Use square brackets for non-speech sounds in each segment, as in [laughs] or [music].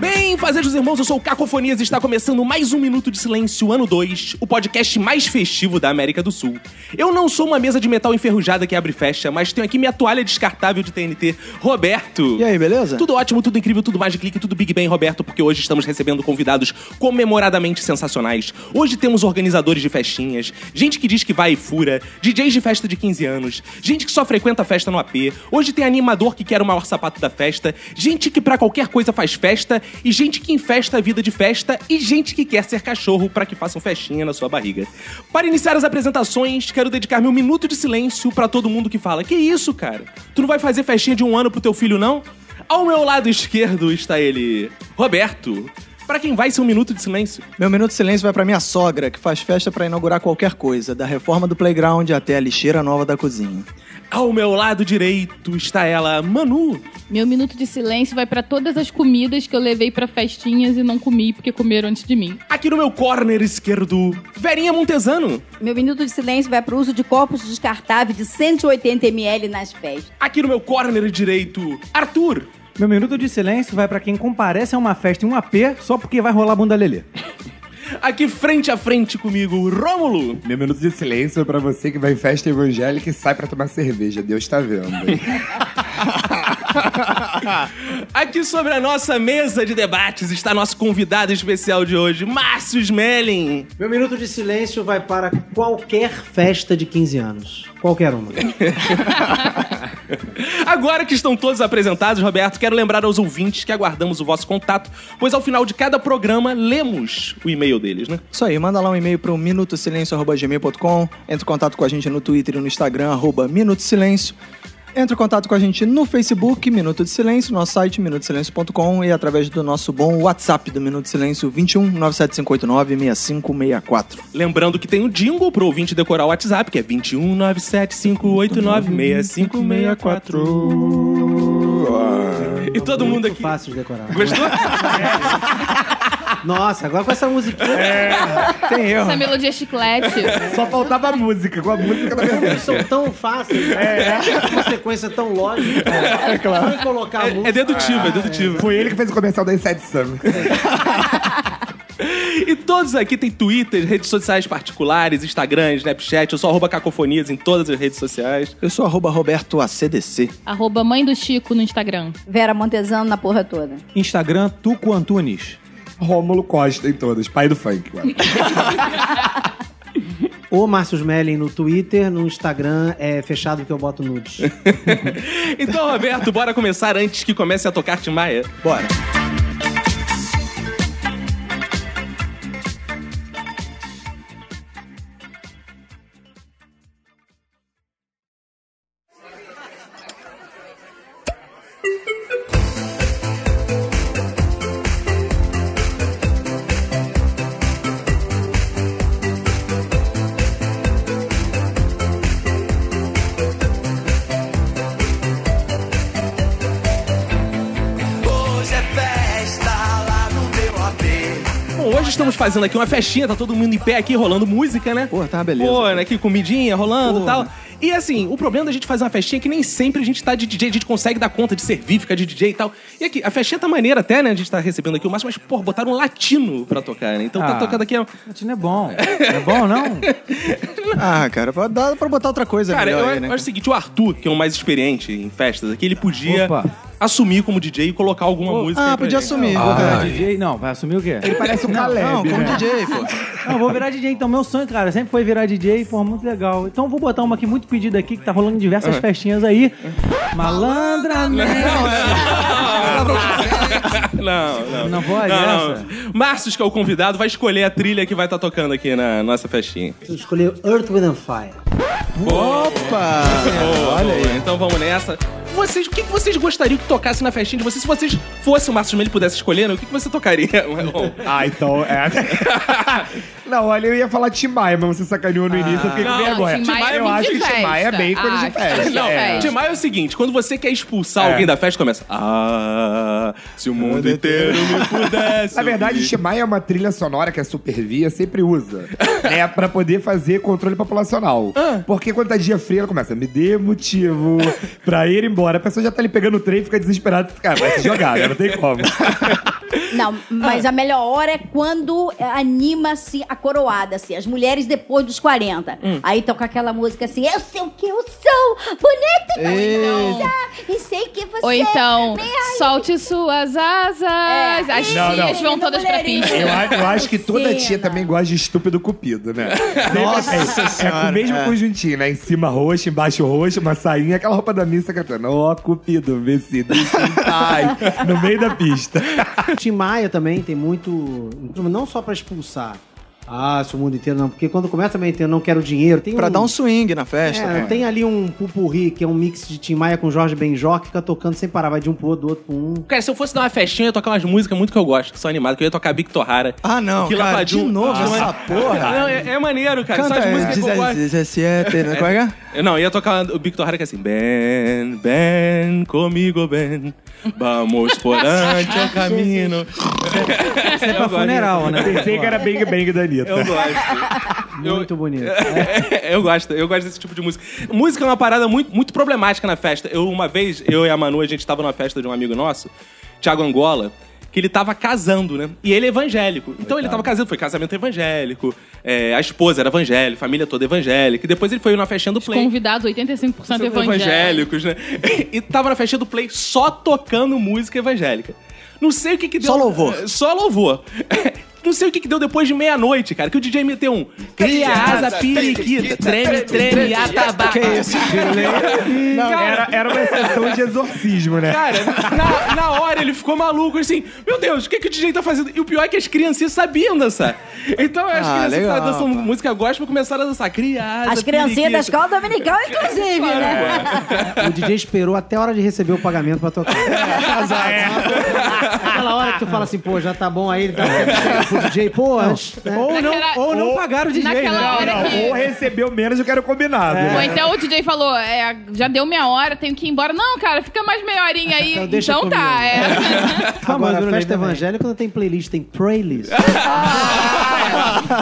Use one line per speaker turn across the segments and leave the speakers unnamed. Bem, fazejos irmãos, eu sou o Cacofonias e está começando mais um Minuto de Silêncio, ano 2, o podcast mais festivo da América do Sul. Eu não sou uma mesa de metal enferrujada que abre e fecha, mas tenho aqui minha toalha descartável de TNT, Roberto.
E aí, beleza?
Tudo ótimo, tudo incrível, tudo mais de clique, tudo Big Bang, Roberto, porque hoje estamos recebendo convidados comemoradamente sensacionais. Hoje temos organizadores de festinhas, gente que diz que vai e fura, DJs de festa de 15 anos, gente que só frequenta festa no AP. Hoje tem animador que quer o maior sapato da festa, gente que pra qualquer coisa faz festa, e gente que infesta a vida de festa, e gente que quer ser cachorro pra que façam festinha na sua barriga. Para iniciar as apresentações, quero dedicar meu minuto de silêncio pra todo mundo que fala: Que isso, cara? Tu não vai fazer festinha de um ano pro teu filho, não? Ao meu lado esquerdo está ele, Roberto. Pra quem vai ser um minuto de silêncio.
Meu minuto de silêncio vai pra minha sogra, que faz festa pra inaugurar qualquer coisa, da reforma do playground até a lixeira nova da cozinha.
Ao meu lado direito está ela, Manu.
Meu minuto de silêncio vai pra todas as comidas que eu levei pra festinhas e não comi porque comeram antes de mim.
Aqui no meu corner esquerdo, Verinha Montesano.
Meu minuto de silêncio vai para o uso de copos descartáveis de 180 ml nas festas.
Aqui no meu corner direito, Arthur.
Meu minuto de silêncio vai pra quem comparece a uma festa em um AP só porque vai rolar bunda lelê.
[laughs] Aqui frente a frente comigo, Rômulo.
Meu minuto de silêncio é pra você que vai em festa evangélica e sai pra tomar cerveja. Deus tá vendo.
[laughs] Aqui sobre a nossa mesa de debates está nosso convidado especial de hoje, Márcio Smelling.
Meu minuto de silêncio vai para qualquer festa de 15 anos. Qualquer uma.
Agora que estão todos apresentados, Roberto, quero lembrar aos ouvintes que aguardamos o vosso contato, pois ao final de cada programa lemos o e-mail deles, né?
Isso aí, manda lá um e-mail pro minutosilencio.gmail.com, entra em contato com a gente no Twitter e no Instagram, arroba Minuto Silêncio. Entra em contato com a gente no Facebook, Minuto de Silêncio, nosso site, minutosilencio.com e através do nosso bom WhatsApp do Minuto de Silêncio, 21 97589 6564.
Lembrando que tem o jingle pro ouvinte decorar o WhatsApp, que é 21975896564. E [laughs] todo mundo
Muito
aqui.
fácil de decorar.
Gostou?
Nossa, agora com essa musiquinha.
É.
Tem erro.
Essa é melodia chiclete.
[laughs] Só faltava a música, com a música da
As
minha
coisas são tão fáceis,
É,
né? uma sequência tão lógica. É claro. colocar a música.
É dedutivo, é dedutivo.
Foi ele que fez o comercial da Inside Summer.
E todos aqui têm Twitter, redes sociais particulares, Instagram, Snapchat. Eu sou arroba cacofonias em todas as redes sociais.
Eu sou arroba Roberto ACDC.
Arroba mãe do Chico no Instagram.
Vera Montesano na porra toda.
Instagram Tuco Antunes.
Rômulo Costa em todas, pai do funk, claro.
O Márcio Smelling no Twitter, no Instagram é fechado que eu boto nudes.
[laughs] Então, Roberto, bora começar antes que comece a tocar Tim Maia.
Bora.
Bom, hoje estamos fazendo aqui uma festinha, tá todo mundo em pé aqui, rolando música, né?
Pô, tá uma beleza.
Pô, né? Que comidinha rolando e
Pô,
tal.
né?
E assim, o problema da gente fazer uma festinha é que nem sempre a gente tá de DJ, a gente consegue dar conta de servir, ficar de DJ e tal. E aqui, a festinha tá maneira até, né? A gente tá recebendo aqui o máximo, mas, pô, botaram um latino pra tocar, né? Então tá
Ah.
tocando aqui. ó.
Latino é bom. É bom, não?
Ah, cara, dá pra botar outra coisa
Cara, eu,
melhor aí,
eu
né?
acho o seguinte, o Arthur, que é o mais experiente em festas aqui, ele podia
Opa.
assumir como DJ e colocar alguma música. aí
Ah,
pra
podia
gente.
assumir.
Vai
Ah,
verdade.
virar DJ? Não, vai assumir o quê?
Ele parece um Caleb,
Não, como
né?
DJ, pô.
Não, vou virar DJ então. Meu sonho, cara, sempre foi virar DJ, pô, muito legal. Então vou botar uma aqui muito pedida aqui, que tá rolando em
Ah.
diversas festinhas aí. Malandra,
é. [laughs] Não, não.
Não pode
Não,
essa?
não. Márcios, que é o convidado, vai escolher a trilha que vai estar tocando aqui na nossa festinha.
Eu escolhi Earth, Wind and Fire.
Opa!
É,
Boa, Olha aí. Então vamos nessa. que vocês, o que que vocês gostariam que tocasse na festinha de vocês? Se vocês fossem o Márcio Vermelho e pudesse escolher, né, o que, que você tocaria? [laughs] Marrom?
Ah, então é. não, olha, eu ia falar Tim Maia, mas você sacaneou no início, eu fiquei com
Não,
vergonha.
Tim Maia é
eu
muito
acho
de
que Tim Maia é
festa.
bem coisa
Ah,
de festa.
Tim Maia é
É.
festa.
Timar é o seguinte, quando você quer expulsar
É.
alguém da festa, começa. Ah, se o mundo inteiro me pudesse.
Na verdade,
ouvir."
Tim Maia é uma trilha sonora que a Supervia sempre usa, né? Pra poder fazer controle populacional. Porque quando tá dia frio, ela começa, me dê motivo pra ir embora. A pessoa já tá ali pegando o trem e fica desesperada. Cara, vai se jogar, né? Não tem como. [laughs]
Não, mas a melhor hora é quando é, anima-se a coroada, assim, as mulheres depois dos 40.
Hum.
Aí toca aquela música assim, eu sei o que eu sou, bonita e
Então-
bonita, e sei que você... é
Ou
é
então,
me ai-
solte suas asas.
É.
As
Não, não.
tias vão todas pra pista.
Eu, a- eu acho que toda
Sim,
tia
não.
também gosta de estúpido cupido, né?
Nossa
é, é com
senhora,
o mesmo
é.
conjuntinho, né? Em cima roxo, embaixo roxo, uma sainha, aquela roupa da missa cantando. Ó, cupido, vê se deixa em paz", No meio da pista.
Tim Maia também tem muito. Não só pra expulsar. Ah, se o mundo inteiro não. Porque quando começa também tem eu não quero dinheiro. Tem
Pra
um,
dar um swing na festa.
É,
cara.
tem ali um pupurri, que é um mix de Tim Maia com Jorge Benjó, que fica tocando sem parar. Vai de um pro outro, do outro pro um.
Cara, se eu fosse dar uma festinha, eu ia tocar umas músicas muito que eu gosto, que são animadas, que eu ia tocar Big Torrara.
Ah, não,
Aquila
cara,
Padu.
de novo
Ah,
essa
mano. [laughs]
porra.
Não, é, é maneiro, cara. Só
Canta
as
é,
músicas que eu gosto.
17, né? Qual é que é?
Eu Não, ia tocar o Big Torrara que é assim. Ben, Ben, comigo, Ben. Vamos por [laughs] ante o caminho.
Isso é pra funeral, né?
Pensei que era Bang Bang da Anitta.
Eu gosto. Eu-
[laughs] Muito bonito.
[laughs] eu gosto, eu gosto desse tipo de música. Música é uma parada muito, muito problemática na festa. Eu, uma vez, eu e a Manu, a gente tava numa festa de um amigo nosso, Thiago Angola, que ele tava casando, né? E ele é evangélico. Então ele tava casando, foi casamento evangélico, é, a esposa era evangélica, família toda evangélica. E depois ele foi na festinha do Play.
Convidados 85%
Evangélicos,
evangélicos.
né? [laughs] E tava na festinha do Play só tocando música evangélica. Não sei o que que deu. É,
Só louvor.
Só louvor. [laughs] Não sei o que que deu depois de meia-noite, cara, que o DJ meteu um. Cria asa, periquita, treme, treme, atabaca.
Que isso?
Não, era, era uma exceção de exorcismo, né?
Cara, na, na hora ele ficou maluco, assim, meu Deus, o que, que o DJ tá fazendo? E o pior é que as criancinhas sabiam dançar. Então as
Ah,
crianças
legal,
que tá dançando
pá.
música gospel começaram a dançar. Criada,
As criancinhas da escola dominical, inclusive, né?
O DJ esperou até a hora de receber o pagamento pra [laughs] tocar. Aquela hora que tu fala assim, pô, já tá bom aí, ele dá pro DJ, pô, antes, né?
Ou não,
Naquela-
ou não
ou-
pagaram o DJ.
naquela
né?
hora
Não,
que-
ou recebeu menos, eu quero combinado.
Ou
né?
então o DJ falou, é, já deu minha hora, tenho que ir embora. Não, cara, fica mais meia horinha aí.
Então
Então,
deixa comigo.
tá, é.
Agora,
Famoso, né,
festa
também.
evangélica quando tem playlist, tem playlist. né?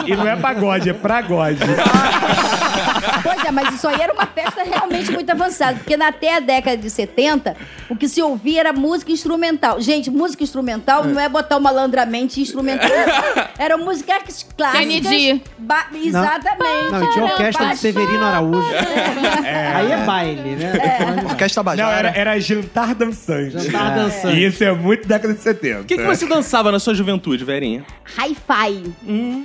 E não é pagode, é pragode.
Pois é, mas isso aí era uma festa realmente muito avançada, porque na- até a década de 70, o que se ouvia era música instrumental. Gente, música instrumental não é botar o malandramente instrumental. Era música clássica.
Kennedy.
Exatamente.
Não, e tinha orquestra de Severino Araújo. Aí é baile, né?
Orquestra
Não, era, é-
Bajara.
era jantar dançante.
Jantar dançante.
E isso é muito década de 70.
O que, que você dançava na sua juventude, Verinha?
Hi-fi. Né?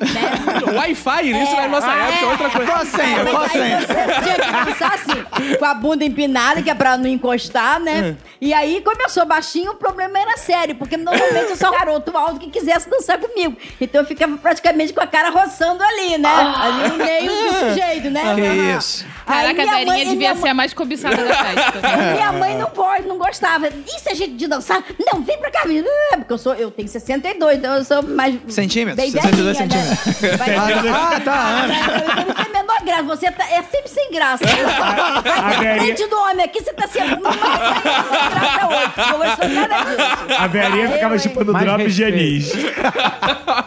Wi-Fi, isso na nossa época é outra coisa.
Qual a senha? Qual a
Mas aí
senha?
você tinha que dançar assim, com a bunda empinada, que é pra não encostar, né? E aí começou baixinho, o problema era sério, porque normalmente eu sou garoto alto que quisesse dançar comigo. Então eu ficava praticamente com a cara roçando ali, né? Ali no meio do sujeito, né?
Que isso.
Aí
Caraca, a
minha mãe-
Verinha
e minha
devia
mãe-
ser a mais cobiçada da
[laughs]
festa. né?
Minha mãe não gosta, não gostava. Isso é jeito de dançar? Não, vem pra cá, menina. Ah, Porque eu sou, eu tenho 62, então eu sou mais.
Centímetros?
Bem
62
velhinha, né? [laughs] Vai-
Ah,
né?
tá.
você é menor graça, você tá- é sempre sem graça. Frente do homem aqui, você tá sendo mais sem graça hoje. Eu gostou nada disso. Ah,
A velhinha
Eu,
ficava tipo,
hein?
chupando
Mais
drop de
respeito.
anis.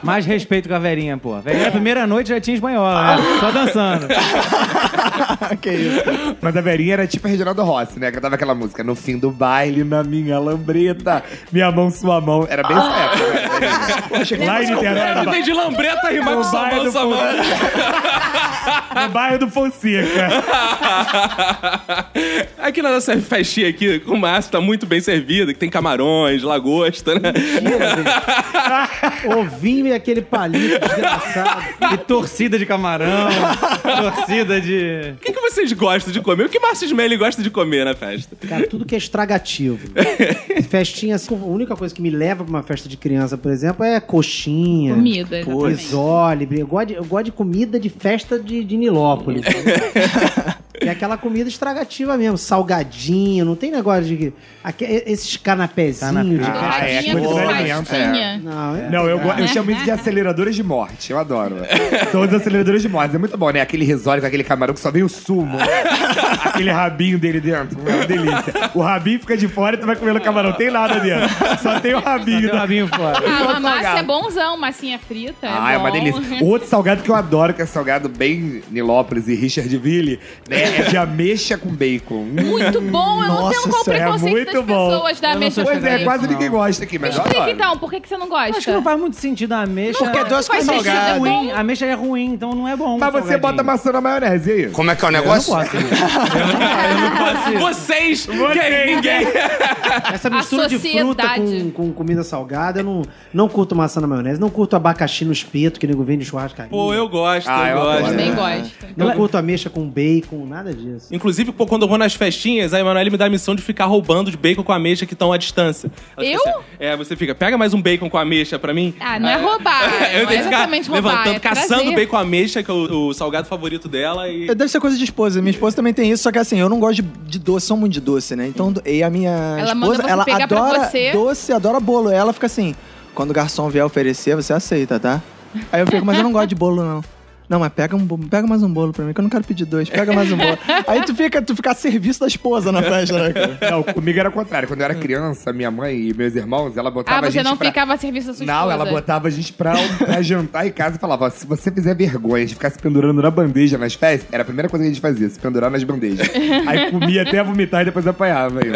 Mais respeito com a Verinha, pô. A Verinha, primeira noite já tinha espanhola,
Ah.
né? Só dançando.
[laughs] que isso.
Mas a velhinha era tipo a Reginaldo Rossi, né? Cantava aquela música. No fim do baile, na minha lambreta, minha mão, sua mão. Era bem essa
Ah.
época. né? Lá em Niterói,
Eu
era
não
ba-
entendi lambreta rimar com
O bairro
sabão,
do
sabão.
[laughs] no bairro do Fonseca.
[laughs] Aqui na nossa festinha aqui, com o Márcio, tá muito bem servido, que tem camarões, lagosta, né?
Ovinho e aquele palito desgraçado.
E torcida de camarão, torcida de.
O que, que vocês gostam de comer? O que Márcio Smelly gosta de comer na festa?
Cara, tudo que
[laughs]
é estragativo. Festinha, assim, a única coisa que me leva pra uma festa de criança, por exemplo, é coxinha.
Comida, exatamente.
[laughs]
Isole, eu gosto, de, eu gosto de comida de festa de, de Nilópolis. e é aquela comida estragativa mesmo, salgadinho, não tem negócio de. que- aque- esses canapézinhos.
Canapé.
de-
Ah, é,
Douradinha
coisa
com
de alimento,
pastinha.
Não, é.
Não, eu, go- eu chamo isso de aceleradores de morte. Eu adoro. São os aceleradores de morte. É muito bom, né? Aquele risório com aquele camarão que só vem o sumo. aquele rabinho dele dentro. É uma delícia. O rabinho fica de fora e tu vai comendo o camarão. Tem nada dentro. Só tem o rabinho.
Meu rabinho fora.
Ah, a massa
salgado.
é bonzão, massinha frita.
Ah, é uma
bom.
delícia. O outro salgado que eu adoro, que é salgado bem Nilópolis e Richardville, né? É de ameixa com bacon. Hum.
[laughs] Muito bom, eu não tenho qual
Senhora, é
preconceito
muito
das
bom.
pessoas da
Eu não
ameixa
sou
Pois
frita.
é,
chegando
quase
nisso,
ninguém gosta aqui,
Me
mas eu
explica
adoro.
então, por que, que você não gosta?
Acho que não faz muito sentido a ameixa.
Porque é duas coisas
sentido,
é
salgadas.
ruim. A ameixa é ruim, então não é bom.
Mas você
salgadinho.
bota maçã na maionese, e aí?
Como é que é o
Eu não
negócio?
posso.
Vocês! Quem? Ninguém!
Essa mistura de fruta
sociedade.
com, com comida salgada, eu não, não curto maçã na maionese, não curto abacaxi no espeto, que nego vende churrascaria.
Pô, eu gosto,
Ah,
eu,
eu
gosto.
adoro.
Também gosto.
Não curto ameixa com bacon, nada disso.
Inclusive, pô, quando eu vou nas festinhas, a Emanuele me dá a missão de ficar roubando de bacon com ameixa que estão à distância. Ela fica
Eu?
assim, é, você fica, pega mais um bacon com ameixa pra mim.
Ah, não é roubar.
eu tenho que
não é
ficar
exatamente roubar.
levantando,
é
caçando
trazer.
bacon com ameixa, que é o, o salgado favorito dela. E...
É, Deve ser coisa de esposa. Minha esposa também tem isso, só que assim, eu não gosto de, de doce, sou muito de doce, né? Então, e a minha
Ela manda
esposa,
você
ela
pegar pra
adora
você.
doce, adora bolo. Ela fica assim, quando o garçom vier oferecer, você aceita, tá? Aí eu fico, mas eu não gosto de bolo, não. Não, mas pega, um, bo- pega mais um bolo pra mim, que eu não quero pedir dois. Pega mais um bolo. Aí tu fica, tu fica a serviço da esposa na festa, né, cara?
Não, comigo era o contrário. Quando eu era criança, minha mãe e meus irmãos, ela botava
Ah,
a
você
gente
não
pra...
ficava a serviço da sua
Não,
esposa.
ela botava a gente pra, pra jantar em casa e falava: ó, se você fizer vergonha de ficar se pendurando na bandeja nas festas, era a primeira coisa que a gente fazia, se pendurar nas
[laughs]
bandejas. Aí comia até vomitar e depois apanhava. Aí.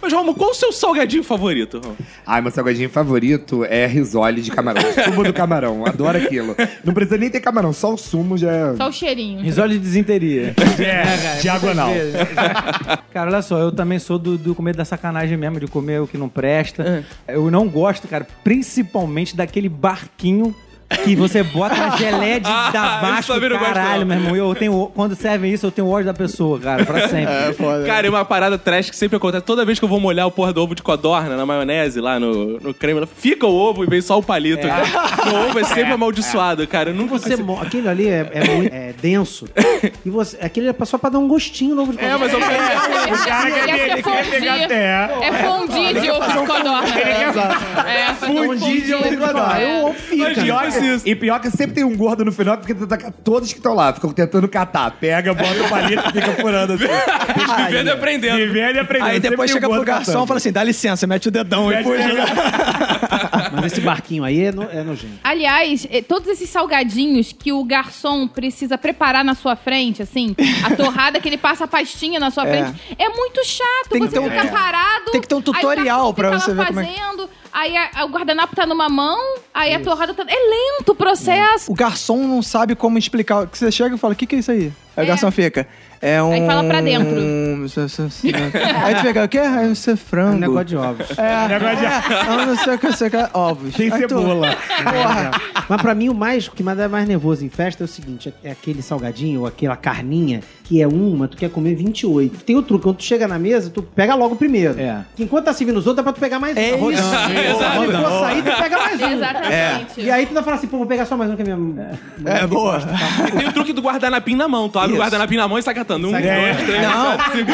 Mas, Romo, qual o seu salgadinho favorito? Romo?
Ai, meu salgadinho favorito é risole de camarão. [laughs] Sumo do camarão, adoro aquilo. Não precisa nem ter camarão, só o sumo já é.
Só o cheirinho.
Risole
[laughs]
de desinteria.
né,
É, diagonal.
[laughs] Cara, olha só, eu também sou do, do comer da sacanagem mesmo, de comer o que não presta. Eu não gosto, cara, principalmente daquele barquinho que você bota a geleia
[laughs]
de damasco.
Ah, também não gosto,
Caralho,
não.
meu irmão. Eu tenho, quando servem isso, eu tenho ódio da pessoa, cara, pra sempre. [laughs]
Cara, é uma parada trash que sempre acontece. Toda vez que eu vou molhar o porra do ovo de codorna na maionese, lá no, no creme, ela- fica o ovo e vem só o palito. cara. O ovo é sempre amaldiçoado, cara. Eu nunca
Você, mo- aquele ali é, é muito é denso. E você, aquele é só pra dar um gostinho novo de
É, mas
[laughs]
comida.
eu
O cara quer, é fundir.
até.
É fundir de ovo de codorna. É, fazer um
Fundir de ovo de codorna.
Ah,
É.
Eu fica.
Mas pior que isso.
é, E pior que sempre tem um gordo no final porque tenta ca- todos que estão lá ficam tentando catar. Pega, bota o palito e fica furando
[laughs]
assim.
Vivendo e aprendendo.
Vivendo e aprendendo.
Aí
Sempre
depois
tem um
chega pro
gordo
garçom e
catando.
fala assim, dá licença, mete o dedão e puxa.
Mas esse barquinho aí é, no, é nojento.
Aliás, eh, todos esses salgadinhos que o garçom precisa preparar na sua frente, assim, a torrada que ele passa a pastinha na sua
É.
frente, é muito chato.
Tem que
você
ter um-
fica parado.
Tem que ter um
aí o garçom
tutorial pra
fica
você
lá
ver como é que-
fazendo, Aí a- a- o guardanapo tá numa mão, aí a torrada tá. É lento o processo.
O garçom não sabe como explicar. Que você chega e fala, o que, que é isso aí? Aí
É.
o garçom fica. É um.
Aí fala pra dentro.
um- [laughs] Aí tu fica, o quê? Aí não sei frango.
É um negócio de ovos.
É, negócio de... eu não sei o que você quer. Ovos.
Tem
Aí tu-
cebola.
Porra.
Mas pra mim, o mais o que me dá mais nervoso em festa é o seguinte: é aquele salgadinho ou aquela carninha que é uma, tu quer comer 28. Tem o truque, quando tu chega na mesa, tu pega logo o primeiro.
É.
Que enquanto tá servindo os outros, dá pra tu pegar mais
É
um.
isso.
Quando ele for sair, tu pega
Hum.
mais um.
Exatamente.
E aí tu ainda fala assim, pô, vou pegar só mais um que é minha.
É, boa.
E tem o truque do guardanapim na mão. Tu abre o
Isso.
guardanapim na mão e sai catando. Um,
né?"
É.
dois, três, quatro, cinco.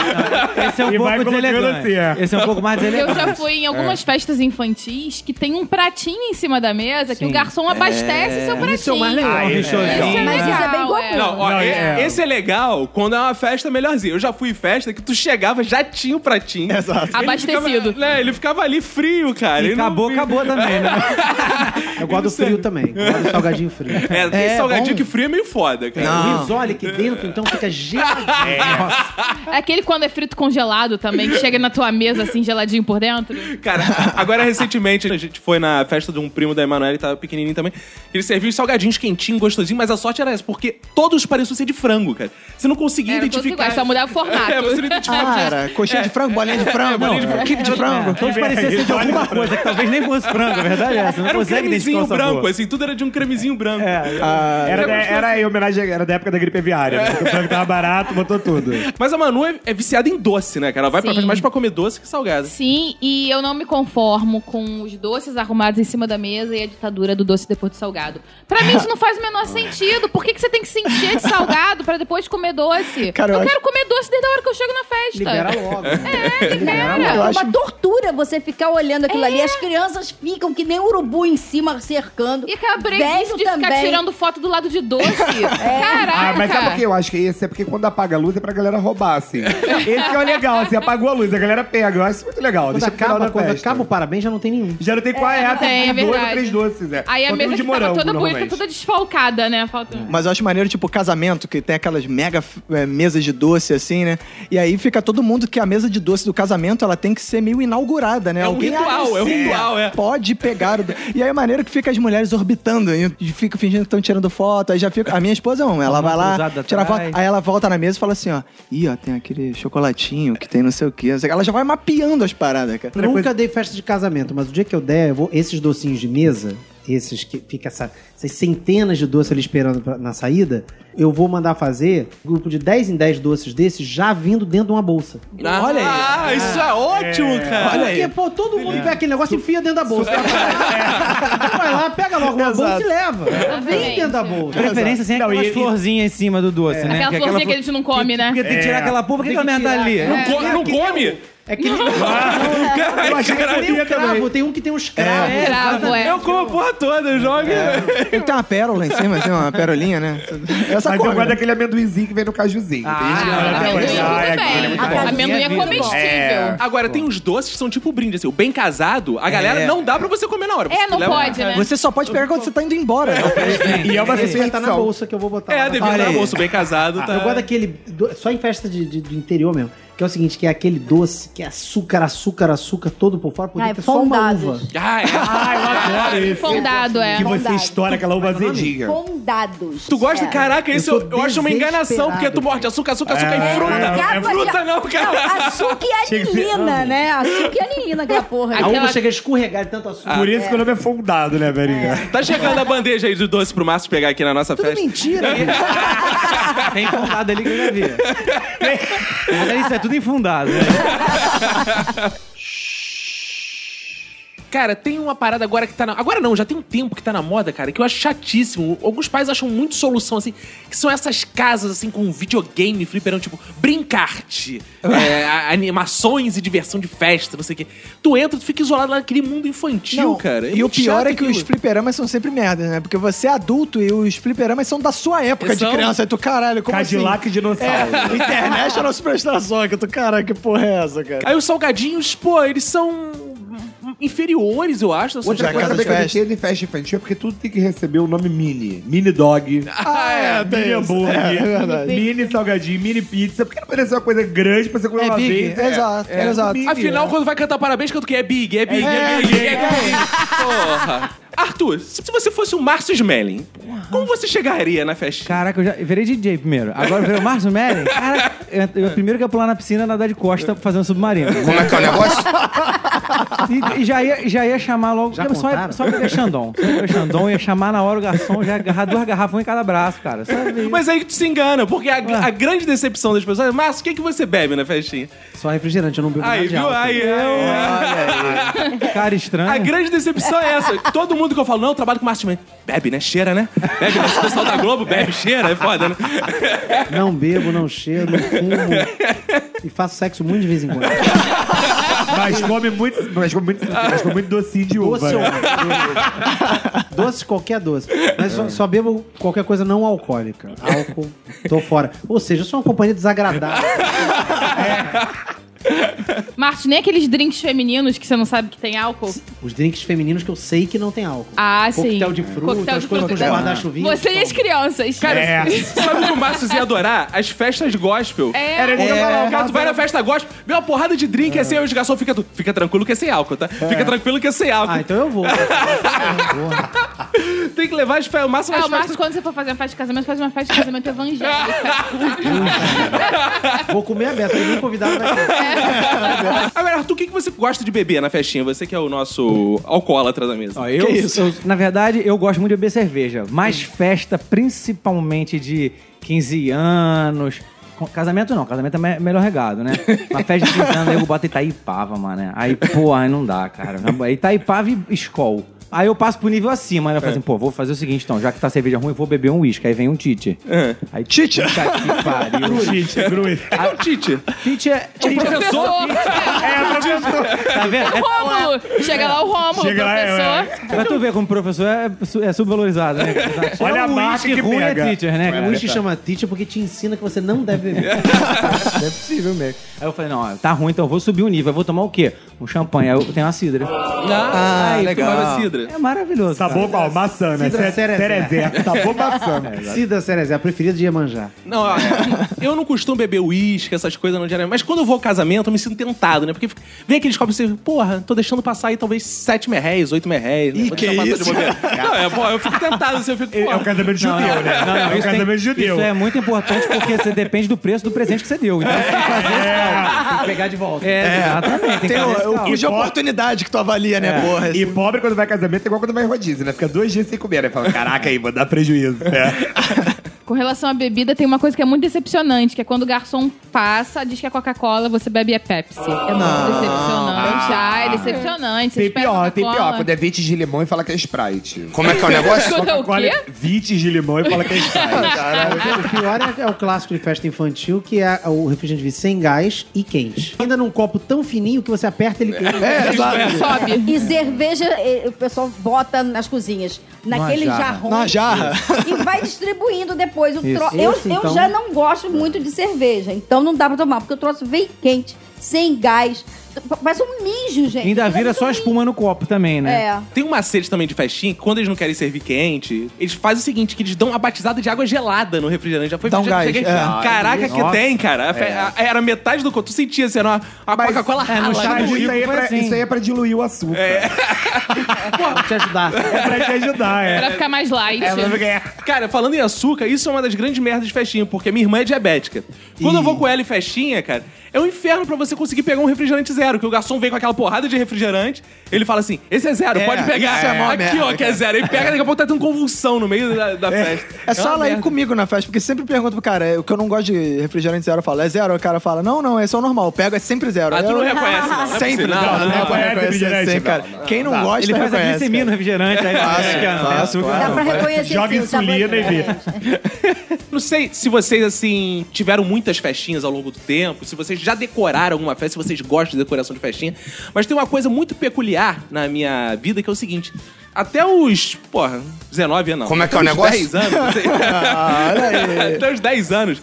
Esse é um
E vai
pouco
colocando
deselegante.
assim, é.
Esse é um pouco mais
Eu
deselegante.
já fui em
É.
algumas festas infantis que tem um pratinho em cima da mesa que
Sim.
o garçom abastece seu pratinho.
Isso é o mais legal. assim
Ah, isso é
né?
Isso é
Mas isso é bem
legal,
comum.
Não, ó,
Não,
e-
é.
esse é legal quando é uma festa melhorzinha. Eu já fui em festa que tu chegava, já tinha o pratinho. Exato.
Abastecido.
né, ele ficava ali frio, cara.
E
Ele não-
acabou, acabou também, né?
Eu gosto do frio também. Eu gosto do salgadinho frio.
É, tem
É,
salgadinho
bom.
que frio é meio foda, cara.
O
Não.
risole aqui dentro, então, fica geladinho.
É Aquele quando é frito congelado também, que chega na tua mesa assim, geladinho por dentro.
Cara, agora recentemente a gente foi na festa de um primo da Emanuele, tava pequenininho também. Ele serviu os salgadinhos quentinhos, gostosinhos, mas a sorte era essa, porque todos pareciam ser de frango, cara. Você não conseguia
Era todos
identificar.
iguais, só mudava o formato.
É, você não identificava.
Ah, era coxinha de frango, bolinha de frango,
É, bolinha de frango. É.
kibe de frango.
Todos pareciam ser de alguma coisa, que talvez nem fosse frango, a verdade é essa. Não
Era um
consegue identificar
cremezinho
o
branco, assim, tudo era de um cremezinho branco.
É, Era, da- era em homenagem, era da época da gripe aviária. né? Porque O frango tava barato, botou tudo.
Mas a Manu é, é viciada em doce, né, cara? Ela vai pra
Sim.
frente mais pra comer doce que salgado.
Sim, e eu não me conformo com os doces arrumados em cima da mesa e a ditadura do doce depois do salgado. Pra mim isso não faz o menor sentido. Por que, que você tem que se encher de salgado pra depois comer doce?
Cara, eu
eu
acho-
quero comer doce desde a hora que eu chego na festa.
Libera logo. É,
libera.
Eu
É
acho-
uma tortura você ficar olhando aquilo ali. As crianças ficam que nem urubu em cima, cercando.
É. E aquela preguiça de ficar tirando foto do lado de doce. Caraca.
Ah, mas sabe por que eu acho que esse? É porque quando apaga a luz é pra galera roubar, assim. Esse que é o legal, assim, apagou a luz, a galera pega. Eu acho isso muito legal.
Quando
Deixa pro final
acaba,
da
quando
festa.
acaba o parabéns, já não tem nenhum.
Já não tem qual é, é
tem,
tem
é
dois ou
verdade.
três doces, é.
Aí a
Só tem um
mesa
de
que tava
morango,
toda bonita,
normalmente.
toda desfalcada, né? Falta...
Mas eu acho maneiro, tipo, casamento, que tem aquelas mega eh, mesas de doce, assim, né? E aí fica todo mundo que é a mesa de doce do casamento, ela tem que ser meio inaugurada, né?
É um ritual, é um
anuncia,
ritual, é.
Pode pegar o... do- E aí é maneiro que fica as mulheres orbitando, e fica fingindo que estão tirando foto, aí já fica... A minha esposa é uma, ela
Uma
vai lá,
cruzada
tira foto,
atrás.
aí ela volta na mesa e fala assim, ó, ih, ó, tem aquele chocolatinho que tem não sei o quê, não sei o quê." ela já vai mapeando as paradas, cara.
Nunca dei festa de casamento, mas o dia que eu der, eu vou- esses docinhos de mesa, esses que fica essa- essas centenas de doces ali esperando pra- na saída, eu vou mandar fazer um grupo de 10 em 10 doces desses já vindo dentro de uma bolsa.
Ah,
Olha aí.
Ah, isso é ótimo, cara.
Olha aí.
Porque, pô, todo mundo pega aquele negócio e enfia dentro da bolsa. [laughs] Vai lá, pega logo uma bolsa e leva. Vem
É, Exatamente.
dentro da bolsa.
Preferência sem
Não,
aquelas
e- e-
florzinhas em cima do doce, né?
Aquela
Que
florzinha que a gente não come, né?
Porque tem que
É.
tirar aquela porra, por que
É. Tem
aquela merda tá
que
ali?
tirar.
Não, co- não
um-
come?
É que nem,
Ai,
Eu achei que
caralho.
eu
tem
ia
um cravo,
também.
tem um que tem uns cravos.
É, cravo, é.
Eu como a porra toda, joga.
Tem que ter uma pérola em cima, assim, uma pérolinha, né? Essa né?
Mas
coisa.
eu guardo aquele amendoinzinho que vem no cajuzinho. tem gente que
Ah,
guarda até
amendoim
hoje. Ah, é aquele é
também.
muito
A
bom.
casinha
Amendoim é
é vida.
comestível.
É.
Agora, tem os doces que são tipo brinde, assim. O bem casado, a galera
É.
não dá pra você comer na hora.
É,
Você
não
leva-
pode, né?
Você só pode pegar quando você tá indo embora.
E é uma
Esse vai tá na
superstição.
bolsa que eu vou botar. lá
É,
na
devido
Olha
ao
aí.
almoço bem casado, tá?
Ah, Eu gosto daquele. do- Só em festa de, de- do interior mesmo. Que é o seguinte: que é aquele doce, que é açúcar, açúcar, açúcar, todo por fora, por
Ah,
dentro
é
é só uma
fondados.
uva.
Ah, é.
Ah, eu adoro esse.
Fondado, é.
Que você
Fondado.
estoura aquela uva azedinha.
Fondados.
Tu gosta?
É.
Caraca, isso
Eu
eu,
sou
eu acho uma enganação,
desesperado,
porque é tu morde açúcar, açúcar, açúcar e fruta.
Acaba
É fruta
de-
não, cara.
açúcar e
Tinha que ser-
anilina, né? Açúcar e anilina, aquela porra.
A
Aquela-
uva chega a escorregar de tanto açúcar.
Por isso que o nome é fondado, né, Verinha?
Tá chegando a bandeja aí do doce pro Márcio pegar aqui na nossa
Tudo
festa.
mentira.
Tem fundado ali que eu já
[laughs]
vi. Mas isso é tudo infundado, né?
Cara, tem uma parada agora que tá na. Agora não, já tem um tempo que tá na moda, cara, que eu acho chatíssimo. Alguns pais acham muito solução, assim, que são essas casas, assim, com videogame, fliperão, tipo, brincarte, é, a- animações e diversão de festa, não sei o quê. Tu entra, tu fica isolado lá naquele mundo infantil,
Não,
cara. É
e o
muito
pior
chato
é que os
aquilo.
fliperamas são sempre merda, né? Porque você é adulto e os fliperamas são da sua época
São?
de criança. Aí tu, caralho, como
assim?
Cadillac e dinossauro.
[laughs]
É.
assim? International Superstar Soccer. Tu, caralho, que porra é essa, cara?
Aí os salgadinhos, pô, eles são inferiores, eu acho. assim,
Outra
tipo,
casa
[laughs] Cada
de
vez é que a gente
festa.
entra em festa infantil é porque tudo tem que receber o nome mini. Mini dog.
[laughs]
Ah, é,
Mini
isso.
hambúrguer,
É, é verdade.
mini salgadinho, mini pizza, porque não parece uma coisa grande pra você comer
É
uma
big,
vez.
exato, exato.
mini,
Afinal,
é.
quando vai cantar parabéns, canta o que? É big, é big, é, big, é, big. Porra. Arthur, se se você fosse o Márcio Smelling, como você chegaria na festinha?
Caraca, eu já virei DJ primeiro. Agora eu virei o Márcio Meren. Cara, eu, eu primeiro que ia pular na piscina, nadar de costa, fazer um submarino.
Como é que é o negócio?
E, e já, ia, já ia chamar logo.
Já
só, ia-
contaram?
só ia pegar Xandão. Só ia pegar Xandão, ia chamar na hora o garçom, já ia agarrar duas garrafões em cada braço, cara. Só,
Mas aí que tu se engana, porque a, a grande decepção das pessoas é, Márcio, o que, que você bebe na festinha?
só refrigerante, eu não bebo nada
Aí,
de
viu?
álcool.
Aí, eu... é,
Cara
A
estranho.
grande decepção é essa. Todo mundo que eu falo, não, eu trabalho com Márcio Smelling. Bebe, né? Cheira, né? Bebe, né? Esse pessoal da Globo bebe, cheira, é [laughs] foda, né?
Não bebo, não cheiro, não fumo.
[laughs]
e faço sexo muito de vez em quando.
Mas come muito, mas come muito, mas come muito docinho de uva.
Doce,
né?
ou- doce qualquer doce. Mas só, só bebo qualquer coisa não alcoólica. Álcool, tô fora. Ou seja, eu sou uma companhia desagradável.
Márcio, nem aqueles drinks femininos que você não sabe que tem álcool.
Os drinks femininos que eu sei que não tem álcool.
Ah, sim.
Coquetel de fruta,
Coquetel
as
de
coisas
fruta.
com os guarda-chuvinhos.
Você e as crianças.
Cara,
É.
sabe o que o Márcio ia adorar? As festas gospel.
É.
Era ele
É.
lá, o [laughs] cara, tu vai na festa gospel, vê uma porrada de drink, assim, aí os garçom fica, tu-
então
fica tranquilo que é sem álcool, tá? Fica tranquilo que é sem álcool.
Ah, então eu vou.
tem que levar as fe- o máximo
É,
das
o Márcio,
festas.
quando você for fazer uma festa de casamento, faz uma festa de casamento evangélica.
Vou comer a Beto, ninguém convidado [laughs] vai comer.
Agora, Arthur, o que, que você gosta de beber na festinha? Você que é o nosso alcoólatra da mesa.
Ó, Ah, eu, eu- na verdade, eu gosto muito de beber cerveja, mas festa principalmente de 15 anos. com- Casamento não, casamento é me- melhor
[laughs]
regado, né? Uma festa de 15 anos, eu boto Itaipava, mano. Aí, pô, aí não dá, cara. Aí Itaipava e Skol. Aí eu passo pro nível acima, né? Eu falo
É.
assim, pô, vou fazer o seguinte, então, já que tá cerveja ruim, eu vou beber um uísque. Aí vem um Tite.
É.
Aí, Tite? que
[laughs]
É
pariu.
o Tite.
Tite é...
O professor.
É,
Tá vendo? É
Rômulo. Chega lá o Rômulo,
Chega lá,
professor.
é,
Pra tu ver como professor é, su- é subvalorizado, né? cara?
Olha
Só
a
o
marca
uísque
que
ruim
pega.
É teacher, né? cara?
O uísque chama teacher porque te ensina que você não deve beber. não é possível mesmo.
Aí eu falei, não, ó, tá ruim, então eu vou subir o nível. Eu vou tomar o quê? Um champanhe. Aí eu tenho uma cidra.
Ah,
aí, legal.
Tomava cidra.
É maravilhoso.
Sabor qual? Maçã, né?
Cidra
Cere-
cerezé.
Cerezé. Sabor
[laughs]
maçã.
É.
Cida Cerezé, a preferida de Iemanjá.
Não, ó, eu não costumo beber uísque, essas coisas não diariamente. Mas quando eu vou ao casamento, eu me sinto tentado, né? Porque fica- vem aqueles copos e você, porra, tô deixando passar aí talvez sete merréis, oito merréis. Né? Vou
que
deixar passar de
isso?
bobeira. não, é, pô, eu fico tentado, assim, eu fico,
É um
porra.
casamento judeu, né? é um
isso, tem-
casamento judeu.
isso é muito importante porque você depende do preço do presente que você deu. Então você tem que fazer
É.
esse cálculo. Tem que pegar de volta. É, exatamente. Tem que
Tem
fazer esse
o, o
cálculo.
custo de oportunidade que tu avalia, né, porra?
E pobre quando vai a casamento é igual quando vai em rodízio, né? Fica dois dias sem comer, né? Fala, caraca aí, vou dar prejuízo. né?
Com relação à bebida, tem uma coisa que é muito decepcionante, que é quando o garçom passa, diz que é Coca-Cola, você bebe é Pepsi. É muito decepcionante. Ah, é decepcionante. Você
Tem
espera
pior, tem
Coca-Cola.
pior. Quando é 20 de limão e fala que é Sprite.
Como é que é o negócio?
Quando é o
Coca-Cola,
quê?
20 de limão e fala que é Sprite.
O pior é, é o clássico de festa infantil, que é o refrigerante de sem gás e quente. Ainda num copo tão fininho que você aperta ele. É,
Sobe.
E cerveja, eh, o pessoal bota nas cozinhas, naquele
jarra.
jarrão.
Na jarra.
E vai distribuindo depois. O tro...
Isso,
eu, eu
então.
já não gosto muito de cerveja, então não dá pra tomar, porque o troço vem quente, sem gás. Parece um mijo, gente.
Ainda vira só
as
espuma no copo também, né?
É.
Tem um macete também de festinha que quando eles não querem servir quente, eles fazem o seguinte, que eles dão uma batizada de água gelada no refrigerante. Já foi
Dá um
refrigerante,
gás,
cheguei-
é.
Caraca, que
Nossa.
tem, cara. A fe- a- Era metade do copo. Tu sentia, assim, era uma, uma Coca-Cola
é, no
rala.
chá-
Mas
Chico
isso aí é
foi
pra,
assim.
isso aí é pra diluir o açúcar. É,
Vou te ajudar.
pra te ajudar, é.
Pra ficar mais light.
Cara, falando em açúcar, isso é uma das grandes merdas de festinha, porque minha irmã é diabética. Quando eu vou com ela em festinha, cara, é um inferno pra você conseguir pegar um refrigerante zero, que o garçom vem com aquela porrada de refrigerante, ele fala assim, esse é zero, pode pegar.
isso é mó
Aqui,
merda,
ó, que é zero. Ele pega, daqui a pouco tá tendo convulsão no meio da, da festa.
É só
uma
ela ir
merda.
comigo na festa, porque sempre pergunto pro cara, é, o que eu não gosto de refrigerante zero, eu falo, é zero? O cara fala, não, não, esse é o normal, eu pego, é sempre zero.
Ah, tu não
Eu-
reconhece, não, não é
[laughs] Sempre,
possível.
não,
Não,
não,
não, não,
é
reconhece,
não,
assim,
não,
cara. Quem não gosta,
Ele faz a
reconhece,
glicemia no
cara.
refrigerante. Aí,
Fácil,
é, cara, não tem
fácil,
açúcar,
Dá
não.
pra reconhecer
Ah, Joga
sim, o sabor
insulina e vê.
diferente.
Não sei se vocês, assim, tiveram muitas festinhas ao longo do tempo, se vocês já decoraram alguma festa, se vocês gostam de decoração de festinha, mas tem uma coisa muito peculiar na minha vida que é o seguinte. Até os, porra, 19 anos. não.
Como é que é
Até
o
os
negócio? Ah,
10 anos. não
[laughs]
sei. Até os 10 anos.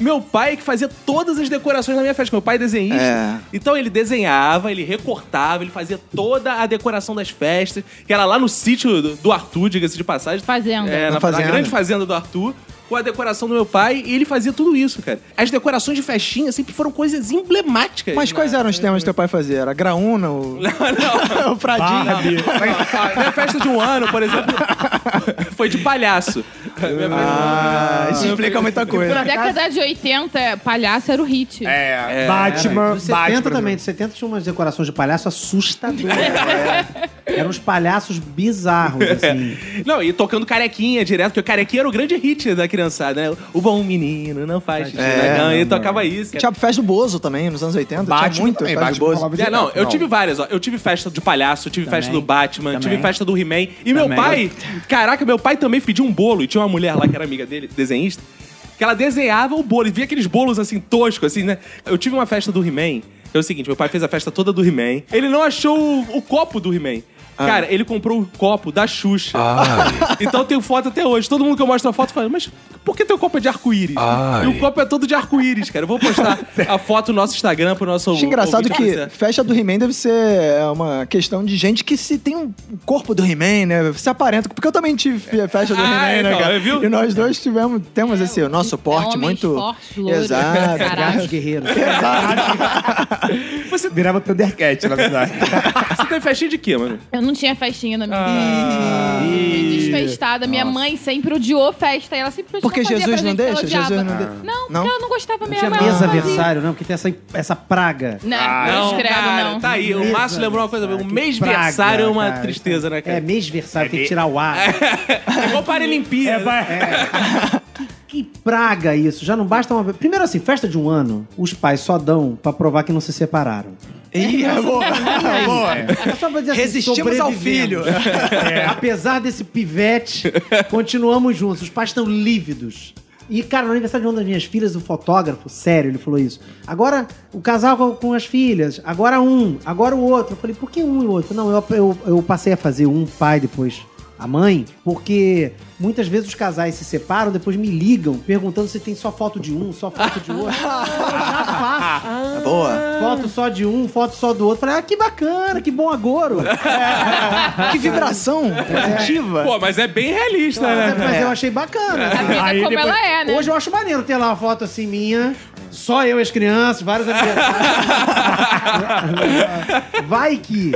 Meu pai é que fazia todas as decorações na minha festa. Meu pai é desenhista.
É.
Então ele desenhava, ele recortava, ele fazia toda a decoração das festas, que era lá no sítio do- do Arthur, diga-se de passagem.
Fazenda.
É,
Na
na, na
fazenda.
grande fazenda do Arthur, com a decoração do meu pai, e ele fazia tudo isso, cara. As decorações de festinha sempre foram coisas emblemáticas.
Mas
na-
quais eram os temas que teu pai fazia? Era graúna, o,
[laughs] Não,
[laughs] o
Ah,
pradinho?
Barbie.
a minha [laughs] festa de um ano, por exemplo, [laughs] foi de palhaço. um
Ah, isso explica muita
Na
coisa.
década de 80, é, palhaço era o hit.
É.
Batman,
Dos 70
Batman.
também, dos 70 tinha umas decorações de palhaço assustadoras. né? Eram uns palhaços bizarros, assim.
Não, e tocando carequinha direto, porque o carequinha era o grande hit da criançada, né? O bom menino não faz xixi na cama, e ele tocava isso. cara.
Tinha Tipo, festa do Bozo também, nos anos 80.
Batman
tinha muito
também,
festa do
Batman
Bozo.
falava
É,
direto,
não, eu tive várias, ó. Eu tive festa de palhaço, tive festa do Batman,
Também.
tive festa do He-Man. E meu
Também.
pai, caraca, meu pai também pediu um bolo. E tinha uma mulher lá que era amiga dele, desenhista, que ela desenhava o bolo. E via aqueles bolos assim, toscos, assim, né? Eu tive uma festa do He-Man. que É o seguinte, meu pai fez a festa toda do He-Man. Ele não achou o, o copo do He-Man. Cara, ele comprou o copo da Xuxa. Então eu tenho foto até hoje. Todo mundo que eu mostro a foto fala, mas por que teu copo é de arco-íris?
Ai.
E o copo é todo de arco-íris, cara. Eu vou postar a foto no nosso Instagram pro nosso
Acho engraçado
ouvinte
que
conhecer.
festa do He-Man deve ser é, uma questão de gente que se tem um corpo do He-Man, né? Se aparenta. Porque eu também tive fe- festa do
Ah,
He-Man, né,
então,
cara?
viu?
E nós dois tivemos, temos esse, o nosso porte
Então, homens
muito.
fortes, loiros,
Exato.
caralho.
Gatos
[laughs]
guerreiros.
Virava Thundercat, na verdade.
Ah. Você tem festinha de quê, mano? Ah.
Eu não tinha festinha na minha vida. Me festada. Minha mãe sempre odiou festa. E ela sempre fez
Porque
fazia pra
Jesus não
gente, ela
deixa?
odiava.
Jesus não deixa.
Não, porque
Não?
ela não gostava
Não
mesmo.
tinha
ela não
mesa
fazia.
versário, não, porque tem essa, essa praga.
Não, não,
Ah, Não,
escreve,
cara,
não.
tá aí. O
Mesa
Márcio lembrou uma coisa.
versário,
O
Ah, que
mês
praga,
versário é uma
cara.
tristeza, né,
É,
Ah, cara?
mês versário, tem que tirar o ar.
É igual Paralimpíada. né?
Que praga isso. Já não basta uma. Primeiro, assim, festa de um ano, os pais só dão pra provar que não se separaram.
Ih, é boa. É boa.
É só pra dizer assim,
Resistimos ao
sobrevivemos.
filho.
É. Apesar desse pivete, continuamos juntos. Os pais estão lívidos. E, cara, no aniversário de uma das minhas filhas, o fotógrafo, sério, ele falou isso. Agora, o casal com, com as filhas, agora um, agora o outro. Eu falei, por que um e o outro? Não, eu, eu, eu passei a fazer um pai depois a mãe, porque muitas vezes os casais se separam, depois me ligam perguntando se tem só foto de um, só foto de outro. eu já faço.
É boa.
Foto só de um, foto só do outro. Falei, ah, que bacana, que bom
[laughs]
agouro.
Que vibração positiva.
Pô, mas é bem realista, né?
mas, mas eu achei bacana.
A vida Tá como ela é, né?
Hoje eu acho maneiro ter lá uma foto assim minha, só eu e as crianças, vários amigos.
[laughs]
Vai que.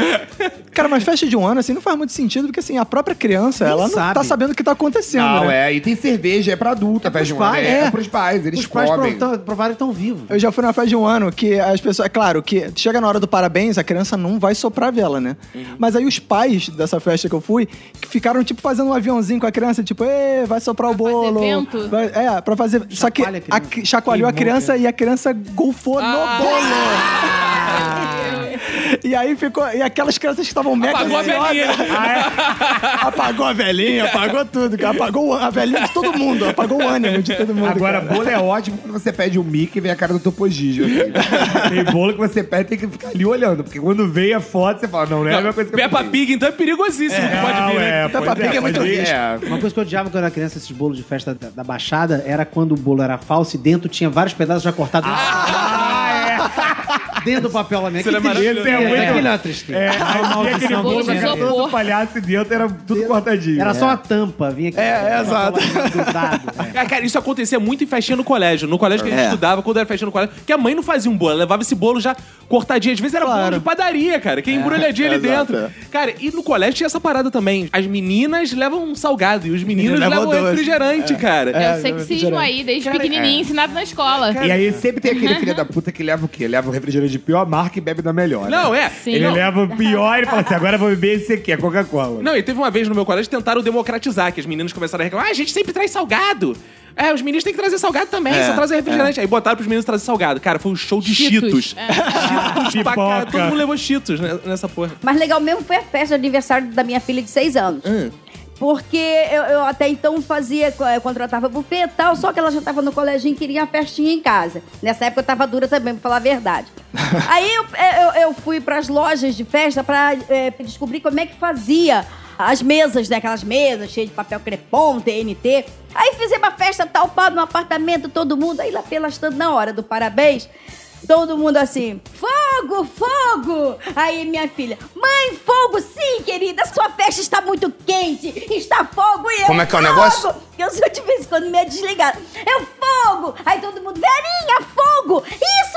Cara, mas festa de um ano, assim, não faz muito sentido, porque, assim, a própria criança,
Nem
ela não
sabe.
tá sabendo o que tá acontecendo,
Não,
né?
é. E tem cerveja, é pra adulta, festa de um ano.
pais,
É,
é.
é pros pais, eles
Os pais
comem.
prov- tão- provaram que estão vivos.
Eu já fui numa festa de um ano que as pessoas. É claro que chega na hora do parabéns, a criança não vai soprar a vela, né? Mas aí os pais dessa festa que eu fui que ficaram, tipo, fazendo um aviãozinho com a criança, tipo, Ê, vai soprar o
Pra fazer
bolo.
vento?
Vai- é, pra fazer. Só que
Chacoalha a criança.
a cri- chacoalhou a criança e a criança golfou
Ah. [laughs]
no bolo. E aí ficou. E aquelas crianças que estavam mega
Apagou a
ansiosas-
velhinha. [laughs]
Ah, é. Apagou a velhinha, apagou tudo. cara. Apagou a velhinha de todo mundo. Apagou o ânimo de todo mundo.
Agora,
cara.
bolo é ótimo quando você pede um mic e vem a cara do Topo Gigio, assim. tem bolo que você pede tem que ficar ali olhando, porque quando vem a foto, você fala, não, não é a mesma coisa que eu
Peppa
pedi.
Pig, então é perigosíssimo. que pode vir,
Não,
né?
é,
Peppa
pois
Pig
pode
é muito
vir,
risco.
é.
Uma coisa que eu odiava quando eu era criança, esses bolos de festa da, da Baixada, era quando o bolo era falso e dentro tinha vários pedaços já cortados.
Ah,
Dentro do papel lá mesmo.
Isso é maravilhoso.
Esse é muito-
Aquilo é uma tristeza.
É, aí tinha aquele
maldição
bolo
do
na
gênero.
cabeça do palhaço e dentro era tudo cortadinho.
Era só uma tampa, vinha aqui.
É, é, exato. [laughs]
Grudado, é.
Ah, Cara, isso acontecia muito em festinha no colégio. No colégio que a gente estudava, quando era festinha no colégio, que a mãe não fazia um bolo, ela levava esse bolo já cortadinho. Às vezes era bolo
Claro.
de padaria, cara, que é embrulhadinho ali
exato,
dentro. Cara, e no colégio tinha essa parada também. As meninas levam um salgado e os meninos
Menino leva
levam um
doce.
refrigerante, cara.
É
É,
o sexismo
geral.
aí, desde pequenininho, ensinado na escola.
E aí sempre tem aquele filho da puta que leva o quê? Leva o refrigerante de pior marca e bebe da melhor. né?
Não, é.
Sim.
Ele
Não.
leva o pior e ele fala assim, agora eu vou beber esse aqui, é Coca-Cola.
Não, e teve uma vez no meu colégio que tentaram democratizar, que as meninas começaram a reclamar, ah, a gente sempre traz salgado. É, os meninos têm que trazer salgado também, só trazem refrigerante. Aí botaram pros meninos trazer salgado. Cara, foi um show de cheetos.
É.
Cheetos pra cara. Todo mundo levou cheetos né, nessa porra.
Mas legal mesmo foi a festa de aniversário da minha filha de seis anos. Porque eu, eu até então fazia, co- eh, contratava buffet e tal, só que ela já estava no coleginho e queria uma festinha em casa. Nessa época eu tava dura também, pra falar a verdade. Aí eu, eh, eu, eu fui pras lojas de festa pra eh, descobrir como é que fazia as mesas, né? Aquelas mesas cheias de papel crepom, TNT. Aí fizemos uma festa talpada no apartamento, todo mundo, aí lá pelas tantas, na hora do parabéns, Todo mundo assim, fogo, fogo! Aí minha filha, mãe, fogo sim, querida, sua festa está muito quente, está fogo e Como é que é o negócio? Eu só de vez em quando me ia desligar. Eu fogo! Aí todo mundo, Verinha, fogo! Isso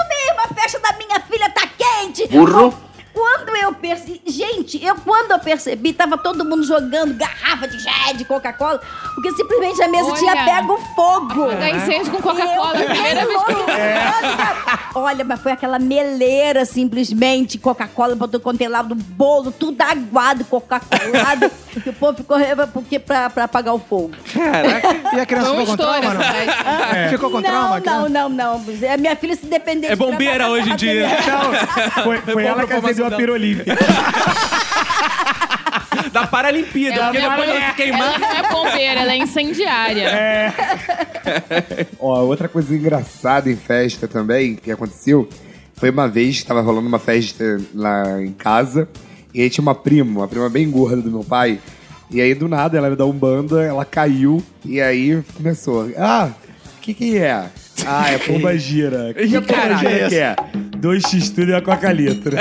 mesmo, a festa da minha filha tá quente! Burro! Quando eu percebi. Gente, eu quando eu percebi, tava todo mundo jogando garrafa de gé, de Coca-Cola, porque simplesmente a mesa
Olha.
tinha pego fogo.
Apagar incêndio com Coca-Cola.
Eu
Primeira vez que eu
[laughs] Olha, mas foi aquela meleira, simplesmente. Coca-Cola botou contelado, é bolo, tudo aguado, Coca-Colado. [laughs] que o povo ficou reva- porque pra, pra apagar o fogo.
E a criança
Foi um
ficou com
estouro
trauma,
essa
não?
festa.
Ficou com
não,
trauma? a
não,
criança?
não, não, A Minha filha se dependente.
É bombeira hoje em dia. [laughs]
Foi, foi
bom
ela
pra
que acendeu a
formação
pirolímpica.
Da Paralimpíada,
Ela
porque
não é
depois ela se queimar.
Ela não é bombeira, ela é incendiária.
Ó, outra coisa engraçada em festa também, que aconteceu, foi uma vez que tava rolando uma festa lá em casa, e aí tinha uma prima, uma prima bem gorda do meu pai, e aí do nada ela era da Umbanda, ela caiu, e aí começou. Ah, o que que é? Ah, [laughs] é pomba gira. Que
Ih,
pomba
caralho,
gira que é? Dois x tudo e a coca letra.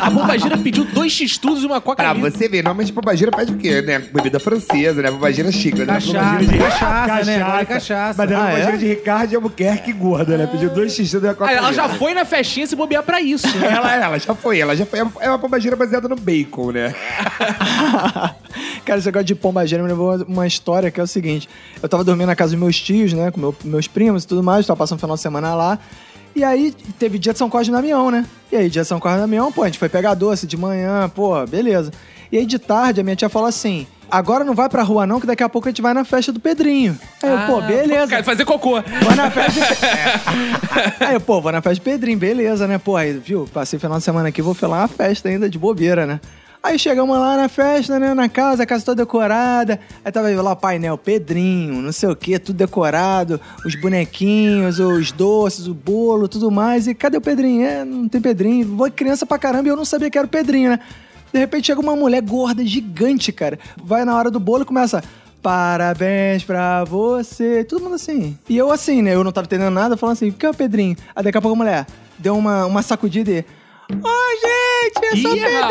A Pombagira pediu dois x-tudos e uma coca
Pra você ver, normalmente bobageira pede o quê, né? Bebida francesa, né? Bobageira chica, né?
Cachaça,
Bobageira de-
cachaça, né? Agora é cachaça.
Mas era
Ah,
uma
é?
bobageira de Ricardo de Albuquerque gorda, né? Pediu dois xixi da
Ah,
coca.
ela já foi na festinha se bobear pra [laughs] isso. né?
Ela, ela já foi, ela já foi. É uma bobageira baseada no bacon, né?
[laughs] Cara, esse negócio de pomba gêmea me lembrou uma história que é o seguinte: eu tava dormindo na casa dos meus tios, né? Com meu- meus primos e tudo mais, tava passando o final de semana lá. E aí teve dia de São Cosme e Damião, né? E aí, dia de São Cosme e Damião, pô, a gente foi pegar doce de manhã, pô, beleza. E aí de tarde a minha tia falou assim: agora não vai pra rua não, que daqui a pouco a gente vai na festa do Pedrinho. Aí eu, pô, beleza.
Ah, Cara, fazer cocô.
Vou na festa de... [laughs] Aí, eu, pô, vou na festa de Pedrinho, beleza, né? Pô, aí, viu? Passei final de semana aqui, vou falar uma festa ainda de bobeira, né? Aí chegamos lá na festa, né? Na casa, a casa toda decorada. Aí tava lá o painel, Pedrinho, não sei o quê, tudo decorado. Os bonequinhos, os doces, o bolo, tudo mais. E cadê o Pedrinho? É, não tem Pedrinho. Vou criança pra caramba e eu não sabia que era o Pedrinho, né? De repente chega uma mulher gorda, gigante, cara. Vai na hora do bolo e começa. Parabéns pra você. Todo mundo assim. E eu assim, né? Eu não tava entendendo nada, falando assim, que é o Pedrinho? Aí daqui a pouco a mulher deu uma, uma sacudida e. Ô, gente, eu sou o
Ih,
Pedrinho!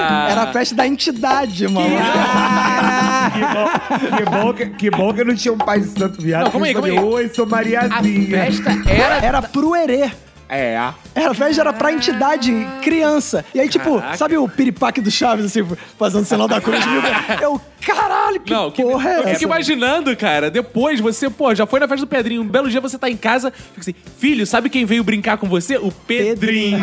rapaz!
Era a festa da entidade, mano.
Ah.
Que bom que, que bom que eu não tinha um pai de santo viado.
Não, calma aí,
que
calma aí.
Oi, sou
A
Mariazinha.
festa era.
Era pro herê.
É,
Era, a festa era pra entidade criança. E aí, tipo,
Caraca.
sabe o piripaque do Chaves, assim, fazendo sinal da cruz? viu? Eu, caralho, que
Não, que,
porra é
eu
essa?
fico imaginando, cara. Depois você, pô, já foi na festa do Pedrinho. Um belo dia você tá em casa, fica assim: filho, sabe quem veio brincar com você? O Pedrinho.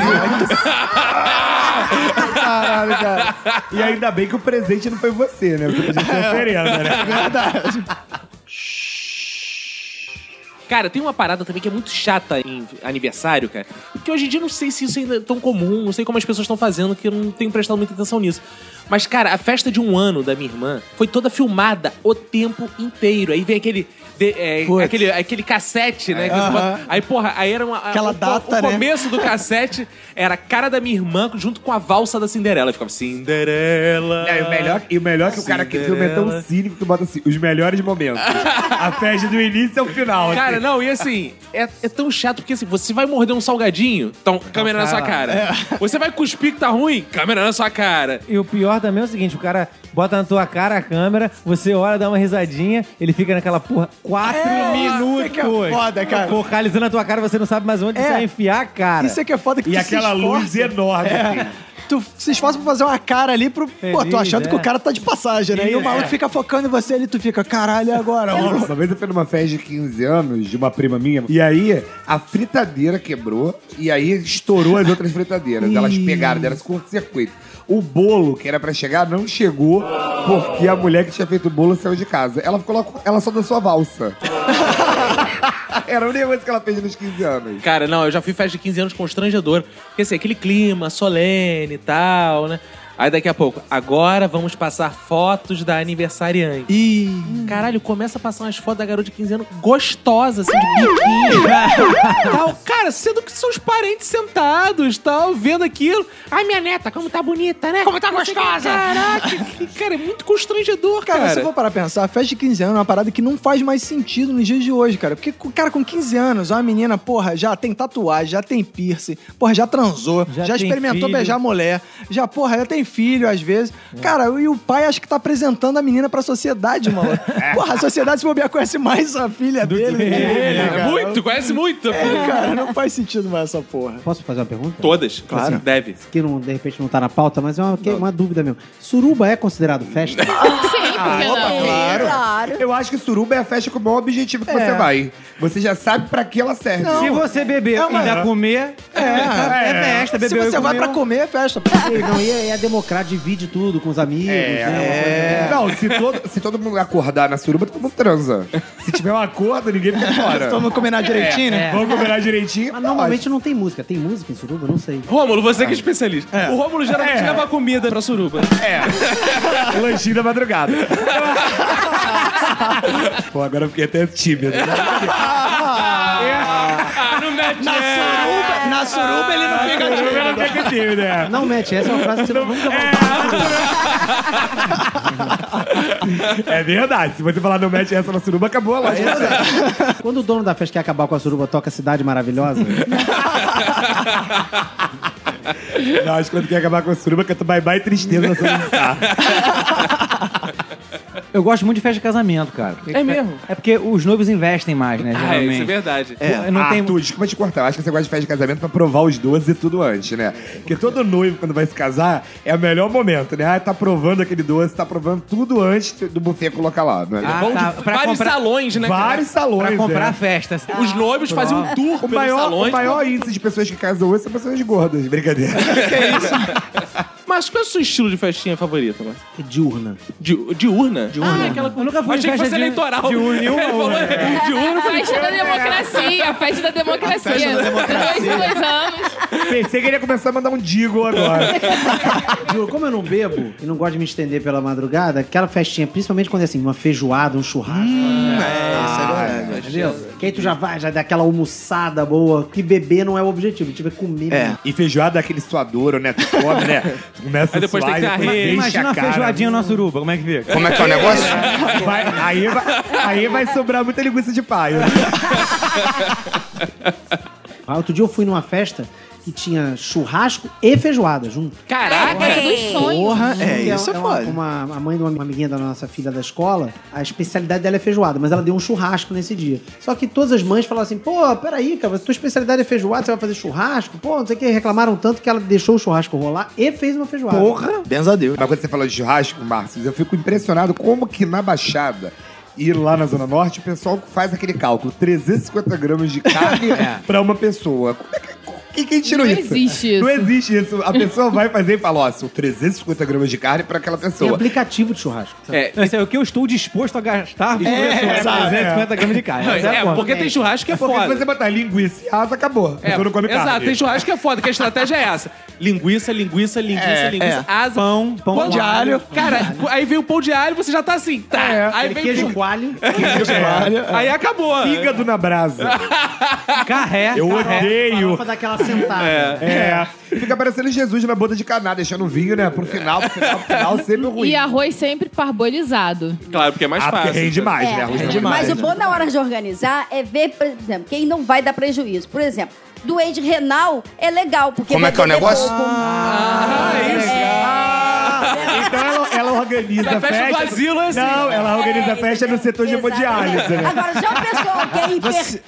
Caralho, cara.
E ainda bem que o presente não foi você, né? Você podia ser
[laughs]
oferenda,
É
né?
Cara, tem uma parada também que é muito chata em aniversário, cara. Porque hoje em dia eu não sei se isso ainda é tão comum, não sei como as pessoas estão fazendo, que eu não tenho prestado muita atenção nisso. Mas, cara, a festa de um ano da minha irmã foi toda filmada o tempo inteiro. Aí vem aquele. de- é,
Putz.
aquele, aquele cassete, né? que você
Aham.
bota- Aí, porra, aí era uma.
Aquela
o,
data,
o
né?
começo do cassete era a cara da minha irmã junto com a valsa da Cinderela. Eu ficava Cinderela.
e o melhor, e o melhor é que o cara que filma é tão cínico que bota assim, os melhores momentos. A festa do início ao final.
Cara, não, é e assim, é, é tão chato porque assim, você vai morder um salgadinho, então, câmera na sua cara. É. Você vai cuspir que tá ruim, câmera na sua cara.
E o pior também é o seguinte, o cara bota na tua cara a câmera, você olha, dá uma risadinha, ele fica naquela porra quatro
É,
minutos.
fica é foda, cara.
Focalizando na tua cara, você não sabe mais onde
É.
você vai enfiar a cara.
Isso é que é foda que
E
tu
aquela
se esforça.
luz enorme. assim.
Tu se esforça pra fazer uma cara ali pro. pô,
Feliz,
tu achando
é.
que o cara tá de passagem, né? E o maluco fica focando em você ali, tu fica, caralho, e agora, mano.
Uma vez eu fui numa festa de 15 anos de uma prima minha, e aí a fritadeira quebrou, e aí estourou as outras fritadeiras. Elas pegaram, deram esse curto-circuito. O bolo que era pra chegar não chegou, porque a mulher que tinha feito o bolo saiu de casa. Ela ficou lá, com- ela só dançou a valsa. [laughs] era a única coisa que ela fez nos 15 anos.
Cara, não, eu já fui festa de 15 anos constrangedor. Porque assim, aquele clima solene e tal, né? Aí daqui a pouco, agora vamos passar fotos da aniversariante. Ih. Caralho, começa a passar umas fotos da garota de 15 anos gostosa, assim, de [laughs] biquinho. tal. Cara, sendo que são os parentes sentados, tal, vendo aquilo. Ai, minha neta, como tá bonita, né? Como tá gostosa! Caraca, que- cara, é muito constrangedor, cara.
Cara, se eu for parar pra pensar, a festa de 15 anos é uma parada que não faz mais sentido nos dias de hoje, cara. Porque, o cara, com 15 anos, uma menina, porra, já tem tatuagem, já tem piercing, porra, já transou,
Já
já,
tem
experimentou
filho.
beijar mulher, já, porra, já tem filho às vezes. Cara, e o pai acho que tá apresentando a menina pra sociedade, mano. [laughs] porra, a sociedade se bobear conhece mais a filha dele. É. do que ele, né?
É,
cara.
muito, conhece muito.
É, cara, não faz sentido mais essa porra.
Posso fazer uma pergunta?
Todas,
Claro.
assim, deve.
Que não, de repente não tá na pauta, mas é uma, que é uma dúvida mesmo. Suruba é considerado festa?
Sim, porque não?
Claro. É, claro.
Eu acho que suruba é a festa com o maior objetivo que você vai. Você já sabe pra que ela serve.
Se você beber
É
e
uma-
ainda comer, é, festa,
Se
bebeu e
você vai
comeu.
pra comer, é festa.
não, e é, é democrático, divide tudo com os amigos,
É,
né?
Não, se todo, se todo mundo acordar na suruba, todo mundo transa. Se tiver um acordo, ninguém fica fora. É,
Vamos combinar direitinho, né?
Vamos combinar direitinho?
Mas normalmente Ah, não tem música. Tem música em suruba? Não sei.
Rômulo, você que é especialista. O Rômulo geralmente leva comida pra suruba.
Lanchinho da madrugada. Pô, agora eu fiquei até tímido.
Ah, não mete essa.
Suruba- na suruba ele não fica de
Ela fica tímida, é.
Não, Matt, essa é uma frase que você não nunca vai
É verdade. Se você falar não mete essa na suruba, acabou a live.
[laughs]
Quando o dono da festa quer acabar com a suruba, toca Cidade Maravilhosa.
Não, acho que quando quer acabar com a suruba, canta bye bye tristeza na sua dançar.
Eu gosto muito de festa de casamento, cara.
É mesmo?
É porque os noivos investem mais, né?
Ah, é,
Geralmente.
isso é verdade. Ah,
Eu não tenho-
Arthur, desculpa te cortar. Eu acho que você gosta de festa de casamento pra provar os 12 e tudo antes, né? Porque todo noivo, quando vai se casar, é o melhor momento, né? Ah, tá provando aquele doce, tá provando tudo antes do buffet colocar lá. Né?
Ah,
Bom de-
tá. Pra
vários
comprar-
salões, né? cara?
Vários salões.
Pra comprar
né?
a festa.
é. Os noivos fazem um tour
O
pelos
maior,
salões.
o maior índice de pessoas que casam hoje são pessoas gordas, brincadeira.
Mas qual é o seu estilo de festinha favorita, Márcio?
Diurna.
Di- diurna? Diurna. Ah, aquela...
Eu nunca fui em
Achei que
festa
fosse
de-
eleitoral.
de urna e uma
[laughs] Ele falou, "É,
urna.
diurna, eu falei,
Festa da democracia, festa da democracia. Dois, em dois anos.
Pensei que ele ia começar a mandar um digo agora.
Ju, como eu não bebo e não gosto de me estender pela madrugada, aquela festinha, principalmente quando é assim, uma feijoada, um churrasco.
Hum,
Ah,
É, isso
Entendeu? Que aí tu já vai, já dá aquela almoçada boa, que beber não é o objetivo, tipo, é comer.
É.
mesmo.
E feijoada é aquele suadouro, né? Tu come, né? Tu Começa
Aí depois
a suar,
tem que
e
ter a né?
depois
rede.
enche
Imagina
a
uma
cara.
feijoadeira na suruba, como é que fica?
Como é que é o negócio?
Vai- aí, vai, aí vai sobrar muita linguiça de paio.
Ah, Outro dia eu fui numa festa que tinha churrasco e feijoada junto.
Caraca!
Festa dos sonhos.
Porra, é,
Que
isso é
uma,
foda.
uma- a mãe de uma amiguinha da nossa filha da escola, a especialidade dela é feijoada, mas ela deu um churrasco nesse dia. Só que todas as mães falaram assim: pô, peraí, cara, tua especialidade é feijoada, você vai fazer churrasco? Pô, não sei o que. Reclamaram tanto que ela deixou o churrasco rolar e fez uma feijoada.
Porra!
[laughs] Benza a Deus.
Mas quando você falou de churrasco, Márcio, eu fico impressionado como que na Baixada e lá na Zona Norte o pessoal faz aquele cálculo: 350 gramas de carne
[laughs] É.
pra uma pessoa. Como é que. Quem, quem tirou
Não
isso?
existe isso.
Não existe isso. A pessoa vai fazer e fala: ó, são 350 gramas de carne pra aquela
Tem
pessoa.
aplicativo de churrasco.
É,
Esse é o que eu estou disposto a gastar por né?
exato,
350 gramas de carne. Essa
é,
a conta.
porque tem churrasco que é
Porque se
foda.
você botar linguiça e asa, acabou. A
É,
pessoa não come
exato,
carne. [laughs]
tem churrasco que é foda, que a estratégia é essa. Linguiça, linguiça, linguiça, linguiça, asa.
Pão, pão
de
com
alho. Cara, aí vem o pão de alho, você já tá assim, tá. aí vem
Queijo
tudo.
coalho.
É.
Aí acabou.
É, Fígado na brasa.
Carré.
Eu
É.
carré.
odeio.
Farofa daquela sentada.
É. Fica parecendo Jesus na boda de caná, deixando o vinho, né? Pro final, pro final, pro final, sempre ruim.
E arroz sempre parbolizado.
Claro, porque é mais
Ah, porque
fácil.
rende mais, né?
É,
Arroz
rende
não
mais.
Mas o bom na hora de organizar é ver, por exemplo, quem não vai dar prejuízo. Por exemplo, doente renal é legal, porque.
Como é
vai
que é o
beber
negócio?
pouco.
Ah,
É,
Então ela, ela organiza
Na
a
festa
festa.
do asilo é assim.
Não, ela organiza a festa no setor de hemodiálise,
Exatamente.
né?
Agora, já o pessoal
[laughs]
que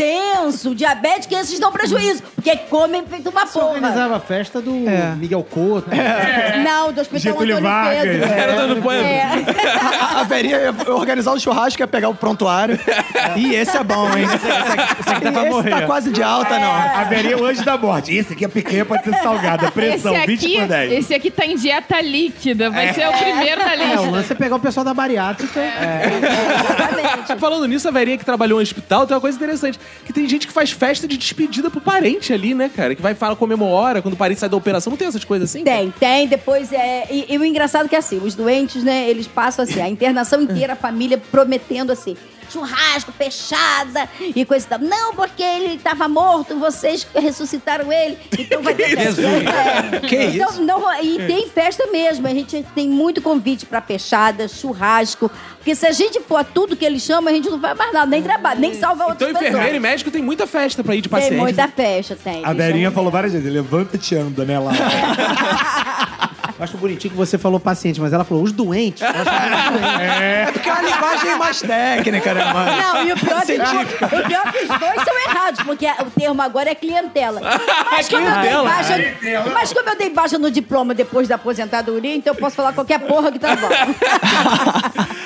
é hipertenso, diabético, esses dão prejuízo, porque comem feito uma porra.
Organizava a festa do
É.
Miguel Couto.
É.
Não, do hospital
Getúlio
Antônio
Vargas.
Pedro.
Era Tá dando pano.
É.
A, a verinha ia organizar o churrasco, ia pegar o prontuário. Ih, esse é bom, hein? Esse,
pra
esse
morrer.
tá quase de alta, não.
Haveria o anjo da morte. Esse aqui é picanha, pode ser salgada. Pressão,
esse
20
aqui,
por 10.
esse aqui tá em dieta líquida, vai ser o primeiro da
É, o
lista.
lance é pegar o pessoal da bariátrica.
É.
é,
[laughs]
Exatamente.
Falando nisso, a velhinha que trabalhou em hospital tem uma coisa interessante. Que tem gente que faz festa de despedida pro parente ali, né, cara? Que vai falar, comemora, quando o parente sai da operação. Não tem essas coisas assim? [laughs]
Tem, tem. Depois é. E, e o engraçado é que assim, os doentes, né, eles passam assim, a internação inteira, a família prometendo assim. Churrasco, fechada e coisa e tal. Não, porque ele estava morto, vocês ressuscitaram ele. Então vai ter festa. É.
Que
então,
isso?
não, e tem festa mesmo. A gente tem muito convite para fechada, churrasco. Porque se a gente for a tudo que eles chamam, a gente não vai mais nada, nem trabalha, nem salva
Então,
outras
enfermeiro e
pessoas.
médico tem muita festa pra ir de
Tem
paciente. [laughs]
muita festa, tem.
A Verinha falou várias vezes, levanta-te e anda, né, lá.
Eu acho bonitinho que você falou paciente, mas ela falou os doentes. Eu acho que doente.
É porque é uma linguagem mais técnica, né, mano?
Não, e o pior, é que,
Científica.
o pior é que os dois são errados, porque o termo agora é clientela. Mas como, eu dei
Clientela.
baixa, mas como eu dei baixa no diploma depois da aposentadoria, então eu posso falar qualquer porra que tá bom.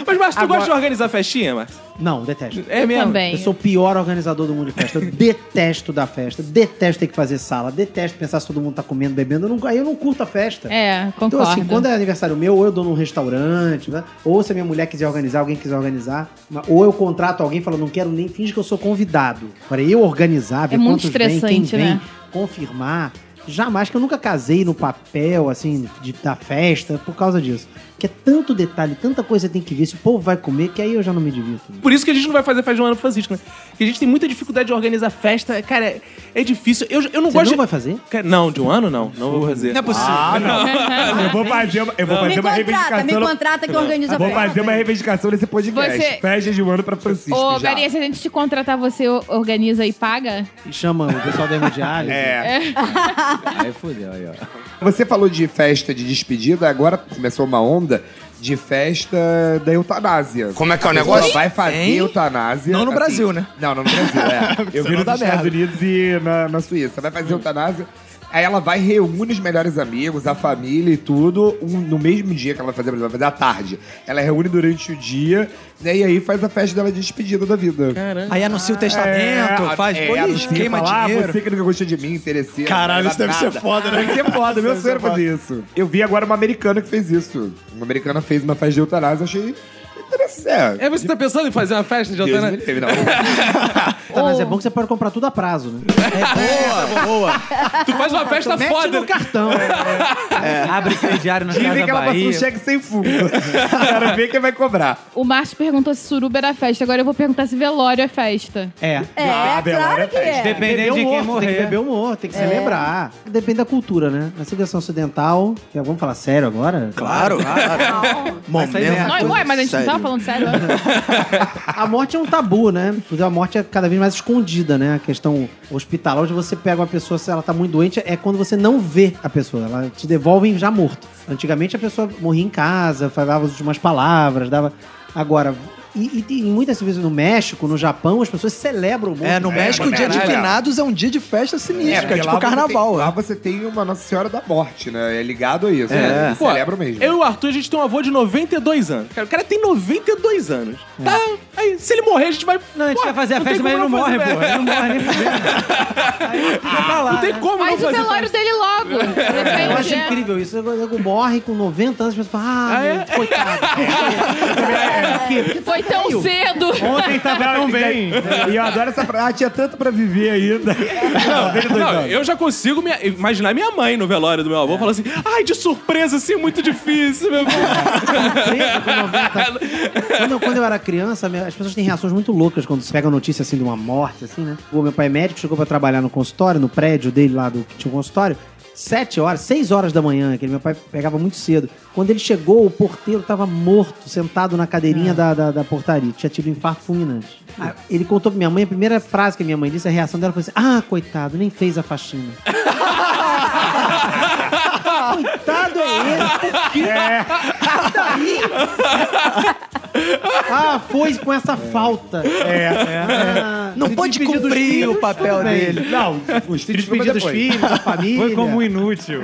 Mas, Márcio, tu gosta de organizar festinha, Márcio?
Não, detesto.
É mesmo?
Também.
Eu sou o pior organizador do mundo de festa.
[laughs]
Eu detesto dar festa, detesto ter que fazer sala, detesto pensar se todo mundo tá comendo, bebendo. Eu não, aí eu não curto a festa.
É,
Então,
concordo.
assim, quando é aniversário meu, ou eu dou num restaurante, né? ou se a minha mulher quiser organizar, alguém quiser organizar, uma- ou eu contrato alguém e falo, não quero nem, finge que eu sou convidado. Para eu organizar, ver
É muito
quantos vem, quem
estressante,
vem,
né?
confirmar. Jamais que eu nunca casei no papel, assim, de, da festa, por causa disso. que é tanto detalhe, tanta coisa que tem que ver, se o povo vai comer, que aí eu já não me divirto. né?
Por isso que a gente não vai fazer festa de um ano Francisco, né? Porque a gente tem muita dificuldade de organizar festa. Cara, é- é difícil. Eu, eu não
Você
gosto.
não vai
de...
fazer?
Cara, Não, de um ano não. Não vou fazer.
Não é possível.
Ah,
Ah, [laughs]
Eu vou fazer, uma- eu vou
Me
fazer uma
contrata, me
reivindicação. no-
contrata que eu organizo a
Vou
festa.
fazer uma reivindicação nesse podcast.
Você-
Festa de um ano pra Francisco.
Ô,
já.
Garia, se a gente te contratar, você o- organiza e paga?
E chama o pessoal da hemodiálise.
É.
Aí fodeu, aí, ó.
Você falou de festa de despedida, agora começou uma onda de festa da eutanásia. Como é que é o negócio? Vai fazer
Hein?
eutanásia. Assim,
Não no Brasil, né?
Não, não no Brasil,
[laughs]
é. Eu vi
Só
no da
nos Estados
merda.
Unidos e na, na
na Suíça. Vai fazer eutanásia. Aí ela vai, reúne os melhores amigos, a família e tudo, um- no mesmo dia que ela vai fazer, vai fazer à tarde. Ela reúne durante o dia, né? E aí faz a festa dela de despedida da vida.
Aí anuncia o testamento,
É,
faz,
é,
pô,
anuncia,
ih, queima
fala, "Ah,
dinheiro.
você que nunca gostou de mim, interesseiro.
Caralho,
não
isso deve ser
nada."
foda, né?
Deve ser foda, meu
Deve ser
sonho era
foda.
fazer isso. Eu vi agora uma americana que fez isso. Uma americana fez uma festa de eutanásia, achei interessante.
É, você tá pensando em fazer uma festa de
Deus
Altana?
me livre, não.
Tá, mas é bom que você pode comprar tudo a prazo, né?
Tu faz uma festa
Mete
foda.
no cartão. é
É.
Abre crediário na
Dizem
casa
que ela passou um
Bahia.
cheque sem fundo. Quero ver quem vai cobrar.
O Márcio perguntou se suruba era festa. Agora eu vou perguntar se velório é festa.
É.
É,
Ah, velório é
claro que é.
um
Dependendo de quem
Tem que
morrer.
beber humor, tem que
É.
celebrar. Depende da cultura, né? Na civilização ocidental. é, Vamos falar sério agora?
Claro,
Não.
Momento.
Não, ué, mas a gente não tava
sério.
falando sério.
A morte é um tabu, né? Inclusive, a morte é cada vez mais escondida, né? A questão hospitalar, onde você pega uma pessoa, se ela tá muito doente, é quando você não vê a pessoa. Ela te devolve já morto. Antigamente, a pessoa morria em casa, falava as últimas palavras, dava... Agora... E, e, e muitas vezes no México, no Japão, as pessoas celebram o morto.
É, no México, o dia de
caralho.
finados é um dia de festa sinistra,
porque
é,
lá
tipo
você
carnaval.
tem-
é.
lá você tem uma Nossa Senhora da Morte, né? É ligado a isso.
É.
né? Eles celebram mesmo.
Eu e o Arthur, a gente tem um avô de 92 anos. Cara, o cara tem 92 anos. Tá, aí, se ele morrer, a gente vai.
Não, a gente
Pô,
É. vai fazer a
não tem
festa, mas ele
como
não
eu
morre,
fazer-
pô. Ele não morre nem fudendo. Aí fica pra lá.
Não tem
né?
como
Faz
não
o
fazer
velório dele logo.
Eu
Depende.
acho
é.
incrível isso. O nego morre com 90 anos, as pessoas falam, ah,
Ah, é?
meu,
Foi
coitado.
tão cedo.
um
Ontem
[laughs]
tava tão bem.
E eu adoro essa frase. Ah, tinha tanto pra viver ainda.
Não, não, eu já consigo me- imaginar minha mãe no velório do meu
É.
avô falando assim: ai, de surpresa, assim, muito difícil,
[laughs]
meu
surpresa com 90. Quando, eu- quando eu era criança, minha- as pessoas têm reações muito loucas quando se pega a notícia assim de uma morte, assim, né? O meu pai é médico chegou pra trabalhar no consultório, no prédio dele lá do que tinha um consultório. Sete horas, seis horas da manhã, que ele- meu pai pegava muito cedo. Quando ele chegou, o porteiro tava morto, sentado na cadeirinha da, da, da portaria. Tinha tido um infarto fulminante. Ah, Ele contou pra minha mãe, a primeira frase que a minha mãe disse, a reação dela foi assim: Ah, coitado, nem fez a faxina. coitado é esse? Ah, foi com essa falta. É, é.
Não pode cumprir o papel dele.
é. Não, os
Se
filhos É,
despedir dos
[laughs]
filhos, da família.
Foi como um inútil.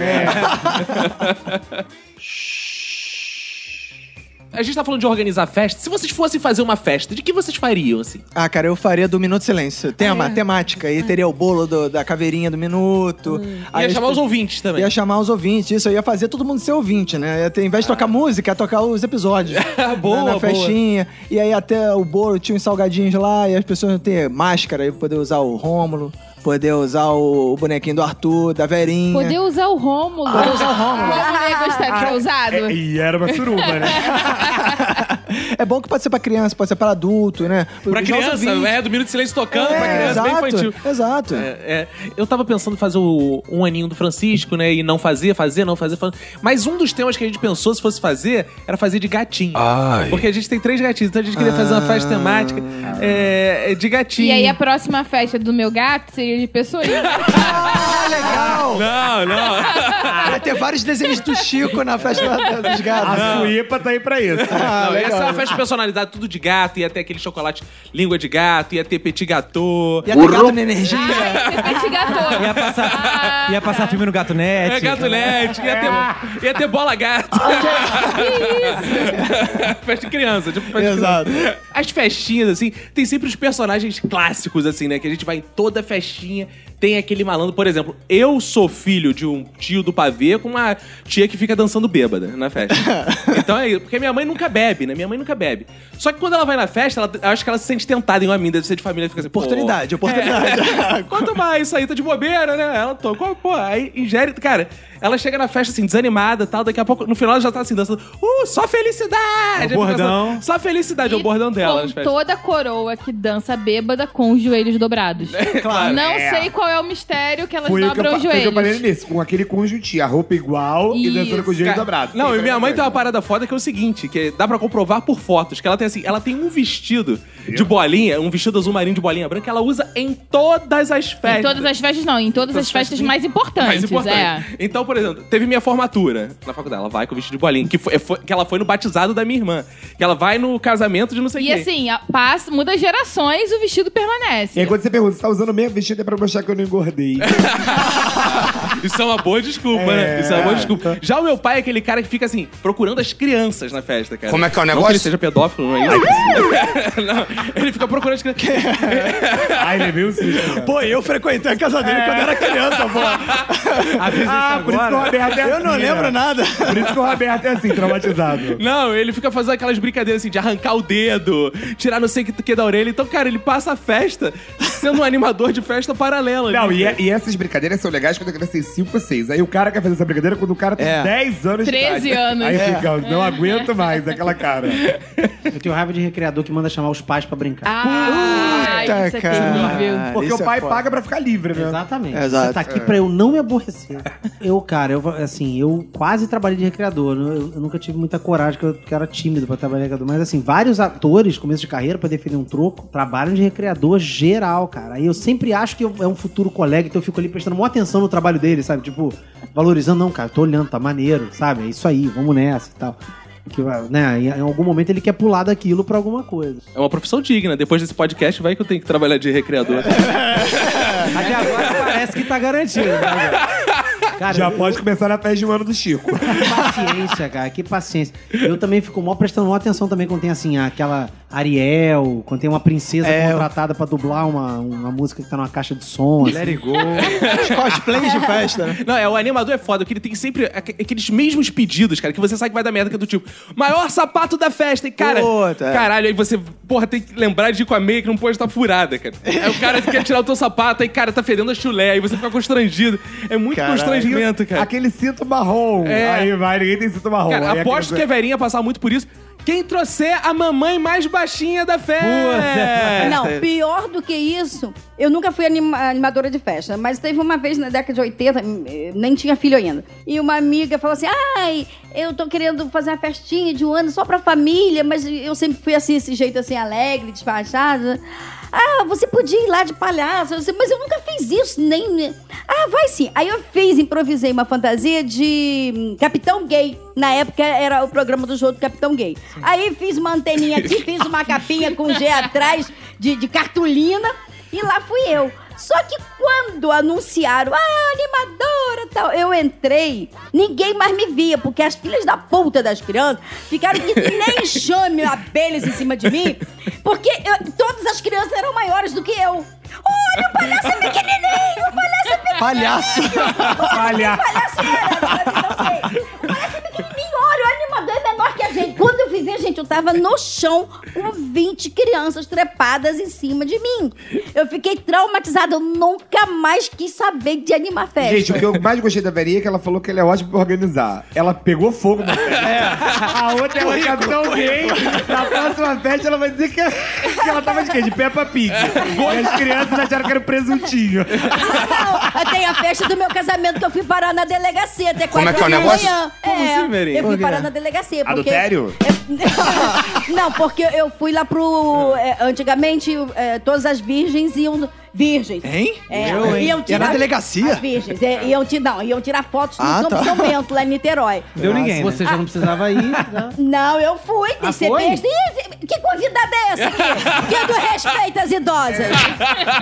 A gente tá falando de organizar festa. Se vocês fossem fazer uma festa, de que vocês fariam, assim?
Ah, cara, eu faria do Minuto Silêncio. Tema, temática. E teria o bolo do- da caveirinha do Minuto. Aí
Ia
as
chamar os
pe-
ouvintes também.
Ia chamar os ouvintes, isso. Eu ia fazer todo mundo ser ouvinte, né? Ia ter, ao invés de tocar música, ia tocar os episódios.
[laughs]
Né,
Boa,
na, na
boa.
festinha. E aí até o bolo tinha uns salgadinhos lá e as pessoas iam ter máscara. Ia poder usar o Rômulo, poder usar o, o bonequinho do Arthur, da Verinha.
Poder usar o Rômulo. Poder usar o Rômulo. O Rômulo ia gostar de ser usado.
é,
E era uma suruba, né?
É bom que pode ser pra criança, pode ser pra adulto, né?
Pra
Os
criança,
ouvintes.
é, do Minuto de Silêncio tocando,
É,
pra criança, bem
exato,
infantil.
Exato.
É, é. eu tava pensando em fazer o, um aninho do Francisco, né? E não fazer, fazer, não fazer, fazer. Mas um dos temas que a gente pensou se fosse fazer era fazer de gatinho.
Ai.
Porque a gente tem três gatinhos, então a gente queria fazer uma festa temática é, é, de gatinho.
E aí a próxima festa do meu gato seria de pessoinha.
Ah, legal!
Não,
[laughs]
não.
Vai ter vários desenhos do Chico na festa da- da- dos gatos.
A Suípa tá aí pra isso.
Ah,
não, ia ser
legal.
é uma festa de personalidade, tudo de gato, ia ter aquele chocolate língua de gato, ia ter petit gâteau.
E a gato na
[laughs]
energia.
Ai, te gatou.
Ia passar, ia passar filme no Gato Net.
É, gato net, ia ter, ia ter bola gato. que isso? [laughs] festa de criança, tipo festa de criança.
Exato.
As festinhas, assim, tem sempre os personagens clássicos, assim, né? Que a gente vai em toda festinha, tem aquele malandro. Por exemplo, eu sou filho de um tio do pavê com uma tia que fica dançando bêbada na
[laughs]
festa. então é isso. Porque minha mãe nunca bebe, né? Minha mãe nunca bebe. Só que quando ela vai na festa, ela, eu acho que ela se sente tentada em uma mina, deve ser de família, fica assim, pô, É.
[laughs] Oportunidade, oportunidade.
Quanto mais isso aí tá de bobeira, né? Ela tocou, pô, aí ingere. Cara, Ela chega na festa assim, desanimada e tal. Daqui a pouco, no final, ela já tá assim, dançando. Uh, só felicidade!
É o bordão.
Ela tá Só felicidade, é o bordão dela. nas
Com
festas.
toda coroa que dança bêbada com os joelhos dobrados.
Claro.
Não sei qual é o mistério que elas
Foi o que eu,
dobram
fa-
os
foi o que eu parei
joelhos.
nisso, com aquele conjuntinho, a roupa igual e dançando com o joelho
Cara,
dobrado.
Não,
Sim,
e minha
né?
tá
mãe tem uma
ligado?
parada foda que é o seguinte, que dá pra comprovar por fotos, que ela tem assim, ela tem um vestido de bolinha, um vestido azul marinho de bolinha branca, que ela usa em todas as festas.
Em todas as festas, não, em todas as festas mais importantes.
mais importante.
É.
Então, por exemplo, teve minha formatura na faculdade. Ela vai com o vestido de bolinha, que, foi, foi- que ela foi no batizado da minha irmã. Que ela vai no casamento de não sei
E
quem.
assim, a- passa, muda gerações, o vestido permanece.
E aí, quando você pergunta, você tá usando o mesmo vestido é pra mostrar que eu não [laughs] engordei.
Isso é uma boa desculpa, né? Isso é uma boa
então.
desculpa. Já o meu pai é aquele cara que fica assim, procurando as crianças na festa, cara.
Como é que é o
Não
negócio?
ele seja pedófilo, não é isso? [laughs] não, ele fica procurando
[laughs]
as crianças.
Ai, levei um susto.
Pô, eu frequentei a casa dele quando
É.
era criança, pô.
Avisa
Ah,
isso
por isso que o
agora.
Roberto é assim.
Eu não lembro
né?
nada.
Por isso que o Roberto é assim, traumatizado.
Não, ele fica fazendo aquelas brincadeiras assim de arrancar o dedo, tirar não sei o que- que da orelha. Então, cara, ele passa a festa sendo um animador de festa paralela.
Não,
né?
é
e, é, e essas brincadeiras são legais quando a criança tem 5 ou 6. Aí o cara quer fazer essa brincadeira quando o cara tem
É.
10 anos É. de
13
idade.
anos.
Aí
É.
fica, não aguento mais aquela cara.
Eu tenho raiva de recreador que manda chamar os pais pra brincar.
Ah, isso é terrível.
Porque
isso
o pai
é foda.
paga pra ficar livre, né?
Exatamente.
Exato. é.
Você tá aqui pra eu não me aborrecer. Eu, cara, eu assim, eu quase trabalhei de recreador. né? Eu, eu nunca tive muita coragem, porque eu, porque eu era tímido pra trabalhar de recreador. Mas assim, vários atores, começo de carreira, pra defender um troco, trabalham de recreador geral, cara. E eu sempre acho que eu- é um futuro colega, então eu fico ali prestando maior atenção no trabalho dele, sabe? Tipo, valorizando, não, cara, tô olhando, tá maneiro, sabe? É isso aí, vamos nessa e tal. Que, né, em em algum momento ele quer pular daquilo pra alguma coisa.
É uma profissão digna. Depois desse podcast, vai que eu tenho que trabalhar de recreador.
Até agora parece que tá garantido. né,
cara? Cara,
Já
eu-
pode começar na festa de um ano do Chico.
Que paciência, cara, que paciência. Eu também fico mó prestando maior atenção também quando tem assim, aquela Ariel, quando tem uma princesa
É,
contratada pra dublar uma, uma música que tá numa caixa de som.
[laughs]
assim.
Let it go.
Os cosplays de festa, né?
[laughs] Não, é, o animador é foda, porque ele tem sempre aqu- aqueles mesmos pedidos, cara, que você sabe que vai dar merda, que é do tipo, maior sapato da festa, e cara,
Puta. é.
caralho, aí você, porra, tem que lembrar de ir com a meia que não pode estar furada, cara. Aí o cara quer tirar o teu sapato, aí, cara, tá fedendo a chulé, aí você fica constrangido. É muito
Caralho.
constrangimento, cara.
Aquele cinto marrom.
É.
Aí vai, ninguém tem cinto marrom.
Cara,
Aí a
aposto que a
criança-
Verinha passava muito por isso. Quem trouxer a mamãe mais baixinha da festa? É.
Não, pior do que isso, eu nunca fui anima- animadora de festa, mas teve uma vez na década de 80, eh, nem tinha filho ainda, e uma amiga falou assim: ai, eu tô querendo fazer uma festinha de um ano só pra família, mas eu sempre fui assim, esse jeito assim, alegre, despachada. Ah, você podia ir lá de palhaço, Eu disse, mas eu nunca fiz isso, nem. Ah, vai sim. Aí eu fiz, improvisei uma fantasia de hum, Capitão Gay. Na época era o programa do jogo do Capitão Gay. Aí fiz uma anteninha aqui, fiz uma capinha com G atrás de, de cartolina e lá fui eu. Só que quando anunciaram, ah, animadora e tal, eu entrei, ninguém mais me via, porque as filhas da puta das crianças ficaram que nem chame abelhas em cima de mim, porque eu- todas as crianças eram maiores do que eu. Olha, o palhaço é pequenininho, o palhaço é pequenininho.
Palhaço.
Olha,
Palhaço era, não sei. O palhaço é pequenininho, olha, o animador é menor que a gente. Quando eu fui ver, gente, eu tava no chão com 20 crianças trepadas em cima de mim. Eu fiquei traumatizada, eu nunca mais quis saber de animar festa.
Gente, o que eu mais gostei da Verinha é que ela falou que ele é ótimo pra organizar. Ela pegou fogo na festa. É. A outra é o Capitão Gay. Na próxima festa ela vai dizer que, que ela tava de quê? De Peppa Pig. e as crianças acharam que era um presuntinho.
[laughs] Não, tem a festa do meu casamento que eu fui parar na delegacia até
Como
quatro
é que é o
da
negócio?
manhã.
Como
é,
assim, Mary?
Eu fui
Por quê?
parar na delegacia. Porque
Adultério?
Eu- [laughs] Não, porque eu fui lá pro... é, antigamente, é, todas as virgens iam... Virgens.
Hein?
É,
Eu, hein?
iam
E era
tirar-
delegacia?
As virgens. É, iam, ti- não, iam tirar fotos no
Ah,
Campo
tá.
São Bento, lá em Niterói.
Deu ninguém, né?
Você já não precisava ir. né?
Não, eu fui, tem
Ah,
que ser
foi?
besta. Ih, Que convidada é essa aqui? que do respeito
[laughs]
às idosas.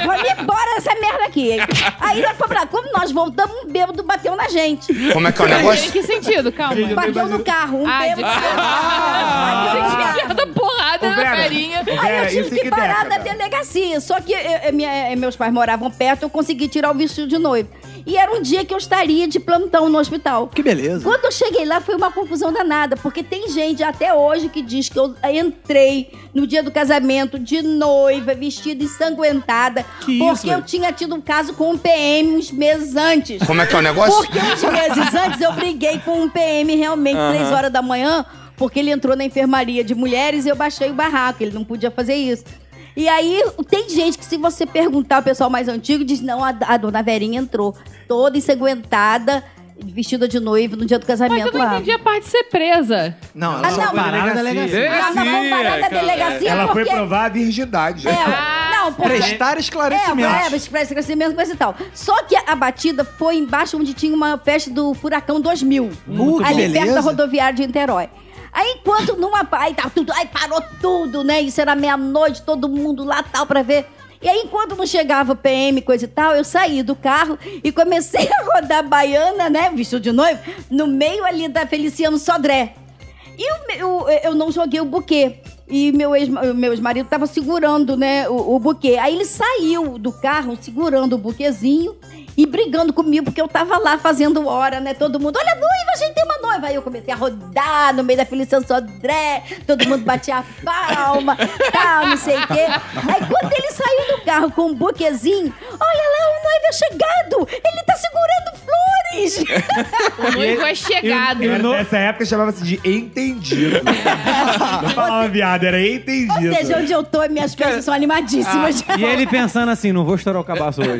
Vamos embora dessa merda aqui. hein? Aí nós fomos lá, quando nós voltamos, um bêbado bateu na gente.
Como é que é o
Imagina,
negócio?
que sentido, calma.
Bateu no carro, um
Ah, de
bêbado.
cara.
Ah,
Ah, porrada
Ô,
na
Vera,
carinha.
Aí eu
Vera,
tive
isso
que
que
parar
década?
da delegacia. Só que eh, eh, minha- eh, meus pais moravam perto, eu consegui tirar o vestido de noiva. E era um dia que eu estaria de plantão no hospital.
Que beleza.
Quando eu cheguei lá, foi uma confusão danada, porque tem gente até hoje que diz que eu eh, entrei no dia do casamento de noiva, vestida ensanguentada,
Que isso,
porque eu
velho?
tinha tido um caso com um PM uns meses antes.
Como é que é o negócio?
Porque uns meses antes eu briguei com um PM realmente, três horas da manhã, porque ele entrou na enfermaria de mulheres e eu baixei o barraco, ele não podia fazer isso. E aí, tem gente que, se você perguntar ao pessoal mais antigo, diz: não, a, a dona Verinha entrou toda ensanguentada, vestida de noiva no dia do
Mas eu
casamento
não
lá.
entendi a parte de ser presa.
Não, ela
Ah,
só
não,
foi
Parar na delegacia.
Ela não foi parar na
cara.
delegacia
Ela foi
porque.
provar a virgindade.
É, não, porque.
prestar esclarecimento.
É, é, pra esclarecimento, coisa e tal. Só que a batida foi embaixo onde tinha uma festa do Furacão 2000.
Uh, que
ali perto
beleza.
da rodoviária de Niterói. Aí, enquanto numa... Aí, tá tudo, aí parou tudo, né? Isso era meia-noite, todo mundo lá, tal, pra ver... E aí, enquanto não chegava o PM, coisa e tal, eu saí do carro e comecei [laughs] a rodar baiana, né? Vestido de noivo, no meio ali da Feliciano Sodré. E o meu- eu não joguei o buquê. E meu ex, meu ex-marido tava segurando, né, o, o buquê. Aí ele saiu do carro segurando o buquezinho e brigando comigo, porque eu tava lá fazendo hora, né? Todo mundo, olha a noiva, a gente tem uma noiva. Aí eu comecei a rodar no meio da Feliciano Sodré, todo mundo batia a palma, [laughs] tal, não sei o quê. Aí quando ele saiu do carro com o buquezinho, olha lá, o noivo é chegado! Ele tá segurando flores! [laughs]
O noivo é chegado.
Era- Nessa época chamava-se de [laughs] entendido. Não falava viado, era entendido.
Ou seja, onde eu tô, minhas festas são animadíssimas.
Ah, E ele pensando assim, não vou estourar o cabaço hoje.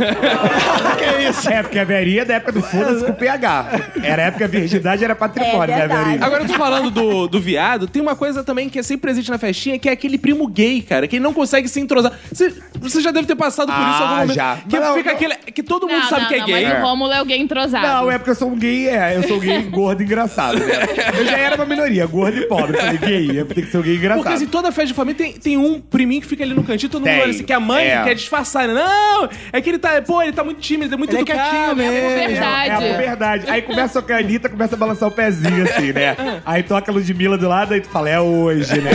É, porque a veria é da época do foda-se com PH. Era a época que a virgindade era patrimônio,
É
né,
verdade.
veria?
Agora eu tô falando do, do viado, tem uma coisa também que é sempre presente na festinha, que é aquele primo gay, cara, que ele não consegue se entrosar. Você, você já deve ter passado por isso em algum
Ah,
momento.
já.
Que
Mas não,
fica
não.
aquele. Que todo mundo
Não,
sabe
não,
que é
não,
gay.
Mas o Rômulo é o gay entrosado.
Não, é porque eu sou um gay, é, eu sou
[laughs]
gay gordo e engraçado, né? Eu já era uma minoria, gordo e pobre. Eu falei, gay, eu tenho que ser um gay engraçado.
Porque assim, toda festa de família tem, tem um priminho que fica ali no cantinho, todo mundo
Tem,
olha assim, que a mãe
é.
quer disfarçar. né? Não! É que ele tá, pô, ele tá muito tímido, ele é muito
Ele é
educado.
quietinho
né?
mesmo. Verdade.
É, é verdade. Aí começa a canita, começa a balançar o pezinho, assim,
[laughs]
né? Aí toca a Ludmilla do lado, aí tu fala, é hoje, né?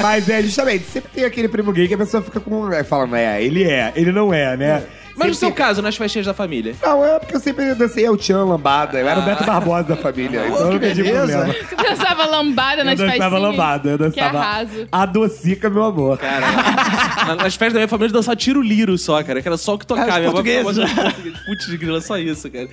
Mas é justamente, sempre tem aquele primo gay que a pessoa fica com. é, Fala, é, ele é, ele não é, né?
Mas
Sempre-
no seu caso, nas festinhas da família.
Não, é porque eu sempre dancei o Tchan lambada. Eu era o
Ah.
Beto Barbosa da família. então eu não perdi
beleza.
problema.
Você [laughs] dançava lambada
Eu
nas festinhas.
dançava lambada, eu
Que
dançava
arraso.
a docica, meu amor.
Na- [laughs] Nas festas da minha família, eu dançava tiro liro só, cara. Que era só o que tocava.
Ah, os
É,
Minha avó ficava
portugueses.
botando
né?
português. Putz, de grila, só isso, cara.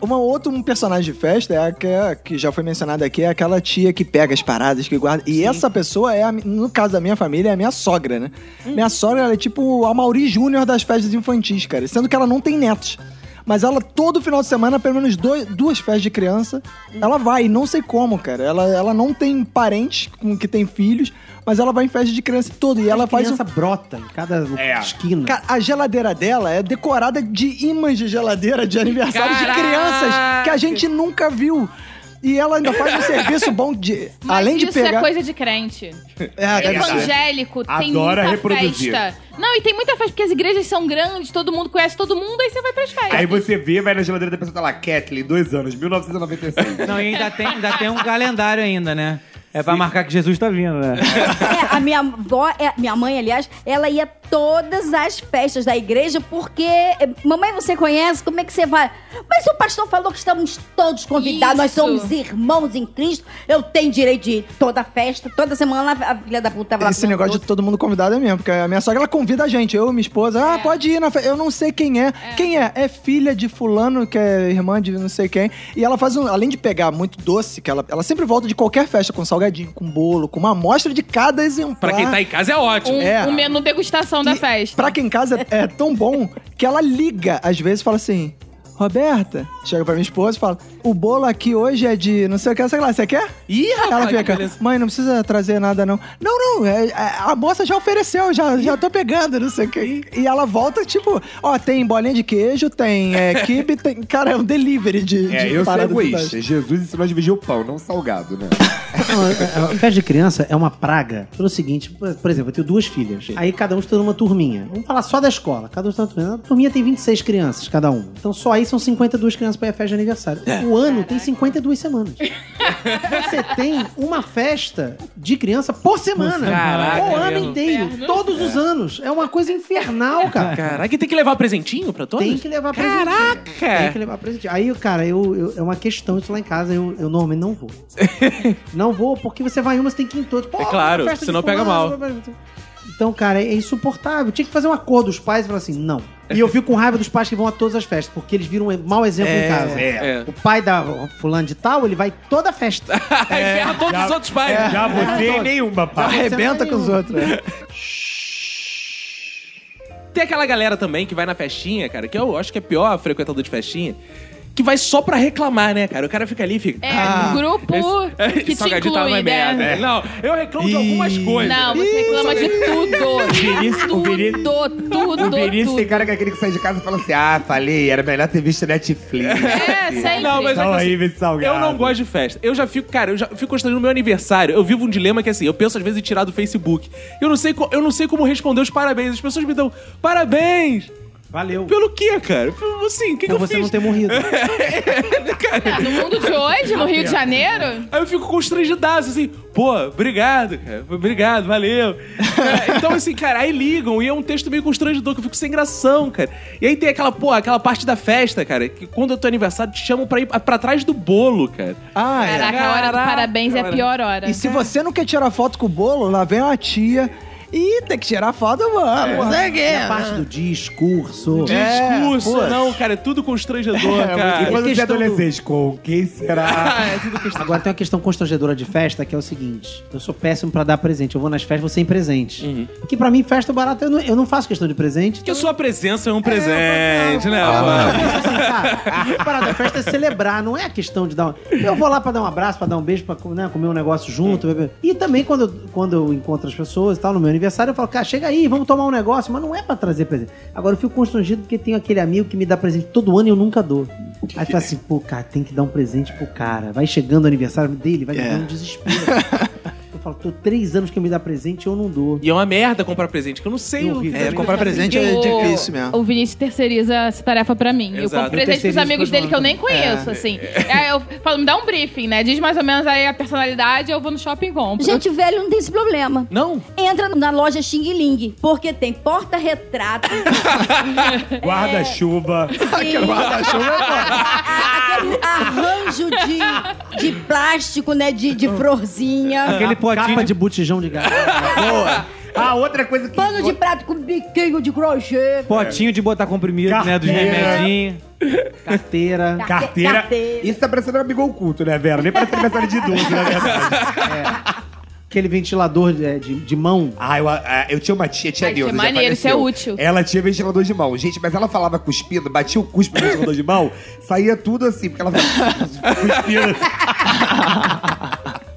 Uma outra um personagem de festa é a que, que já foi mencionada aqui, é aquela tia que pega as paradas, que guarda. E essa pessoa é, a mi- no caso da minha família, é a minha sogra, né? Minha sogra ela é tipo a Mauri Júnior das festas infantis, cara. Sendo que ela não tem netos. Mas ela, todo final de semana, pelo menos dois- duas festas de criança, ela vai, não sei como, cara. Ela, ela não tem parentes com que tem filhos, mas ela vai em festa de criança toda. E ela faz um-
criança brota em cada esquina.
Cara, a geladeira dela é decorada de imãs de geladeira de aniversário
Caraca!
de crianças que a gente nunca viu. E ela ainda faz
[laughs]
um serviço bom de.
Mas
além
isso
de pegar.
é coisa de crente.
É, cara, isso-
Evangélico, tem
Adora
muita
reproduzir.
festa. Não, e tem muita festa, porque as igrejas são grandes, todo mundo conhece todo mundo, aí você vai pras festas.
Aí você vê, vai na geladeira da pessoa tá lá, Kathleen, dois anos,
[laughs]
1996.
Não, e ainda tem, ainda tem um calendário ainda, né? É pra marcar que Jesus tá vindo, né?
[laughs] É, a minha avó, é, minha mãe, aliás, ela ia todas as festas da igreja porque. é, Mamãe, você conhece? Como é que você vai? Mas o pastor falou que estamos todos convidados, nós
Isso.
somos irmãos em Cristo. Eu tenho direito de ir toda festa, toda semana a filha da puta tava lá
Esse negócio de todo mundo convidado é mesmo, porque a minha sogra ela convida a gente, eu, minha esposa,
É.
ah, pode ir na festa. Eu não sei quem é. Quem é? É filha de fulano, que é irmã de não sei quem. E ela faz um. Além de pegar muito doce, que ela, ela sempre volta de qualquer festa com salgadinho, com bolo, com uma amostra de cada exemplar.
Pra quem tá em casa é ótimo.
Um,
É.
um menu degustação da
E
festa.
Pra quem em casa é tão bom que ela liga, às vezes, e fala assim: Roberta, chega pra minha esposa e fala: O bolo aqui hoje é de não sei o que, não sei o que lá, você quer?
Ih, rapaz,
Ela
que
fica,
beleza.
mãe, não precisa trazer nada, não. Não, não, é- é- a moça já ofereceu, já, já tô pegando, não sei o que. E ela volta, tipo, ó, tem bolinha de queijo, tem é, quibe, tem. Cara, é um delivery de, de
É, eu sou
parada do
egoísta.
Brasil.
Jesus ensinou a dividir o um pão, não o salgado, né?
Não, a- a festa de criança é uma praga pelo seguinte, por por exemplo, eu tenho duas filhas. Aí cada um está numa turminha. Vamos falar só da escola. Cada um está numa turminha. A turminha tem 26 crianças, cada um. Então só aí são 52 crianças criança pra ir à festa de aniversário. O ano tem 52 semanas. Você tem uma festa de criança por semana.
Caraca,
o
é
ano
mesmo.
inteiro. Todos os anos. É uma coisa infernal, cara.
Caraca, e tem que levar presentinho pra todos? [laughs]
Tem que levar presentinho.
Caraca!
Tem que levar presentinho. Aí, cara, eu, eu- é uma questão isso lá em casa. Eu, eu
[laughs]
normalmente não vou. não vou porque você vai em uma, você tem que ir em todas. Pô,
É claro,
festa de
senão pega
fulano, Então, cara, é insuportável. Tinha que fazer um acordo dos pais e falar assim, não. E eu fico com raiva dos pais que vão a todas as festas, porque eles viram um mau exemplo em casa.
é.
O pai da fulano de tal, ele vai em toda a
[laughs]
festa.
Aí
É.
ferra É, todos os outros pais.
Já você nenhuma, pá.
Arrebenta com os outros.
é.
né?
Tem aquela galera também que vai na festinha, cara, que eu acho que é pior frequentador de festinha, que vai só pra reclamar, né, cara? O cara fica ali e fica. "Ah,
É, grupo
Esse é,
que te
salgadinho tava uma
inclui, né?
merda. É. Não, eu reclamo de algumas coisas.
Não, você reclama de
Vinícius-
tudo.
o Vinícius-
Tudo, tudo,
O Vinícius tem
tudo.
cara que é aquele que sai de casa e fala assim: ah, falei, era melhor ter visto [laughs] Netflix. assim,
É, sempre.
Não, mas
Então
é que
aí, Vinícius Salgado.
Eu não gosto de festa. Eu já fico, cara, eu já fico constando no meu aniversário. Eu vivo um dilema que assim, eu penso às vezes em tirar do Facebook. Eu não sei, co- eu não sei como responder os parabéns. As pessoas me dão parabéns.
Valeu.
Pelo quê, cara? Pelo- Assim, o que, que
Por
eu
Então, você
fiz?
não
[laughs]
ter morrido.
Ah, no mundo de hoje, no Rio de Janeiro...
Aí eu fico constrangidaço, assim, pô, obrigado, cara, obrigado, valeu. Cara, então, assim, cara, aí ligam e é um texto meio constrangedor que eu fico sem gração, cara. E aí tem aquela, pô, aquela parte da festa, cara, que quando é teu aniversário te chamam pra ir pra trás do bolo, cara.
Ah, é.
Caraca, a hora do
Caraca,
parabéns é a
cara.
pior hora.
E se você não quer tirar foto com o bolo, lá vem uma tia. Ih, tem que tirar foto, vamos. não sei o quê.
É a parte do discurso.
É. Discurso,
pô.
não, cara, é tudo constrangedor,
E
cara.
quando você é
questão do-
adolescente, com quem será?
Ah, é tudo constrangedor.
Agora tem uma questão constrangedora de festa que é o seguinte: eu sou péssimo pra dar presente. Eu vou nas festas, vou sem presente. Que pra mim, festa barata, eu não, eu não faço questão de presente.
Porque
então
sua presença é um presente, né?
Eu
mano?
penso assim, cara, a parada da festa é celebrar, não é a questão de dar uma... Eu vou lá pra dar um abraço, pra dar um beijo, pra né, comer um negócio junto. beber. E também quando eu, quando eu encontro as pessoas e tal, no meu aniversário, eu falo, cara, chega aí, vamos tomar um negócio, mas não é pra trazer presente. Agora eu fico constrangido porque tenho aquele amigo que me dá presente todo ano e eu nunca dou. Aí fala assim, pô, cara, tem que dar um presente pro cara. Vai chegando o aniversário dele, vai me
É.
dando um desespero. eu falo, tô três anos que me dá presente e eu não dou.
E é uma merda comprar presente, que assim, eu não sei o
Horrível.
É, comprar presente é
Eu-
difícil mesmo.
O Vinícius terceiriza essa tarefa pra mim. Eu
Exato.
compro
Eu
presente pros
terceirizo
amigos
pros
dele que eu nem
malucos.
conheço, assim. Aí eu falo, me dá um briefing, né? Diz mais ou menos aí a personalidade, eu vou no shopping e compro.
Gente velho não tem esse problema.
Não?
Entra na loja Xing Ling, porque tem porta-retrato. É,
Guarda-chuva.
Sim. Aquele arranjo de, de plástico, né? De, de florzinha.
Aquele
Capa
potinho
de botijão de gato.
ah, outra coisa que.
Pano de prato com biquinho de crochê.
Potinho de botar comprimido, né? Dos
Carteira.
remedinhos.
Carteira.
Carteira.
Carteira.
Isso tá parecendo um amigo oculto, né, Vera? Nem parece aniversário de idoso, né, na verdade.
Aquele ventilador é, de, de- de mão.
Ah, eu, ah, eu tinha uma tia, tia
Ai, isso é
Neuza. já
maneiro, isso é
faleceu.
útil.
Ela tinha ventilador de mão. Gente, mas ela falava cuspindo, batia o cuspe no ventilador de mão, saía tudo assim, porque ela falava cuspindo assim.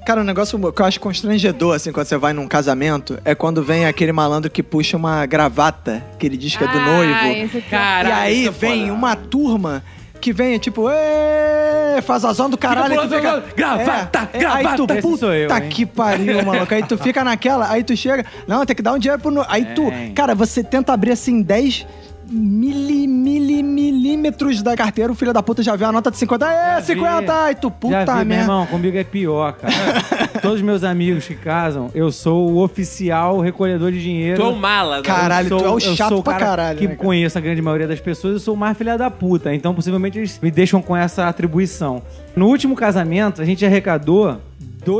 Cara, um negócio que eu acho constrangedor, assim, quando você vai num casamento, é quando vem aquele malandro que puxa uma gravata, que ele diz que é do
Ah,
noivo.
esse aqui.
E
Caralho,
aí
isso é
vem
foda.
uma turma que vem, tipo, "Ê, faz a zona do caralho.
pulando,
tu fica-
pulando, gravata,
É, é, Aí tu,
gravata.
Esse sou eu,
puta
hein?"
que pariu, maluco. Aí tu fica naquela, aí tu chega, não, tem que dar um dinheiro pro... no- Aí tu, cara, você tenta abrir, assim, 10... Mili, mili, milímetros da carteira, o filho da puta já vê a nota de 50. É,
vi.
50! Aí tu,
Já
puta
vi, meu
merda.
irmão, comigo é pior,
[laughs]
cara. Todos meus amigos que casam, eu sou o oficial recolhedor de dinheiro.
Tu é um mala, né?
Cara, Caralho,
Eu
tu é o
eu
chato
sou o
pra
cara
caralho,
Que
né, cara?
conheço a grande maioria das pessoas, eu sou o mais filha da puta. Então, possivelmente, eles me deixam com essa atribuição. No último casamento, a gente arrecadou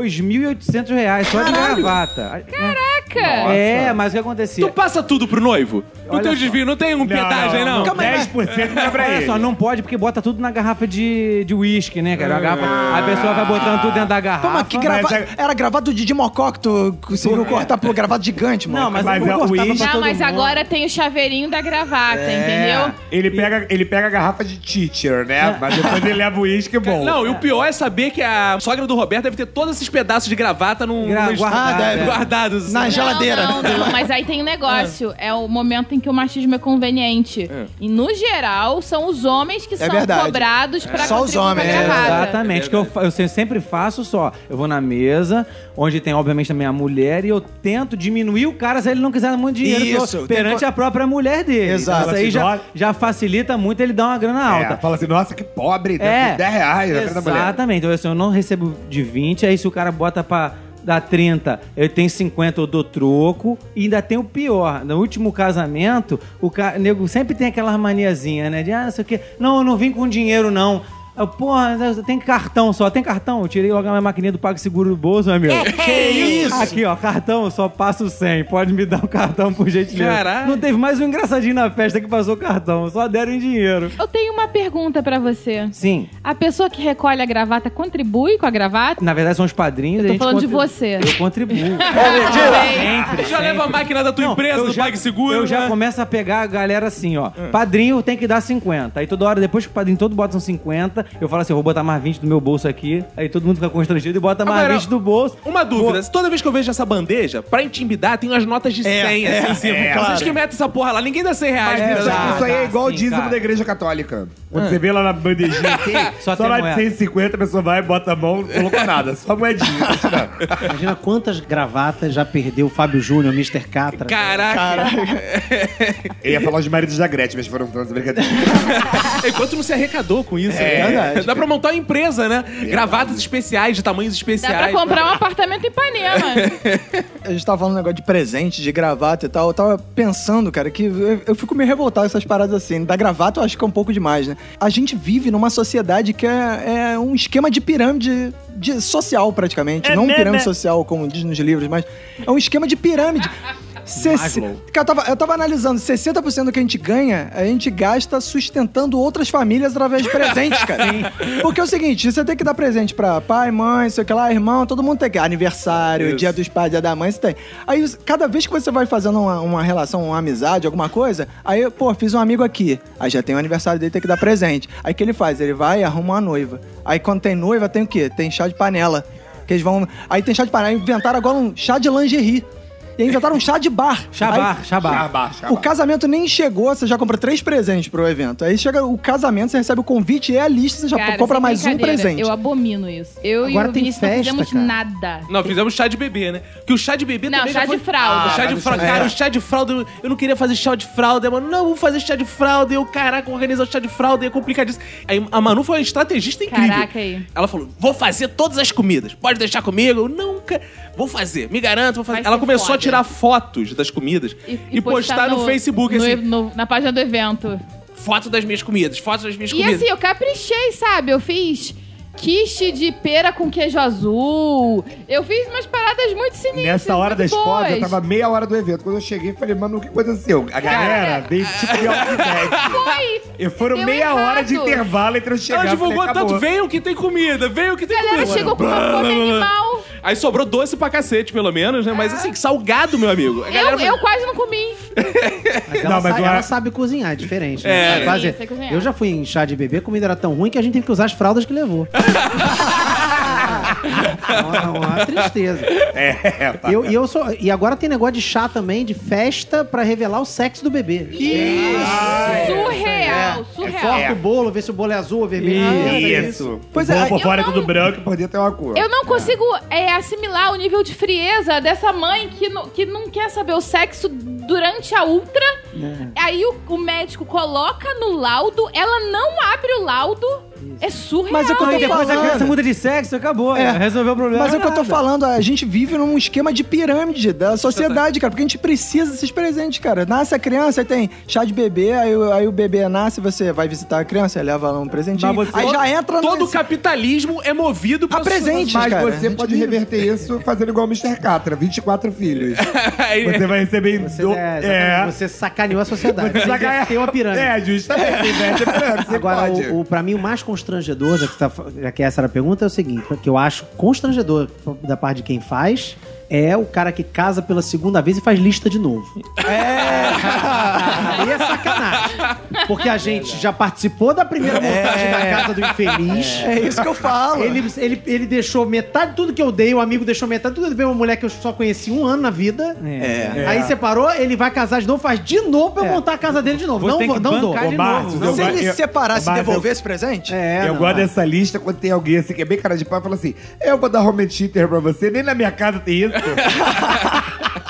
2.800 reais só de gravata.
Caraca!
É, mas o que acontecia?
Tu passa tudo pro noivo? No
Olha
teu
só.
desvio não tem um pedágio, não?
Calma aí,
10% não é pra
Olha
ele.
só, não pode porque bota tudo na garrafa de de uísque, né, cara? A, garrafa- a pessoa vai botando tudo dentro da garrafa.
Pô, mas que grava...
mas
Era gravado do Didi Mocó que tu conseguiu cortar pro gravado gigante, mano.
Não, mas,
Mas
eu
é
vou cortar
uísque.
pra
Não,
todo
mas
mundo.
agora tem o chaveirinho da gravata, entendeu?
Ele pega, ele pega a garrafa de teacher, né? Mas depois
Depois ele leva o uísque bom.
Não, e o pior é saber que a sogra do Roberto deve ter todos esses pedaços de gravata num.
Gra-
numa-
guardado,
Ah, deve-
é.
guardados.
Na
assim.
geladeira.
né?
Não, não, não, mas aí tem um negócio. É o momento em que o machismo é conveniente. E no geral, são os homens que são
É verdade.
cobrados pra
Só os
contribuir
homens,
com a
é,
gravata.
Exatamente. que eu, fa- eu se- sempre faço só. Eu vou na mesa, onde tem, obviamente, também a mulher, e eu tento diminuir o cara se ele não quiser muito dinheiro
Isso,
só
tem
perante
co-
a própria mulher dele.
Exato.
Então, isso aí já, já facilita muito ele dar uma grana alta.
É, fala assim, nossa, que pobre, é. 10 reais na frente da mulher.
Exatamente. Então, assim, eu não recebo de 20, aí se o cara bota pra dar 30, eu tenho 50, eu dou troco. E ainda tem o pior. No último casamento, o ca- nego sempre tem aquela maniazinha, né? De, ah, não sei o quê. Não, eu não vim com dinheiro, não. Eu, porra, tem cartão só. Tem cartão? Eu tirei logo a minha maquininha do PagSeguro do bolso, meu amigo. É, [laughs] Que isso? Aqui, ó, cartão, eu só passo 100. Pode me dar o cartão, por gentileza.
Caralho.
Não teve mais um engraçadinho na festa que passou cartão. Só deram em dinheiro.
Eu tenho uma pergunta pra você.
Sim.
A pessoa que recolhe a gravata contribui com a gravata?
Na verdade, são os padrinhos.
Eu tô
a gente
falando de
contribui-
você.
Eu
[laughs]
contribuo.
Já leva a máquina da tua empresa,
eu
É do
já-
PagSeguro.
Eu já
né? É.
começo a pegar a galera assim, ó. Padrinho tem que dar 50. Aí toda hora, depois que o padrinho todo bota uns 50, eu falo assim, eu vou botar mais 20 do meu bolso aqui. Aí todo mundo fica constrangido e bota mais
Agora,
20 do bolso.
Uma dúvida, toda vez que eu vejo essa bandeja, pra intimidar, tem as notas de 100, assim, em cima. Vocês que metem essa porra lá, ninguém dá 100 reais.
Mas
né?
isso,
Exato,
isso aí é igual o
sim,
dízimo
cara.
da igreja católica.
Quando você vê lá na bandejinha assim, só,
Só tem
lá de
moeda.
150, a pessoa vai, bota a mão, não colocou nada. Só moedinha. tá tirando.
Imagina quantas gravatas já perdeu o Fábio Júnior, Mr. Catra.
Caraca.
Eu ia falar os maridos da Gretchen, mas foram tantas brincadeiras.
É, Enquanto não se arrecadou com isso.
É,
né?
verdade.
Dá pra montar uma empresa, né? Gravatas especiais, de tamanhos
Dá
especiais.
pra comprar um apartamento em Ipanema.
A gente tava falando um negócio de presente, de gravata e tal. Eu tava pensando, cara, que eu, eu fico meio revoltado com essas paradas assim. Da gravata eu acho que é um pouco demais, né? A gente vive numa sociedade que é, é um esquema de pirâmide de- social, praticamente. Não pirâmide social, como diz nos livros, mas é um esquema de pirâmide. Sesse- Cara, eu tava, eu tava analisando, 60% do que a gente ganha, a gente gasta sustentando outras famílias através de presentes, cara. Porque é o seguinte, você tem que dar presente pra pai, mãe, sei o que lá, irmão, todo mundo tem que. Aniversário,
Isso.
dia dos pais, dia da mãe, você tem. Aí, você- cada vez que você vai fazendo uma, uma relação, uma amizade, alguma coisa, aí, pô, fiz um amigo aqui. Aí já tem o aniversário dele, tem que dar presente. Aí o que ele faz? Ele vai e arruma uma noiva. Aí quando tem noiva, tem o quê? Tem chá de panela. Que eles vão. Aí tem chá de panela. Inventaram agora um chá de lingerie. E aí inventaram um chá de bar. Aí-
Chabar, chabar.
o casamento nem chegou, você já compra três presentes pro evento. Aí chega o casamento, você recebe o convite e é a lista, você já
[laughs] Cara,
compra
sem
mais um
brincadeira,
presente.
Eu abomino isso. Eu
Agora
e o
tem
Vinícius
festa,
não fizemos
cara.
nada.
Não, fizemos chá de bebê, né? Que o chá de bebê
Não,
também
chá
já foi...
de fralda.
Ah, chá de
mas
fralda.
isso
Cara,
é.
o chá de fralda, eu- eu não queria fazer chá de fralda. Mano, não, vou fazer chá de fralda. Eu, caraca, organizar o chá de fralda é complicadíssimo. Aí a Manu foi uma estrategista incrível.
Caraca, aí.
Ela falou: vou fazer todas as comidas. Pode deixar comigo? Eu nunca. Vou fazer, me garanto, vou fazer.
Vai
Ela
ser
começou
foda.
a tirar fotos das comidas e, postar no, Facebook,
no-
assim,
no- na página do evento.
foto das minhas comidas, foto das minhas
E
comidas.
assim, eu caprichei, sabe? Eu fiz quiche de pera com queijo azul. Eu fiz umas paradas muito sinistras.
Nessa hora
muito
da esposa, eu
boas.
tava meia hora do evento. Quando eu cheguei, eu falei, mano, o que aconteceu? A galera veio tipo de
[laughs]
alfabete.
Foi!
E foram
é, Deu
meia
errado.
hora de intervalo entre eu chegar
Ela
e falei,
divulgou
acabou.
tanto, venham que tem comida, venham que tem
A galera
comida.
chegou com uma fome animal.
Aí sobrou doce pra cacete, pelo menos, né? Mas
É.
assim, salgado, meu amigo. A
Eu,
galera
eu quase não comi.
Mas ela,
Não, mas
sa-
não é-
ela sabe cozinhar, é diferente.
É,
Ela
né?
faz-
Sim, sei cozinhar.
Eu já fui em chá de bebê, a comida era tão ruim que a gente teve que usar as fraldas
[laughs]
que levou. uma, uma tristeza.
É, tá.
Eu- e, eu sou, e agora tem negócio de chá também, de festa, pra revelar o sexo do bebê.
É. Ah,
É,
surreal, surreal.
Corta o bolo, vê se o bolo é azul ou vermelho.
Isso.
Pois
Pois
é,
é, por
eu
fora é
não-
tudo branco, por dentro é
um
uma cor.
Eu não consigo é, assimilar o nível de frieza dessa mãe que, não- que não quer saber o sexo durante a ultra.
É.
Aí o, o médico coloca no laudo, ela não abre o laudo. É surreal.
Mas é o que eu tô
Aí depois a
falando.
criança muda de sexo, acabou.
É.
Resolveu o problema.
Mas é o que eu tô
Nada.
falando, a gente vive num esquema de pirâmide da sociedade, cara, porque a gente precisa desses presentes, cara. Nasce a criança, aí tem chá de bebê, aí, o- aí o bebê nasce, você vai visitar a criança, aí leva lá um presentinho.
Mas você-
aí já entra
Todo
nesse-
capitalismo é movido
a presentes,
Mas
cara.
você pode reverter isso fazendo igual o Mr. Catra, 24 filhos.
[laughs] Aí,
é
Você vai receber... em
Você,
do- é.
é, exatamente, você sacaneou a sociedade. Você
saca-
inverteu a pirâmide.
É, justamente. Você inverte a pirâmide, você
Agora,
pode.
o, o, pra mim, o mais constrangedor, já que, tá, já que essa era a pergunta, é o seguinte: que eu acho constrangedor da parte de quem faz. É o cara que casa pela segunda vez [laughs] e faz lista de novo. É! Aí é sacanagem. Porque a gente já participou da primeira montagem da Casa do Infeliz.
É isso que eu falo.
Ele, ele, ele deixou metade de tudo que eu dei, o amigo deixou metade de tudo. Ele veio uma mulher que eu só conheci um ano na vida.
É.
Aí separou, ele vai casar de novo, faz de novo
É.
pra eu montar a casa dele de novo.
Você
não
tem
vou-
que
não dou.
bancar de
Marcos,
novo.
eu
Se
vai-
ele
eu-
separar, se
Mas eu-
devolver esse presente?
É,
eu
não.
guardo essa lista quando tem alguém assim que é bem cara de pau e fala assim: Eu vou dar home theater pra você, nem na minha casa tem
[laughs]
isso.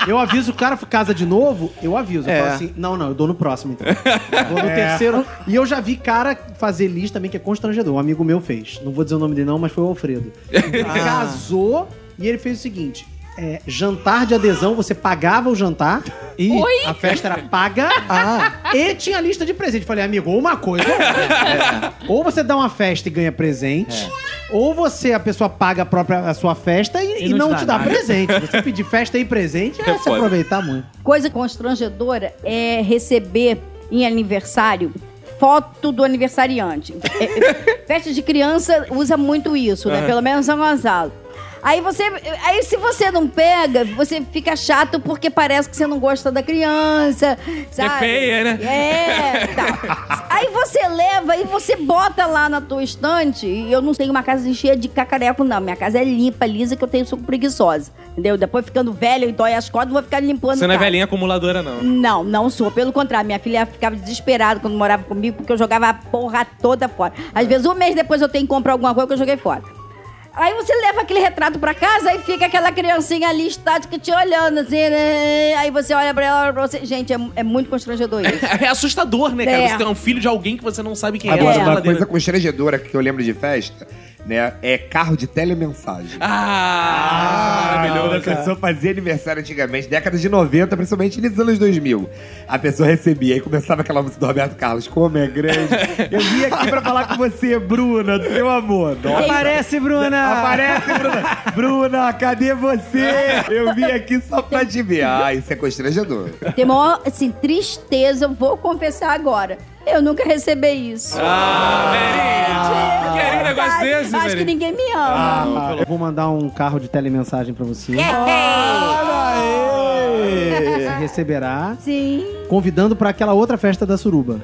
Eu aviso, o cara casa de novo, eu aviso. Eu
É.
falo assim, não, não, eu dou no próximo. Então. Eu dou no terceiro. E eu já vi cara fazer lista também que é constrangedor. Um amigo meu fez. Não vou dizer o nome dele não, mas foi o Alfredo. Ele casou e ele fez o seguinte... é, jantar de adesão, você pagava o jantar. E
Oi?
a festa era paga. E tinha a lista de presente. Falei, amigo, ou uma coisa. é ou outra. Ou você dá uma festa e ganha presente. Ou você, a pessoa paga a própria a sua festa e, e não, te dá,
nada.
presente. [laughs] Você pedir festa e presente é,
É
se
foda.
aproveitar muito.
Coisa constrangedora é receber em aniversário foto
[laughs]
do aniversariante. É, é, festa de criança usa muito isso,
É.
né? Pelo menos em São Gonçalo. Aí você, aí se você não pega, você fica chato porque parece que você não gosta da criança, sabe?
é feia, né?
É,
[laughs]
tá. Aí você leva e você bota lá na tua estante. E eu não tenho uma casa cheia de cacareco, não. Minha casa é limpa, lisa, que eu tenho suco preguiçosa. Entendeu? Depois ficando velha e dói as costas, eu vou ficar limpando.
Você não é
casa.
velhinha acumuladora, não.
Não, não sou. Pelo contrário, minha filha ficava desesperada quando morava comigo, porque eu jogava a porra toda fora. Às vezes, um mês depois eu tenho que comprar alguma coisa que eu joguei fora. Aí você leva aquele retrato pra casa e fica aquela criancinha ali estática te olhando, assim, né? Aí você olha pra ela, olha pra você. Gente, é, é muito constrangedor
[laughs]
isso.
É assustador, né, cara?
É.
Você tem um filho de alguém que você não sabe quem é.
É.
na
Agora, uma
geladeira.
coisa constrangedora que eu lembro de festa, né? É carro de telemensagem.
Ah,
Quando a
maravilhoso.
pessoa fazia aniversário antigamente, década de 90, principalmente nos anos 2000. A pessoa recebia e começava aquela música do Roberto Carlos, como é
[laughs]
grande. Eu vim aqui pra falar com você, Bruna, do seu amor. Nossa.
Aparece, Bruna!
Ah.
Aparece, Bruna! Bruna, cadê você? Eu vim aqui só pra te ver. Ah, isso é constrangedor.
Tem maior, assim, tristeza, eu vou confessar agora. Eu nunca recebi isso.
Ah, velhinha. Queria um negócio
Ai,
desse,
Acho que
velhinha.
ninguém me ama.
Eu vou mandar um carro de telemensagem pra você. Você
É.
receberá,
Sim.
convidando pra aquela outra festa da suruba.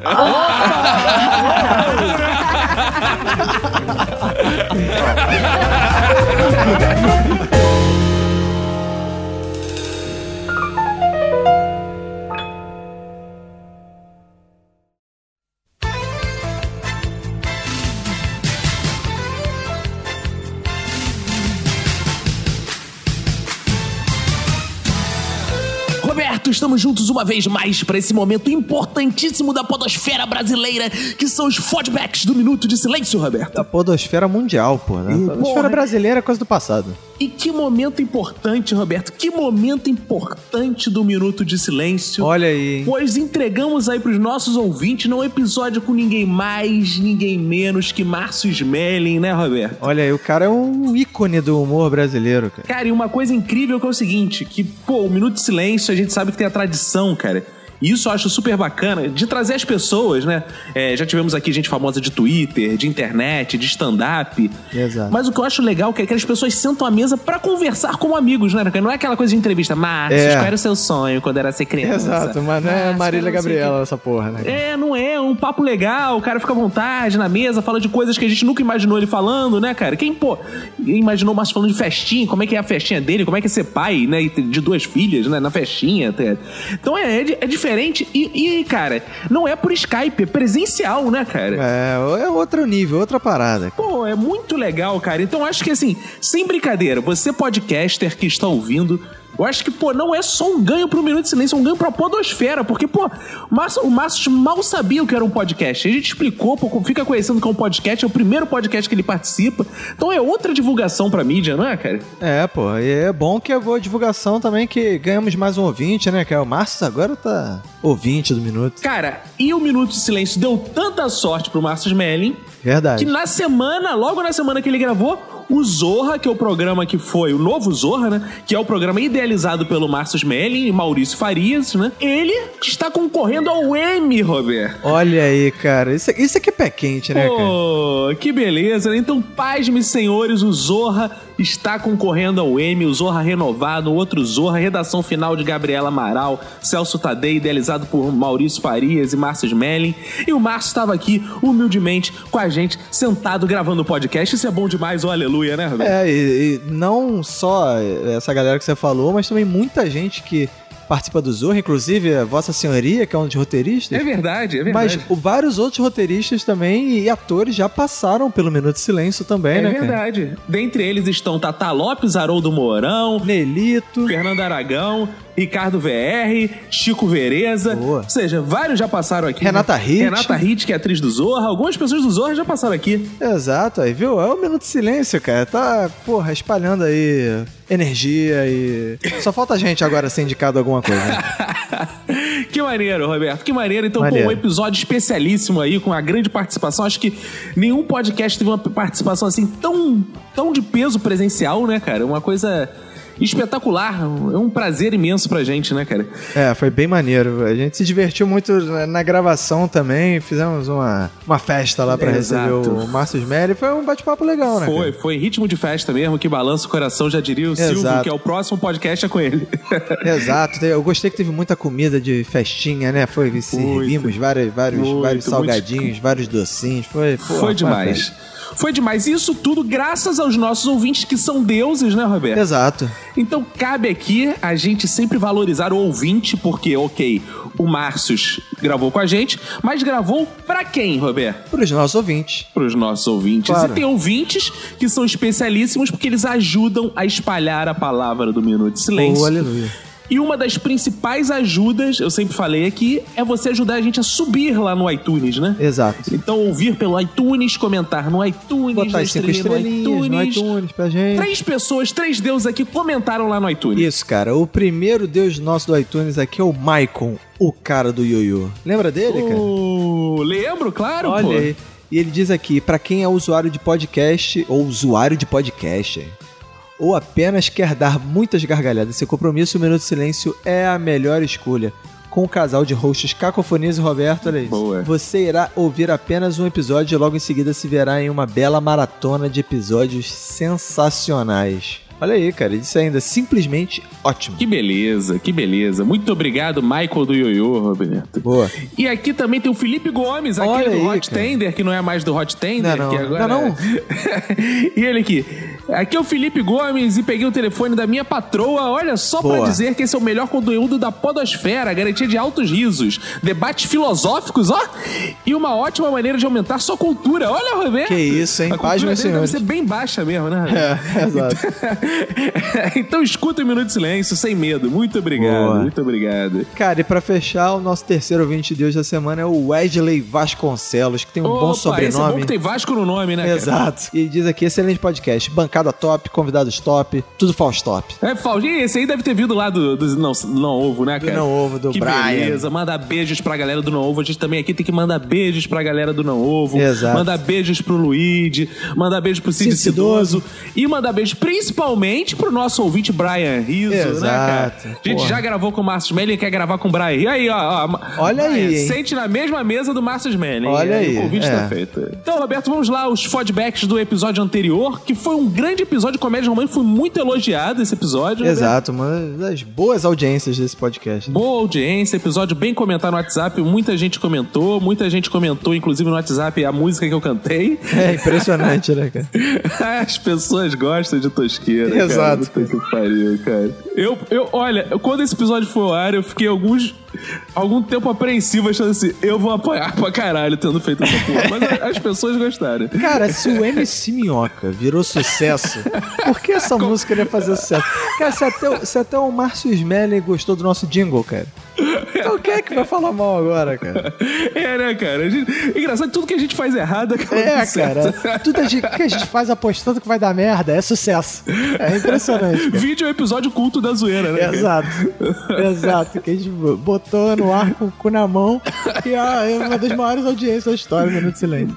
Roberto, estamos juntos uma vez mais para esse momento importantíssimo da podosfera brasileira, que são os fodbacks do Minuto de Silêncio, Roberto.
Da podosfera mundial, pô, né?
Ih,
podosfera
porra.
brasileira é coisa do passado.
E que momento importante, Roberto, que momento importante do Minuto de Silêncio.
Olha aí, hein?
Pois entregamos aí pros nossos ouvintes não um episódio com ninguém mais, ninguém menos que Márcio Smelling, né, Roberto?
Olha aí, o cara é um ícone do humor brasileiro, cara.
Cara, e uma coisa incrível que é o seguinte, que, pô, o Minuto de Silêncio, a gente sabe que tem a tradição, cara. E isso eu acho super bacana, de trazer as pessoas, né? É, já tivemos aqui gente famosa de Twitter, de internet, de stand-up.
Exato.
Mas o que eu acho legal é que aquelas pessoas sentam à mesa pra conversar como amigos, né? Não é aquela coisa de entrevista. Márcio,
É.
qual era o seu sonho quando era ser criança?
Exato, mas não é
Márcio, não sei
Marília
o quê.
Gabriela essa porra, né?
É, não é, é um papo legal, o cara fica à vontade na mesa, fala de coisas que a gente nunca imaginou ele falando, né, cara? Quem, pô, imaginou o Márcio falando de festinha, como é que é a festinha dele, como é que é ser pai, né, e ter- de duas filhas, né, na festinha até. Então é, é, di- é diferente e, e, cara, não é por Skype, é presencial, né, cara?
É, é outro nível, outra parada.
Pô, é muito legal, cara. Então acho que assim, sem brincadeira, você podcaster que está ouvindo, eu acho que, pô, não é só um ganho pro Minuto de Silêncio, é um ganho pra podosfera, porque, pô, o Márcio- o Márcio mal sabia o que era um podcast. A gente explicou, pô, fica conhecendo o que é um podcast, é o primeiro podcast que ele participa. Então é outra divulgação pra mídia, não é, cara?
É, pô, e é bom que é boa divulgação também, que ganhamos mais um ouvinte, né? Que é o Márcio agora tá ouvinte do minuto.
Cara, e o Minuto de Silêncio deu tanta sorte pro Márcio Smelling
Verdade.
Que na semana, logo na semana que ele gravou, o Zorra, que é o programa que foi, o novo Zorra, né? Que é o programa idealizado pelo Márcio Smelling e Maurício Farias, né? Ele está concorrendo ao M, Roberto.
Olha aí, cara. Isso, isso aqui é pé quente, né, cara?
Pô, que beleza, né? Então, pasme, senhores, o Zorra está concorrendo ao Emmy, o Zorra Renovado, o Outro Zorra, redação final de Gabriela Amaral, Celso Tadei, idealizado por Maurício Farias e Márcio Smelling. E o Márcio estava aqui, humildemente, com a gente, sentado, gravando o podcast. Isso é bom demais, oh, aleluia, né, Roberto?
É, e, e não só essa galera que você falou, mas também muita gente que participa do Zorra, inclusive a Vossa Senhoria, que é um dos roteiristas.
É verdade, é verdade.
Mas o- vários outros roteiristas também e atores já passaram pelo Minuto de Silêncio também,
É
né? cara?
verdade. Dentre eles estão Tata Lopes, Haroldo Mourão,
Nelito,
Fernando Aragão, Ricardo VR, Chico Vereza. Ou seja, vários já passaram aqui.
Renata Hit.
Renata Hit, que é atriz do Zorra. Algumas pessoas do Zorra já passaram aqui. [laughs]
Exato, aí viu? É o Minuto de Silêncio, cara. Tá, porra, espalhando aí
[laughs]
energia e. Só falta a gente agora ser indicado alguma coisa. né?
Que maneiro, Roberto. Que maneiro. Então,
Maneiro.
pô, um episódio especialíssimo aí, com a grande participação. Acho que nenhum podcast teve uma participação assim tão, tão de peso presencial, né, cara? Uma coisa espetacular. É um prazer imenso pra gente, né, cara?
É, foi bem maneiro. A gente se divertiu muito na- na gravação também. Fizemos uma, uma festa lá pra
Exato.
receber o Márcio Smelly. Foi um bate-papo legal, né? cara?
Foi, foi ritmo de festa mesmo, que balança o coração, já diria o
Exato.
Silvio, que é o próximo podcast é com ele.
Exato, eu gostei que teve muita comida de festinha, né? Foi, servimos vários, vários,
Muito,
vários
muito.
salgadinhos, vários docinhos. Foi, [laughs] pô,
foi
uma
demais.
festa.
Foi demais. Isso tudo graças aos nossos ouvintes que são deuses, né, Roberto?
Exato.
Então cabe aqui a gente sempre valorizar o ouvinte, porque, ok, o Márcios gravou com a gente, mas gravou pra quem, Roberto?
Pros nossos ouvintes.
Pros nossos ouvintes.
Claro.
E tem ouvintes que são especialíssimos porque eles ajudam a espalhar a palavra do Minuto de Silêncio.
Oh, aleluia.
E uma das principais ajudas, eu sempre falei aqui, é você ajudar a gente a subir lá no iTunes, né?
Exato.
Então ouvir pelo iTunes, comentar no iTunes,
Botar
dar
as cinco
estrelinha
estrelinhas no iTunes pra gente.
Três pessoas, três deuses aqui comentaram lá no iTunes.
Isso, cara. O primeiro deus nosso do iTunes aqui é o Maicon, o cara do Yoyo. Lembra dele, é, cara?
Oh, lembro, claro,
Olha
pô.
aí. E ele diz aqui, pra quem é usuário de podcast ou usuário de podcast, ou apenas quer dar muitas gargalhadas sem compromisso, o Minuto de Silêncio é a melhor escolha. Com o casal de hosts Cacofonias e Roberto, olha isso. Você irá ouvir apenas um episódio e logo em seguida se verá em uma bela maratona de episódios sensacionais. Olha aí, cara, ele disse ainda é simplesmente ótimo.
Que beleza, que beleza. Muito obrigado, Michael do Yoyo, Roberto. [laughs]
Boa.
E aqui também tem o Felipe Gomes, aquele
Olha
do
aí,
Hot
cara.
Tender, que não é mais do Hot Tender,
Não, não.
que agora. é.
Não, é não.
[laughs] e ele aqui. Aqui é o Felipe Gomes e peguei o telefone da minha patroa. Olha, só pra
Boa.
dizer que esse é o melhor conteúdo da Podosfera, garantia de altos risos, debates filosóficos, ó, e uma ótima maneira de aumentar sua cultura. Olha, Roberto.
Que isso, hein?
A cultura
Página,
dele deve
senhores.
ser bem baixa mesmo, né? Roberto?
É, exato.
[laughs] então escuta um minuto de silêncio, sem medo. Muito obrigado,
Boa.
muito obrigado.
Cara, e pra fechar, o nosso terceiro ouvinte de Deus da semana é o Wesley Vasconcelos, que tem um
Opa,
bom
Esse é bom
sobrenome.
que tem Vasco no nome, né? cara?
Exato. E diz aqui, excelente podcast, bancada top, convidados top, tudo falso top.
É, Faldinho, esse aí deve ter vindo lá do, do não, não Ovo, né, cara?
Não Ovo, do
que
Brian.
beleza. Manda beijos pra galera do Não Ovo. A gente também aqui tem que mandar beijos pra galera do Não Ovo.
Exato.
Mandar beijos pro Luigi. Mandar beijo pro Cid
Cid
Cidoso. E mandar beijo principalmente pro nosso ouvinte Brian Rizzo, né, cara?
Exato,
A gente
porra.
já gravou com o Márcio Smelly quer gravar com o Brian. E aí, ó. ó
Olha
Brian,
aí, hein?
Sente na mesma mesa do Márcio Smelly. hein?
Olha aí,
O convite
é.
tá feito. Então, Roberto, vamos lá. Os feedbacks do episódio anterior, que foi um grande episódio de comédia romântica. Foi muito elogiado esse episódio. né? Roberto.
Exato, uma das boas audiências desse podcast. né?
Boa audiência, episódio bem comentado no WhatsApp. Muita gente comentou, muita gente comentou, inclusive no WhatsApp, a música que eu cantei. [laughs]
É impressionante, né, cara?
As pessoas gostam de tosqueira.
Exato.
Cara. Puta que pariu, cara. Eu, eu, olha, eu- quando esse episódio foi ao ar, eu fiquei alguns. algum tempo apreensivo, achando assim, eu vou apanhar pra caralho tendo feito essa porra. Mas a- as pessoas gostaram.
Cara, se o MC Minhoca virou sucesso, por que essa música iria fazer sucesso? Cara, se até, o- se até o Márcio Smelly gostou do nosso jingle, cara. Então quem é que vai falar mal agora, cara?
[laughs] É, né, cara? A gente- Engraçado que tudo que a gente faz errado acaba
É,
dando certo.
cara. Tudo a gente- que a gente faz apostando que vai dar merda é sucesso. É impressionante.
[laughs] [laughs]
cara.
Vídeo é o episódio culto da zoeira, né? cara?
Exato. Exato. Que a gente botou no ar com o cu na mão. E ah, é uma das maiores audiências da história, Minuto de Silêncio.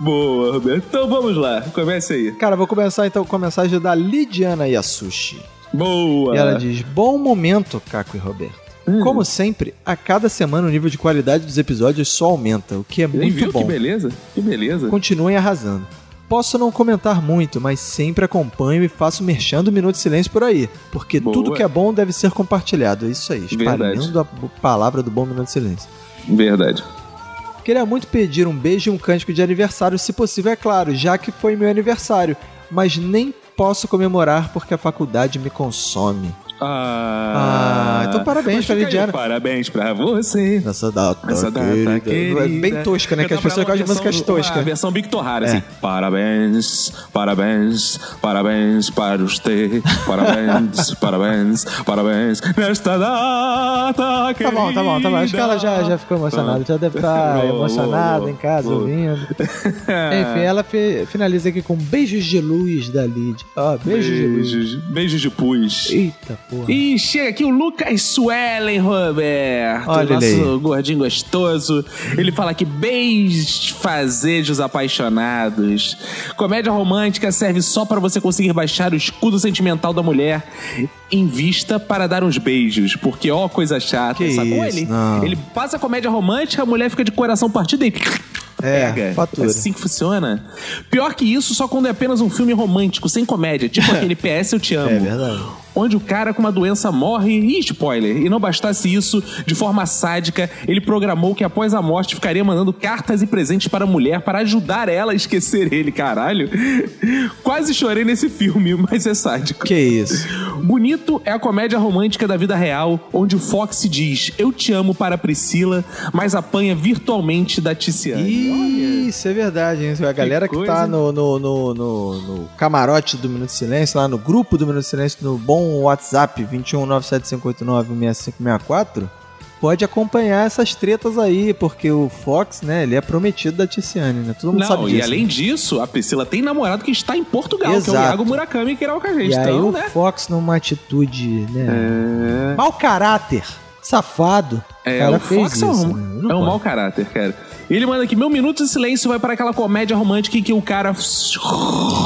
Boa, Roberto. Então vamos lá, comece aí.
Cara, vou começar então com a mensagem da Lidiana Yasushi.
Boa!
E ela diz: Bom momento, Caco e Roberto.
Hum.
Como sempre, a cada semana o nível de qualidade dos episódios só aumenta, o que é
Nem
muito
viu
bom.
que beleza? Que beleza.
Continuem arrasando. Posso não comentar muito, mas sempre acompanho e faço merchan do Minuto de Silêncio por aí. Porque
Boa.
tudo que é bom deve ser compartilhado. É isso aí,
Verdade.
espalhando a bo- palavra do bom Minuto de Silêncio.
Verdade.
Queria muito pedir um beijo e um cântico de aniversário, se possível, é claro, já que foi meu aniversário. Mas nem posso comemorar porque a faculdade me consome.
Ah,
Ah, então parabéns,
Mas fica
Feliz
aí,
Diana.
Parabéns pra você.
Nessa data,
Nessa data
querida.
querida. um
É bem tosca, né? Que as
Cantar
pessoas gostam
pra ela
de músicas
versão-
toscas. É.
A versão Victor Hara, assim. Parabéns, parabéns, parabéns para os T.
[laughs]
Parabéns, parabéns, parabéns. Nesta data,
Tá bom, tá bom, tá bom. Acho que ela já, já ficou emocionada, já deve estar
Boa,
emocionada
boa,
em casa
boa.
ouvindo. Enfim, é ela fe- finaliza aqui com beijos de luz da Lid. Ó, beijos de luz.
Beijos, beijos de pus.
Eita porra.
E chega aqui o Lucas Suelen Roberto,
Olha
nosso
ele
gordinho gostoso. Ele fala que beijos apaixonados. Comédia romântica serve só para você conseguir baixar o escudo sentimental da mulher em vista para dar uns beijos. Porque, ó, coisa chata,
Que
sacou
isso,
ele?
não.
Ele passa a comédia romântica, a mulher fica de coração partido e. Pega.
fatura.
É assim que funciona. Pior que isso, só quando é apenas um filme romântico, sem comédia. Tipo
[laughs]
aquele PS Eu Te Amo.
É verdade.
Onde o cara com uma doença morre, e spoiler, e não bastasse isso, de forma sádica, ele programou que após a morte ficaria mandando cartas e presentes para a mulher para ajudar ela a esquecer ele, caralho. [laughs] Quase chorei nesse filme, mas é sádico.
Que isso.
Bonito é a comédia romântica da vida real, onde o Fox diz eu te amo para a Priscila, mas apanha virtualmente da Tiziane.
Isso é verdade, hein? A galera que,
coisa,
tá
hein?
no, no, no, no- no camarote do Minuto de Silêncio, lá no grupo do Minuto de Silêncio, no bom WhatsApp 21975896564, pode acompanhar essas tretas aí, porque o Fox, né, ele é prometido da Tiziane, né? Todo mundo sabe
Não,
disso.
e além disso, a Priscila tem namorado que está em Portugal, que é o
Exato.
Iago Murakami, que era o que a gente.
E aí
Então,
o
né?
Fox numa atitude, né? Mau caráter, safado.
É,
o cara
o
fez
Fox
isso.
é
né?
um,
Não
é um
pode.
mau caráter, cara. E Ele manda aqui, meu minuto de silêncio vai para aquela comédia romântica em que o cara... [laughs]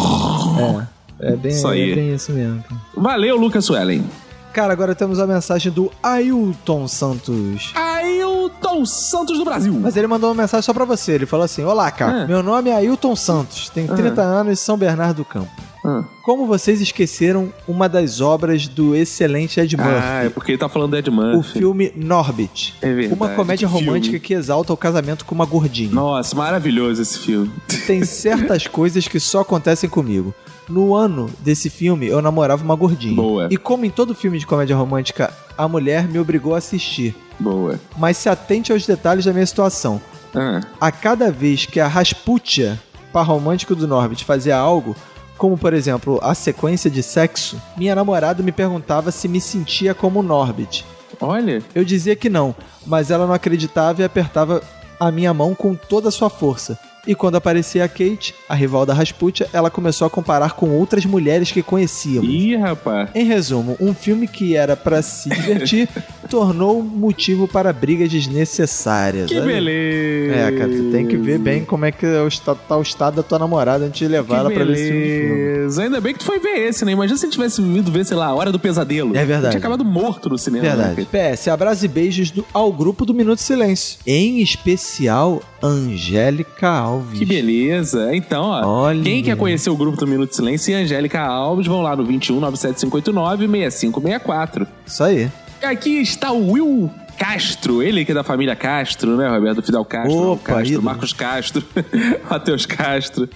É bem,
Isso aí.
é bem isso mesmo. cara.
Valeu, Lucas Suelen.
Cara, agora temos a mensagem do Ailton Santos.
Ailton Santos do Brasil.
Mas ele mandou uma mensagem só pra você. Ele falou assim: Olá, cara.
Ah.
Meu nome é Ailton Santos. Tenho
É.
30 anos, São Bernardo do Campo.
Ah.
Como vocês esqueceram uma das obras do excelente Ed Murphy?
Ah, é porque ele tá falando do Ed Murphy.
O filme Norbit.
É verdade.
Uma comédia
Que filme.
romântica que exalta o casamento com uma gordinha.
Nossa, maravilhoso esse filme.
Tem certas coisas que só acontecem comigo. No ano desse filme, eu namorava uma gordinha.
Boa.
E como em todo filme de comédia romântica, a mulher me obrigou a assistir.
Boa.
Mas se atente aos detalhes da minha situação.
Ah.
A cada vez que a Rasputia, par romântico do Norbit, fazia algo, como por exemplo a sequência de sexo, minha namorada me perguntava se me sentia como o Norbit.
Olha.
Eu dizia que não, mas ela não acreditava e apertava a minha mão com toda a sua força. E quando aparecia a Kate, a rival da Rasputia, ela começou a comparar com outras mulheres que conhecíamos.
Ih, rapaz.
Em resumo, um filme que era pra se divertir tornou um motivo para brigas desnecessárias.
Que
Olha aí.
beleza.
É, cara, tu tem que ver bem como é que é o esta- tá o estado da tua namorada antes de levar ela
Que
pra ver esse filme.
beleza. Ainda bem que tu foi ver esse, né? Imagina se ele tivesse vindo ver, sei lá, A Hora do Pesadelo.
É verdade.
Tinha acabado morto no cinema.
Verdade.
né?
PS, abraço e beijos do- ao grupo do Minuto de Silêncio. Em especial, Angélica Alves.
Que beleza. Então, ó.
Olha.
Quem quer conhecer o grupo do Minuto de Silêncio e Angélica Alves, vão lá no 21 97589 6564.
Isso
é
aí.
Aqui está o Will Castro, ele que é da família Castro, né? Roberto Fidel Castro,
Opa,
Raul Castro,
ídolo.
Marcos Castro, [laughs] Matheus Castro.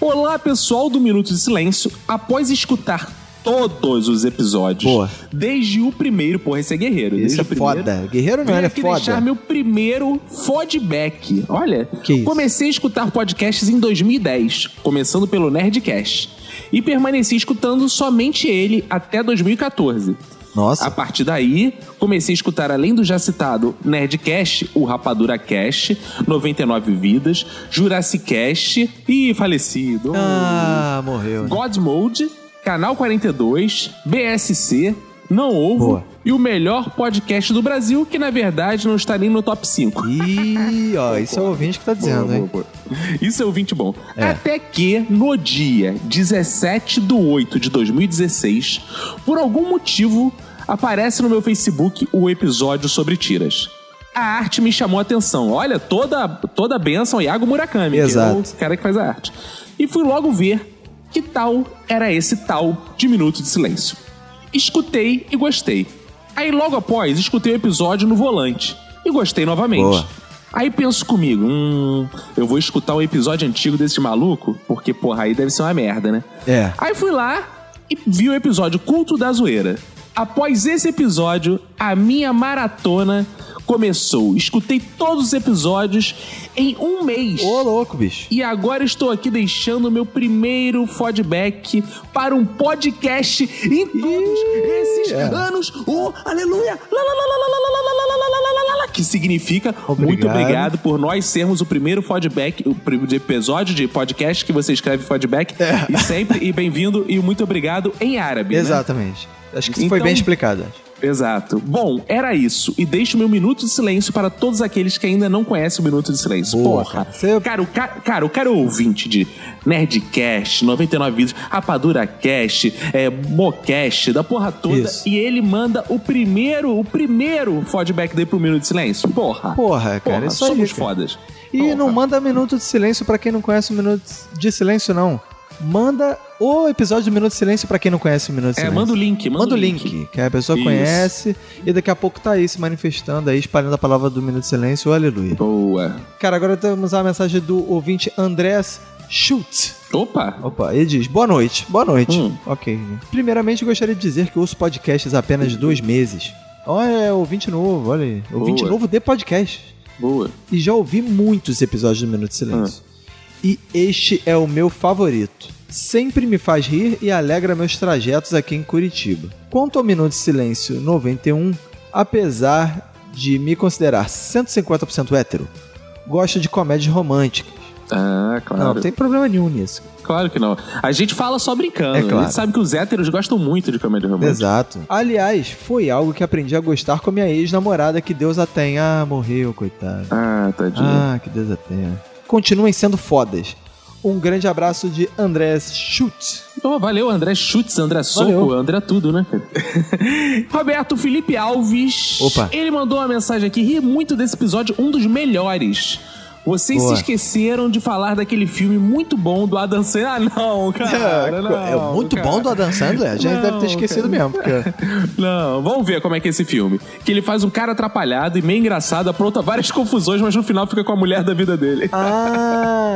Olá, pessoal do Minuto de Silêncio. Após escutar todos os episódios,
Boa.
desde o primeiro, porra, esse é guerreiro.
Isso
desde
é
o primeiro,
foda. Guerreiro não,
Vim
ele é
aqui deixar
foda.
meu primeiro feedback. Olha,
Que isso?
comecei a escutar podcasts em 2010, começando pelo Nerdcast. E permaneci escutando somente ele até 2014. A
Nossa.
partir daí, comecei a escutar, além do já citado Nerdcast, o Rapadura Cast, 99 Vidas, Jurassic Cast e falecido.
Ah, morreu. né?
God Mode, Canal 42, BSC, Não Ovo
Boa.
e o melhor podcast do Brasil, que na verdade não está nem no top 5.
Ih, ó, isso é o ouvinte que tá dizendo, hein?
Isso é ouvinte bom. Até que, no dia 17 de 8 de 2016, por algum motivo, aparece no meu Facebook o episódio sobre tiras. A arte me chamou a atenção. Olha, toda, toda a benção Iago Murakami,
Exato.
que é o cara que faz a arte. e fui logo ver que tal era esse tal de Minuto de Silêncio. Escutei e gostei. Aí logo após, escutei o episódio no volante e gostei novamente.
Boa.
Aí penso comigo, hum, eu vou escutar o episódio antigo desse maluco, porque porra, aí deve ser uma merda, né?
É.
Aí fui lá e vi o episódio Culto da Zoeira. Após esse episódio, a minha maratona começou. Escutei todos os episódios em um mês. Ô,
louco, bicho.
E agora estou aqui deixando o meu primeiro feedback para um podcast em todos esses
é.
anos. Oh, aleluia! Lá, lá, lá, lá, lá, lá, lá, lá, lá, lá, lá, lá, lá, lá, Que significa muito obrigado por nós sermos o primeiro feedback, o primeiro de episódio de podcast que você escreve feedback. E sempre, e bem-vindo, e muito obrigado em árabe. né?
Exatamente. Acho que isso foi
Então-
bem explicado.
Exato. Bom, era isso. E deixo meu minuto de silêncio para todos aqueles que ainda não conhecem o minuto de silêncio.
Boa,
Porra. Cara, o ca... cara, o cara é ouvinte de Nerdcast, 99 vídeos, Rapadura Cast, é, Mocast, da porra toda. E ele manda o primeiro, o primeiro feedback dele pro minuto de silêncio. Porra.
Porra, cara, isso aí,
somos
cara.
fodas.
E não manda minuto de silêncio pra quem não conhece o minuto de silêncio, não. Manda o episódio do Minuto de Silêncio pra quem não conhece o Minuto de
É,
Silêncio.
manda o link, manda
o
o
link.
link.
Que a pessoa
Isso.
conhece e daqui a pouco tá aí se manifestando aí, espalhando a palavra do Minuto de Silêncio. Aleluia.
Boa.
Cara, agora temos a mensagem do ouvinte Andrés Schultz.
Opa!
Opa, ele diz, boa noite, boa noite.
Hum.
Ok. Primeiramente, gostaria de dizer que ouço podcasts há apenas dois meses. Olha, é ouvinte novo, olha aí. Ouvinte
Boa.
novo de podcast.
Boa.
E já ouvi muitos episódios do Minuto de Silêncio. E este é o meu favorito. Sempre me faz rir e alegra meus trajetos aqui em Curitiba. Quanto ao Minuto de Silêncio 91, apesar de me considerar 150% hétero, gosto de comédias românticas.
Ah, claro.
Não, tem problema nenhum nisso.
Claro que não. A gente fala só brincando.
É
A
claro.
gente sabe que os héteros gostam muito de comédia romântica.
Exato. Aliás, foi algo que aprendi a gostar com a minha ex-namorada, que Deus a tenha. Ah, morreu, coitado.
Ah, tadinho.
Ah, que Deus a tenha. Continuem sendo fodas. Um grande abraço de Andrés Schutz.
Oh, valeu, André Schutz, André Soco,
Valeu.
André tudo, [laughs] né? cara? Roberto Felipe Alves.
Opa.
Ele mandou uma mensagem aqui, ri muito desse episódio, um dos melhores. Vocês
Boa.
se esqueceram de falar daquele filme muito bom do Adam Sandler. Ah, [laughs] não, cara.
É,
não,
é muito
cara.
bom do Adam Sandler. A gente
Não,
deve ter esquecido
cara.
mesmo. Porque...
Não, vamos ver como é que é esse filme. Que ele faz um cara atrapalhado e meio engraçado, apronta várias [laughs] confusões, mas no final fica com a mulher da vida dele.
[laughs]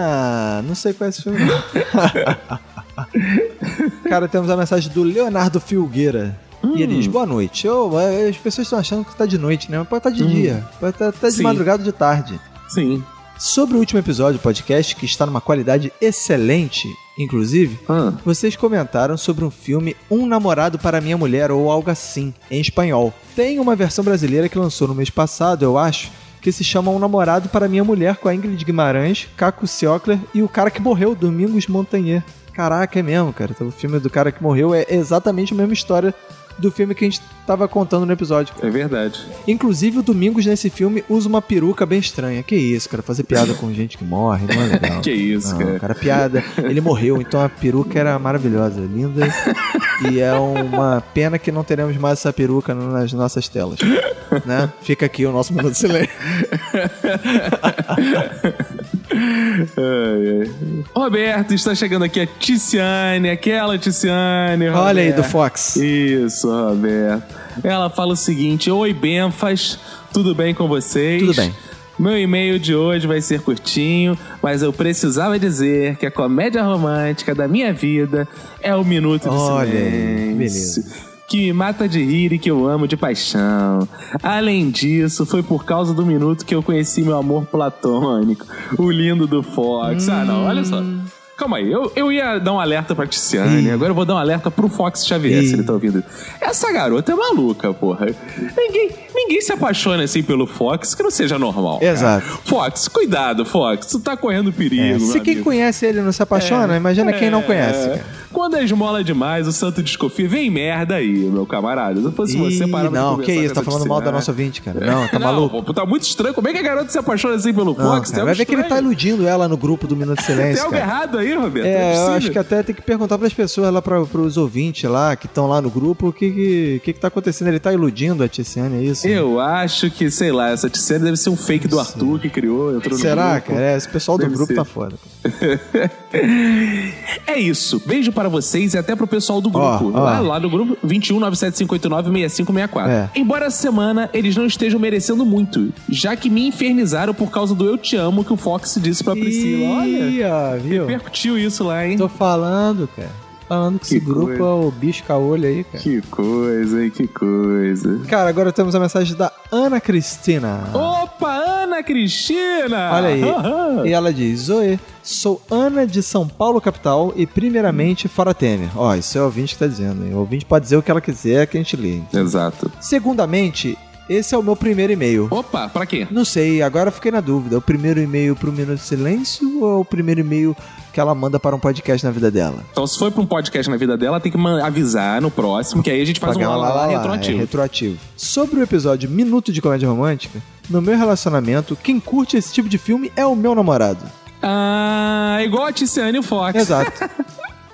Ah, não sei qual é esse filme.
[laughs]
não. Cara, temos a mensagem do Leonardo Filgueira. E ele diz, boa noite. Ô, as pessoas estão achando que tá de noite, né? Mas pode estar de
Hum.
dia. Pode estar de
Sim.
madrugada ou de tarde.
Sim.
Sobre o último episódio do podcast, que está numa qualidade excelente, inclusive,
Ah.
vocês comentaram sobre um filme Um Namorado para Minha Mulher ou algo assim, em espanhol. Tem uma versão brasileira que lançou no mês passado, eu acho, que se chama Um Namorado para Minha Mulher, com a Ingrid Guimarães, Caco Ciocler e o cara que morreu, Domingos Montanher. Caraca, é mesmo, cara. Então, O filme do cara que morreu é exatamente a mesma história do filme que a gente tava contando no episódio.
É verdade.
Inclusive, o Domingos nesse filme usa uma peruca bem estranha. Que isso, cara? Fazer piada com gente que morre, não é legal.
Que isso,
Não,
cara.
cara. Piada. Ele morreu, então a peruca era maravilhosa, linda. E é uma pena que não teremos mais essa peruca nas nossas telas. Né? Fica aqui o nosso minuto de silêncio.
Ai, ai. Roberto está chegando aqui a Ticiane, aquela Ticiane.
Olha aí,
Roberto.
do Fox.
Isso, Roberto. Ela fala o seguinte: Oi, Benfas, tudo bem com vocês? Tudo bem. Meu e-mail de hoje vai ser curtinho, mas eu precisava dizer que a comédia romântica da minha vida é o Minuto do
Olha aí,
Silêncio.
beleza.
Que me mata de rir e que eu amo de paixão. Além disso, foi por causa do minuto que eu conheci meu amor platônico, o lindo do Fox. Ah, não, olha só.
Hum.
Calma aí, eu, eu ia dar um alerta pra Tiziane, agora eu vou dar um alerta pro Fox Xavier, se ele tá ouvindo. Essa garota é maluca, porra. Ninguém, ninguém se apaixona assim pelo Fox que não seja normal. cara.
Exato.
Fox, cuidado, Fox, tu tá correndo perigo.
É, se
meu
quem
amigo.
conhece ele não se apaixona,
É.
imagina quem não
É.
conhece. cara.
Quando a esmola é demais, o santo desconfia. Vem merda aí, meu camarada. Se eu fosse você,
Ih,
parava de
não,
conversar com
que isso,
essa
tá falando mal da
Tiziane.
nossa ouvinte, cara. Não, tá
Não,
maluco.
pô, tá muito estranho. Como é que a garota se apaixona assim pelo
Não,
Fox?
cara, vai ver que ele tá iludindo ela no grupo do Minuto de
Tem
Silêncio.
algo
tá cara.
errado aí, Roberto? Não
É, eu
possível.
acho que até tem que perguntar pras pessoas lá, pra, pros ouvintes lá, que estão lá no grupo, o que que, que que tá acontecendo. Ele tá iludindo a Tiziane, é isso?
Eu acho que, sei lá, essa Tiziane deve ser um fake do Arthur que criou, entrou no
Será,
grupo.
cara? É, esse pessoal do
Deve
grupo
ser.
tá foda.
É isso. Beijo para vocês e até pro pessoal do grupo.
Ó, ó.
Lá, lá no grupo 21975896564.
É.
Embora essa semana eles não estejam merecendo muito, já que me infernizaram por causa do Eu Te Amo que o Fox disse pra Priscila. Olha,
Olha, viu?
repercutiu isso lá, hein?
Tô falando, cara. Falando que,
Que
esse grupo
coisa.
é o bicho caolho aí, cara.
Que coisa, hein? Que coisa.
Cara, agora temos a mensagem da Ana Cristina.
Opa, Ana Cristina!
Olha aí.
Aham.
E ela diz: Zoe, sou Ana de São Paulo, capital, e primeiramente fora Temer. Ó, isso é o ouvinte que tá dizendo, hein? O ouvinte pode dizer o que ela quiser que a gente lê.
Exato.
Segundamente, esse é o meu primeiro e-mail.
Opa, pra quê?
Não sei, agora eu fiquei na dúvida. É o primeiro e-mail pro Minuto de Silêncio ou é o primeiro e-mail que ela manda para um podcast na vida dela?
Então, se for pra um podcast na vida dela, tem que man- avisar no próximo, que aí a gente faz
Pagar
um lá, lá, lá, retroativo.
é retroativo. Sobre o episódio Minuto de Comédia Romântica, no meu relacionamento, quem curte esse tipo de filme é o
[laughs]
meu namorado.
Ah, igual a Tiziane e o Fox.
Exato.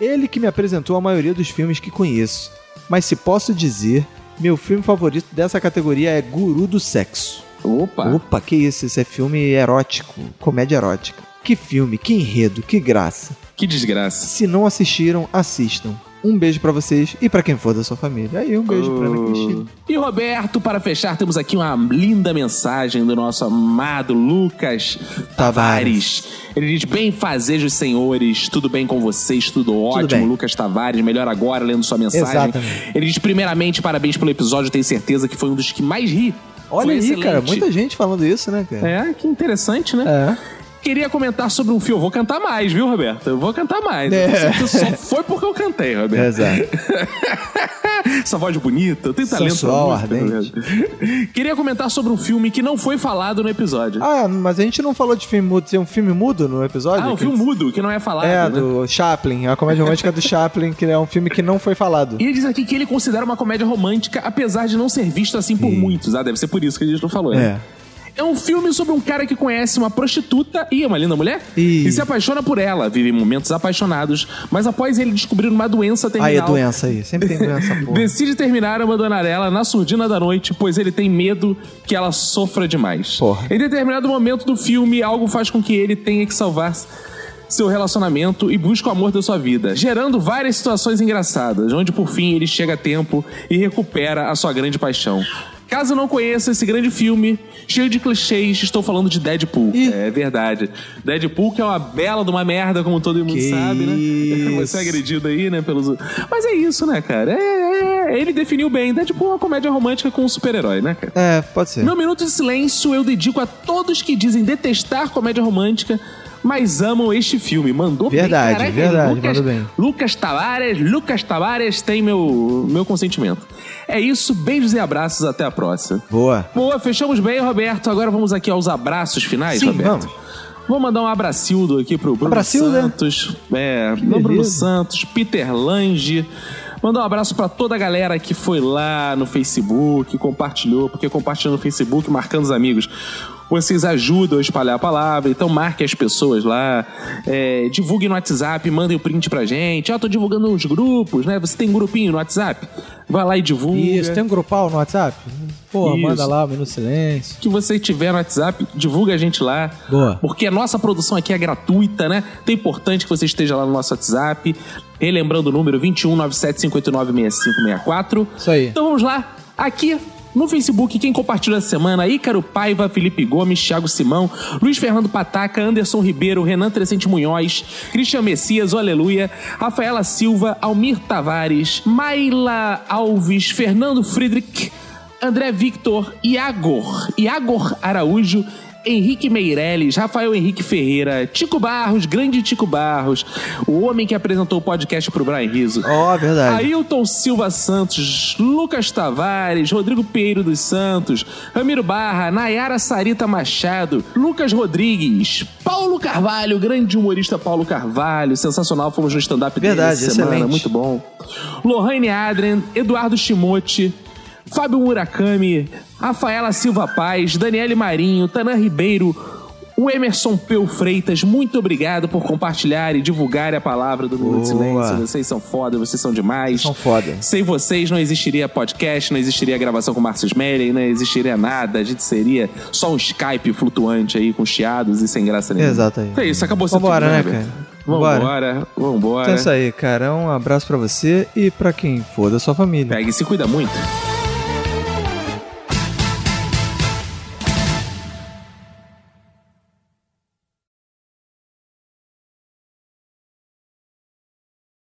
Ele que me apresentou a maioria dos filmes que conheço. Mas se posso dizer, meu filme favorito dessa categoria é Guru do Sexo.
Opa!
Opa, que isso? Esse é filme erótico, comédia erótica. Que filme, que enredo, que graça.
Que desgraça.
Se não assistiram, assistam. Um beijo pra vocês e pra quem for da sua família. Aí um beijo pra
Oh,
Ana Cristina.
E Roberto, para fechar, temos aqui uma linda mensagem do nosso amado Lucas Tavares. Ele diz: Bem fazejos, senhores, tudo bem com vocês, tudo ótimo.
bem.
Lucas Tavares, melhor agora, lendo sua mensagem.
Exatamente.
Ele diz: primeiramente, parabéns pelo episódio, tenho certeza que foi um dos que mais ri.
Olha
Foi
aí,
excelente.
cara, muita gente falando isso, né, cara?
É, que interessante, né? Queria comentar sobre um filme. Eu vou cantar mais, viu, Roberto? Eu vou cantar mais.
É.
Isso Só foi porque eu cantei, Roberto.
Exato.
[laughs] Essa voz bonita, eu tenho talento pra
Sensual,
música,
ardente.
Roberto. Queria comentar sobre um filme que não foi falado no episódio.
Ah, mas a gente não falou de filme mudo. Tem um filme mudo no episódio?
Ah, um
Que-
filme mudo, que não é falado.
É,
né?
do Chaplin, a comédia romântica do Chaplin, que é um filme que não foi falado.
E ele diz aqui que ele considera uma comédia romântica, apesar de não ser visto assim por muitos. Ah, deve ser por isso que a gente não falou, né? É um filme sobre um cara que conhece uma prostituta e uma linda mulher
Ih.
e se apaixona por ela. Vivem momentos apaixonados, mas após ele descobrir uma doença terminal,
Aí é doença aí, sempre tem
[laughs]
doença, pô.
decide terminar e abandonar ela na surdina da noite, pois ele tem medo que ela sofra demais. Em determinado momento do filme, algo faz com que ele tenha que salvar seu relacionamento e busca o amor da sua vida, gerando várias situações engraçadas, onde por fim ele chega a tempo e recupera a sua grande paixão. Caso não conheça esse grande filme, cheio de clichês, estou falando de Deadpool. É verdade. Deadpool que é uma bela de uma merda, como todo mundo
Que
sabe, né? [laughs] Você
isso.
agredido aí, né? Pelos... Mas é isso, né, cara? É, é- ele definiu bem. Deadpool é uma comédia romântica com um super-herói, né, cara?
É, pode ser.
Meu minuto de silêncio eu dedico a todos que dizem detestar comédia romântica, mas amam este filme. Mandou
Verdade,
bem,
verdade,
Lucas,
mandou bem.
Lucas Tavares, Lucas Tavares tem meu, meu consentimento. É isso, beijos e abraços, até a próxima.
Boa.
Boa, fechamos bem, Roberto. Agora vamos aqui aos abraços finais,
Sim,
Roberto.
vamos.
Vou mandar um abracildo aqui pro Bruno
Abracilda?
Santos. É, pro Bruno
beleza.
Santos, Peter Lange. Mandar um abraço pra toda a galera que foi lá no Facebook, compartilhou, porque compartilhando no Facebook, marcando os amigos. Vocês ajudam a espalhar a palavra, então marque as pessoas lá, é, divulguem no WhatsApp, mandem o print pra gente. Ó, tô divulgando uns grupos, né? Você tem grupinho no WhatsApp? Vai lá e divulga.
Isso, tem um grupal no WhatsApp? Pô,
Isso.
manda lá, Minuto de Silêncio.
que você tiver no WhatsApp, divulga a gente lá.
Boa.
Porque a nossa produção aqui é gratuita, né? Então é importante que você esteja lá no nosso WhatsApp. Relembrando o número 21975896564.
Isso aí.
Então vamos lá. Aqui no Facebook, quem compartilhou essa semana? Ícaro Paiva, Felipe Gomes, Thiago Simão, Luiz Fernando Pataca, Anderson Ribeiro, Renan Trescente Munhoz, Christian Messias, o Aleluia, Rafaela Silva, Almir Tavares, Maila Alves, Fernando Friedrich, André Victor, Iagor, Iagor Araújo, Henrique Meirelles, Rafael Henrique Ferreira, Tico Barros, grande Tico Barros, o homem que apresentou o podcast pro Brian Rizzo.
Ó, verdade.
Ailton Silva Santos, Lucas Tavares, Rodrigo Peiro dos Santos, Ramiro Barra, Nayara Sarita Machado, Lucas Rodrigues, Paulo Carvalho, grande humorista Paulo Carvalho, sensacional, fomos no stand-up dele
Verdade,
essa semana,
excelente.
muito bom. Lohane Adren, Eduardo Shimote, Fábio Murakami, Rafaela Silva Paz, Daniele Marinho, Tanã Ribeiro, O Emerson Peu Freitas, muito obrigado por compartilhar e divulgar a palavra do Minuto de
Boa.
Silêncio. Vocês são foda, vocês são demais.
São foda.
Sem vocês não existiria podcast, não existiria gravação com o Márcio Smelly, não existiria nada. A gente seria só um Skype flutuante aí com chiados e sem graça nenhuma.
Exato aí.
É isso, acabou sendo
Vambora,
tudo,
né,
Roberto?
cara?
Vambora, vambora.
Então é isso aí, cara. Um abraço pra você e pra quem for da sua família.
Pega e se cuida muito.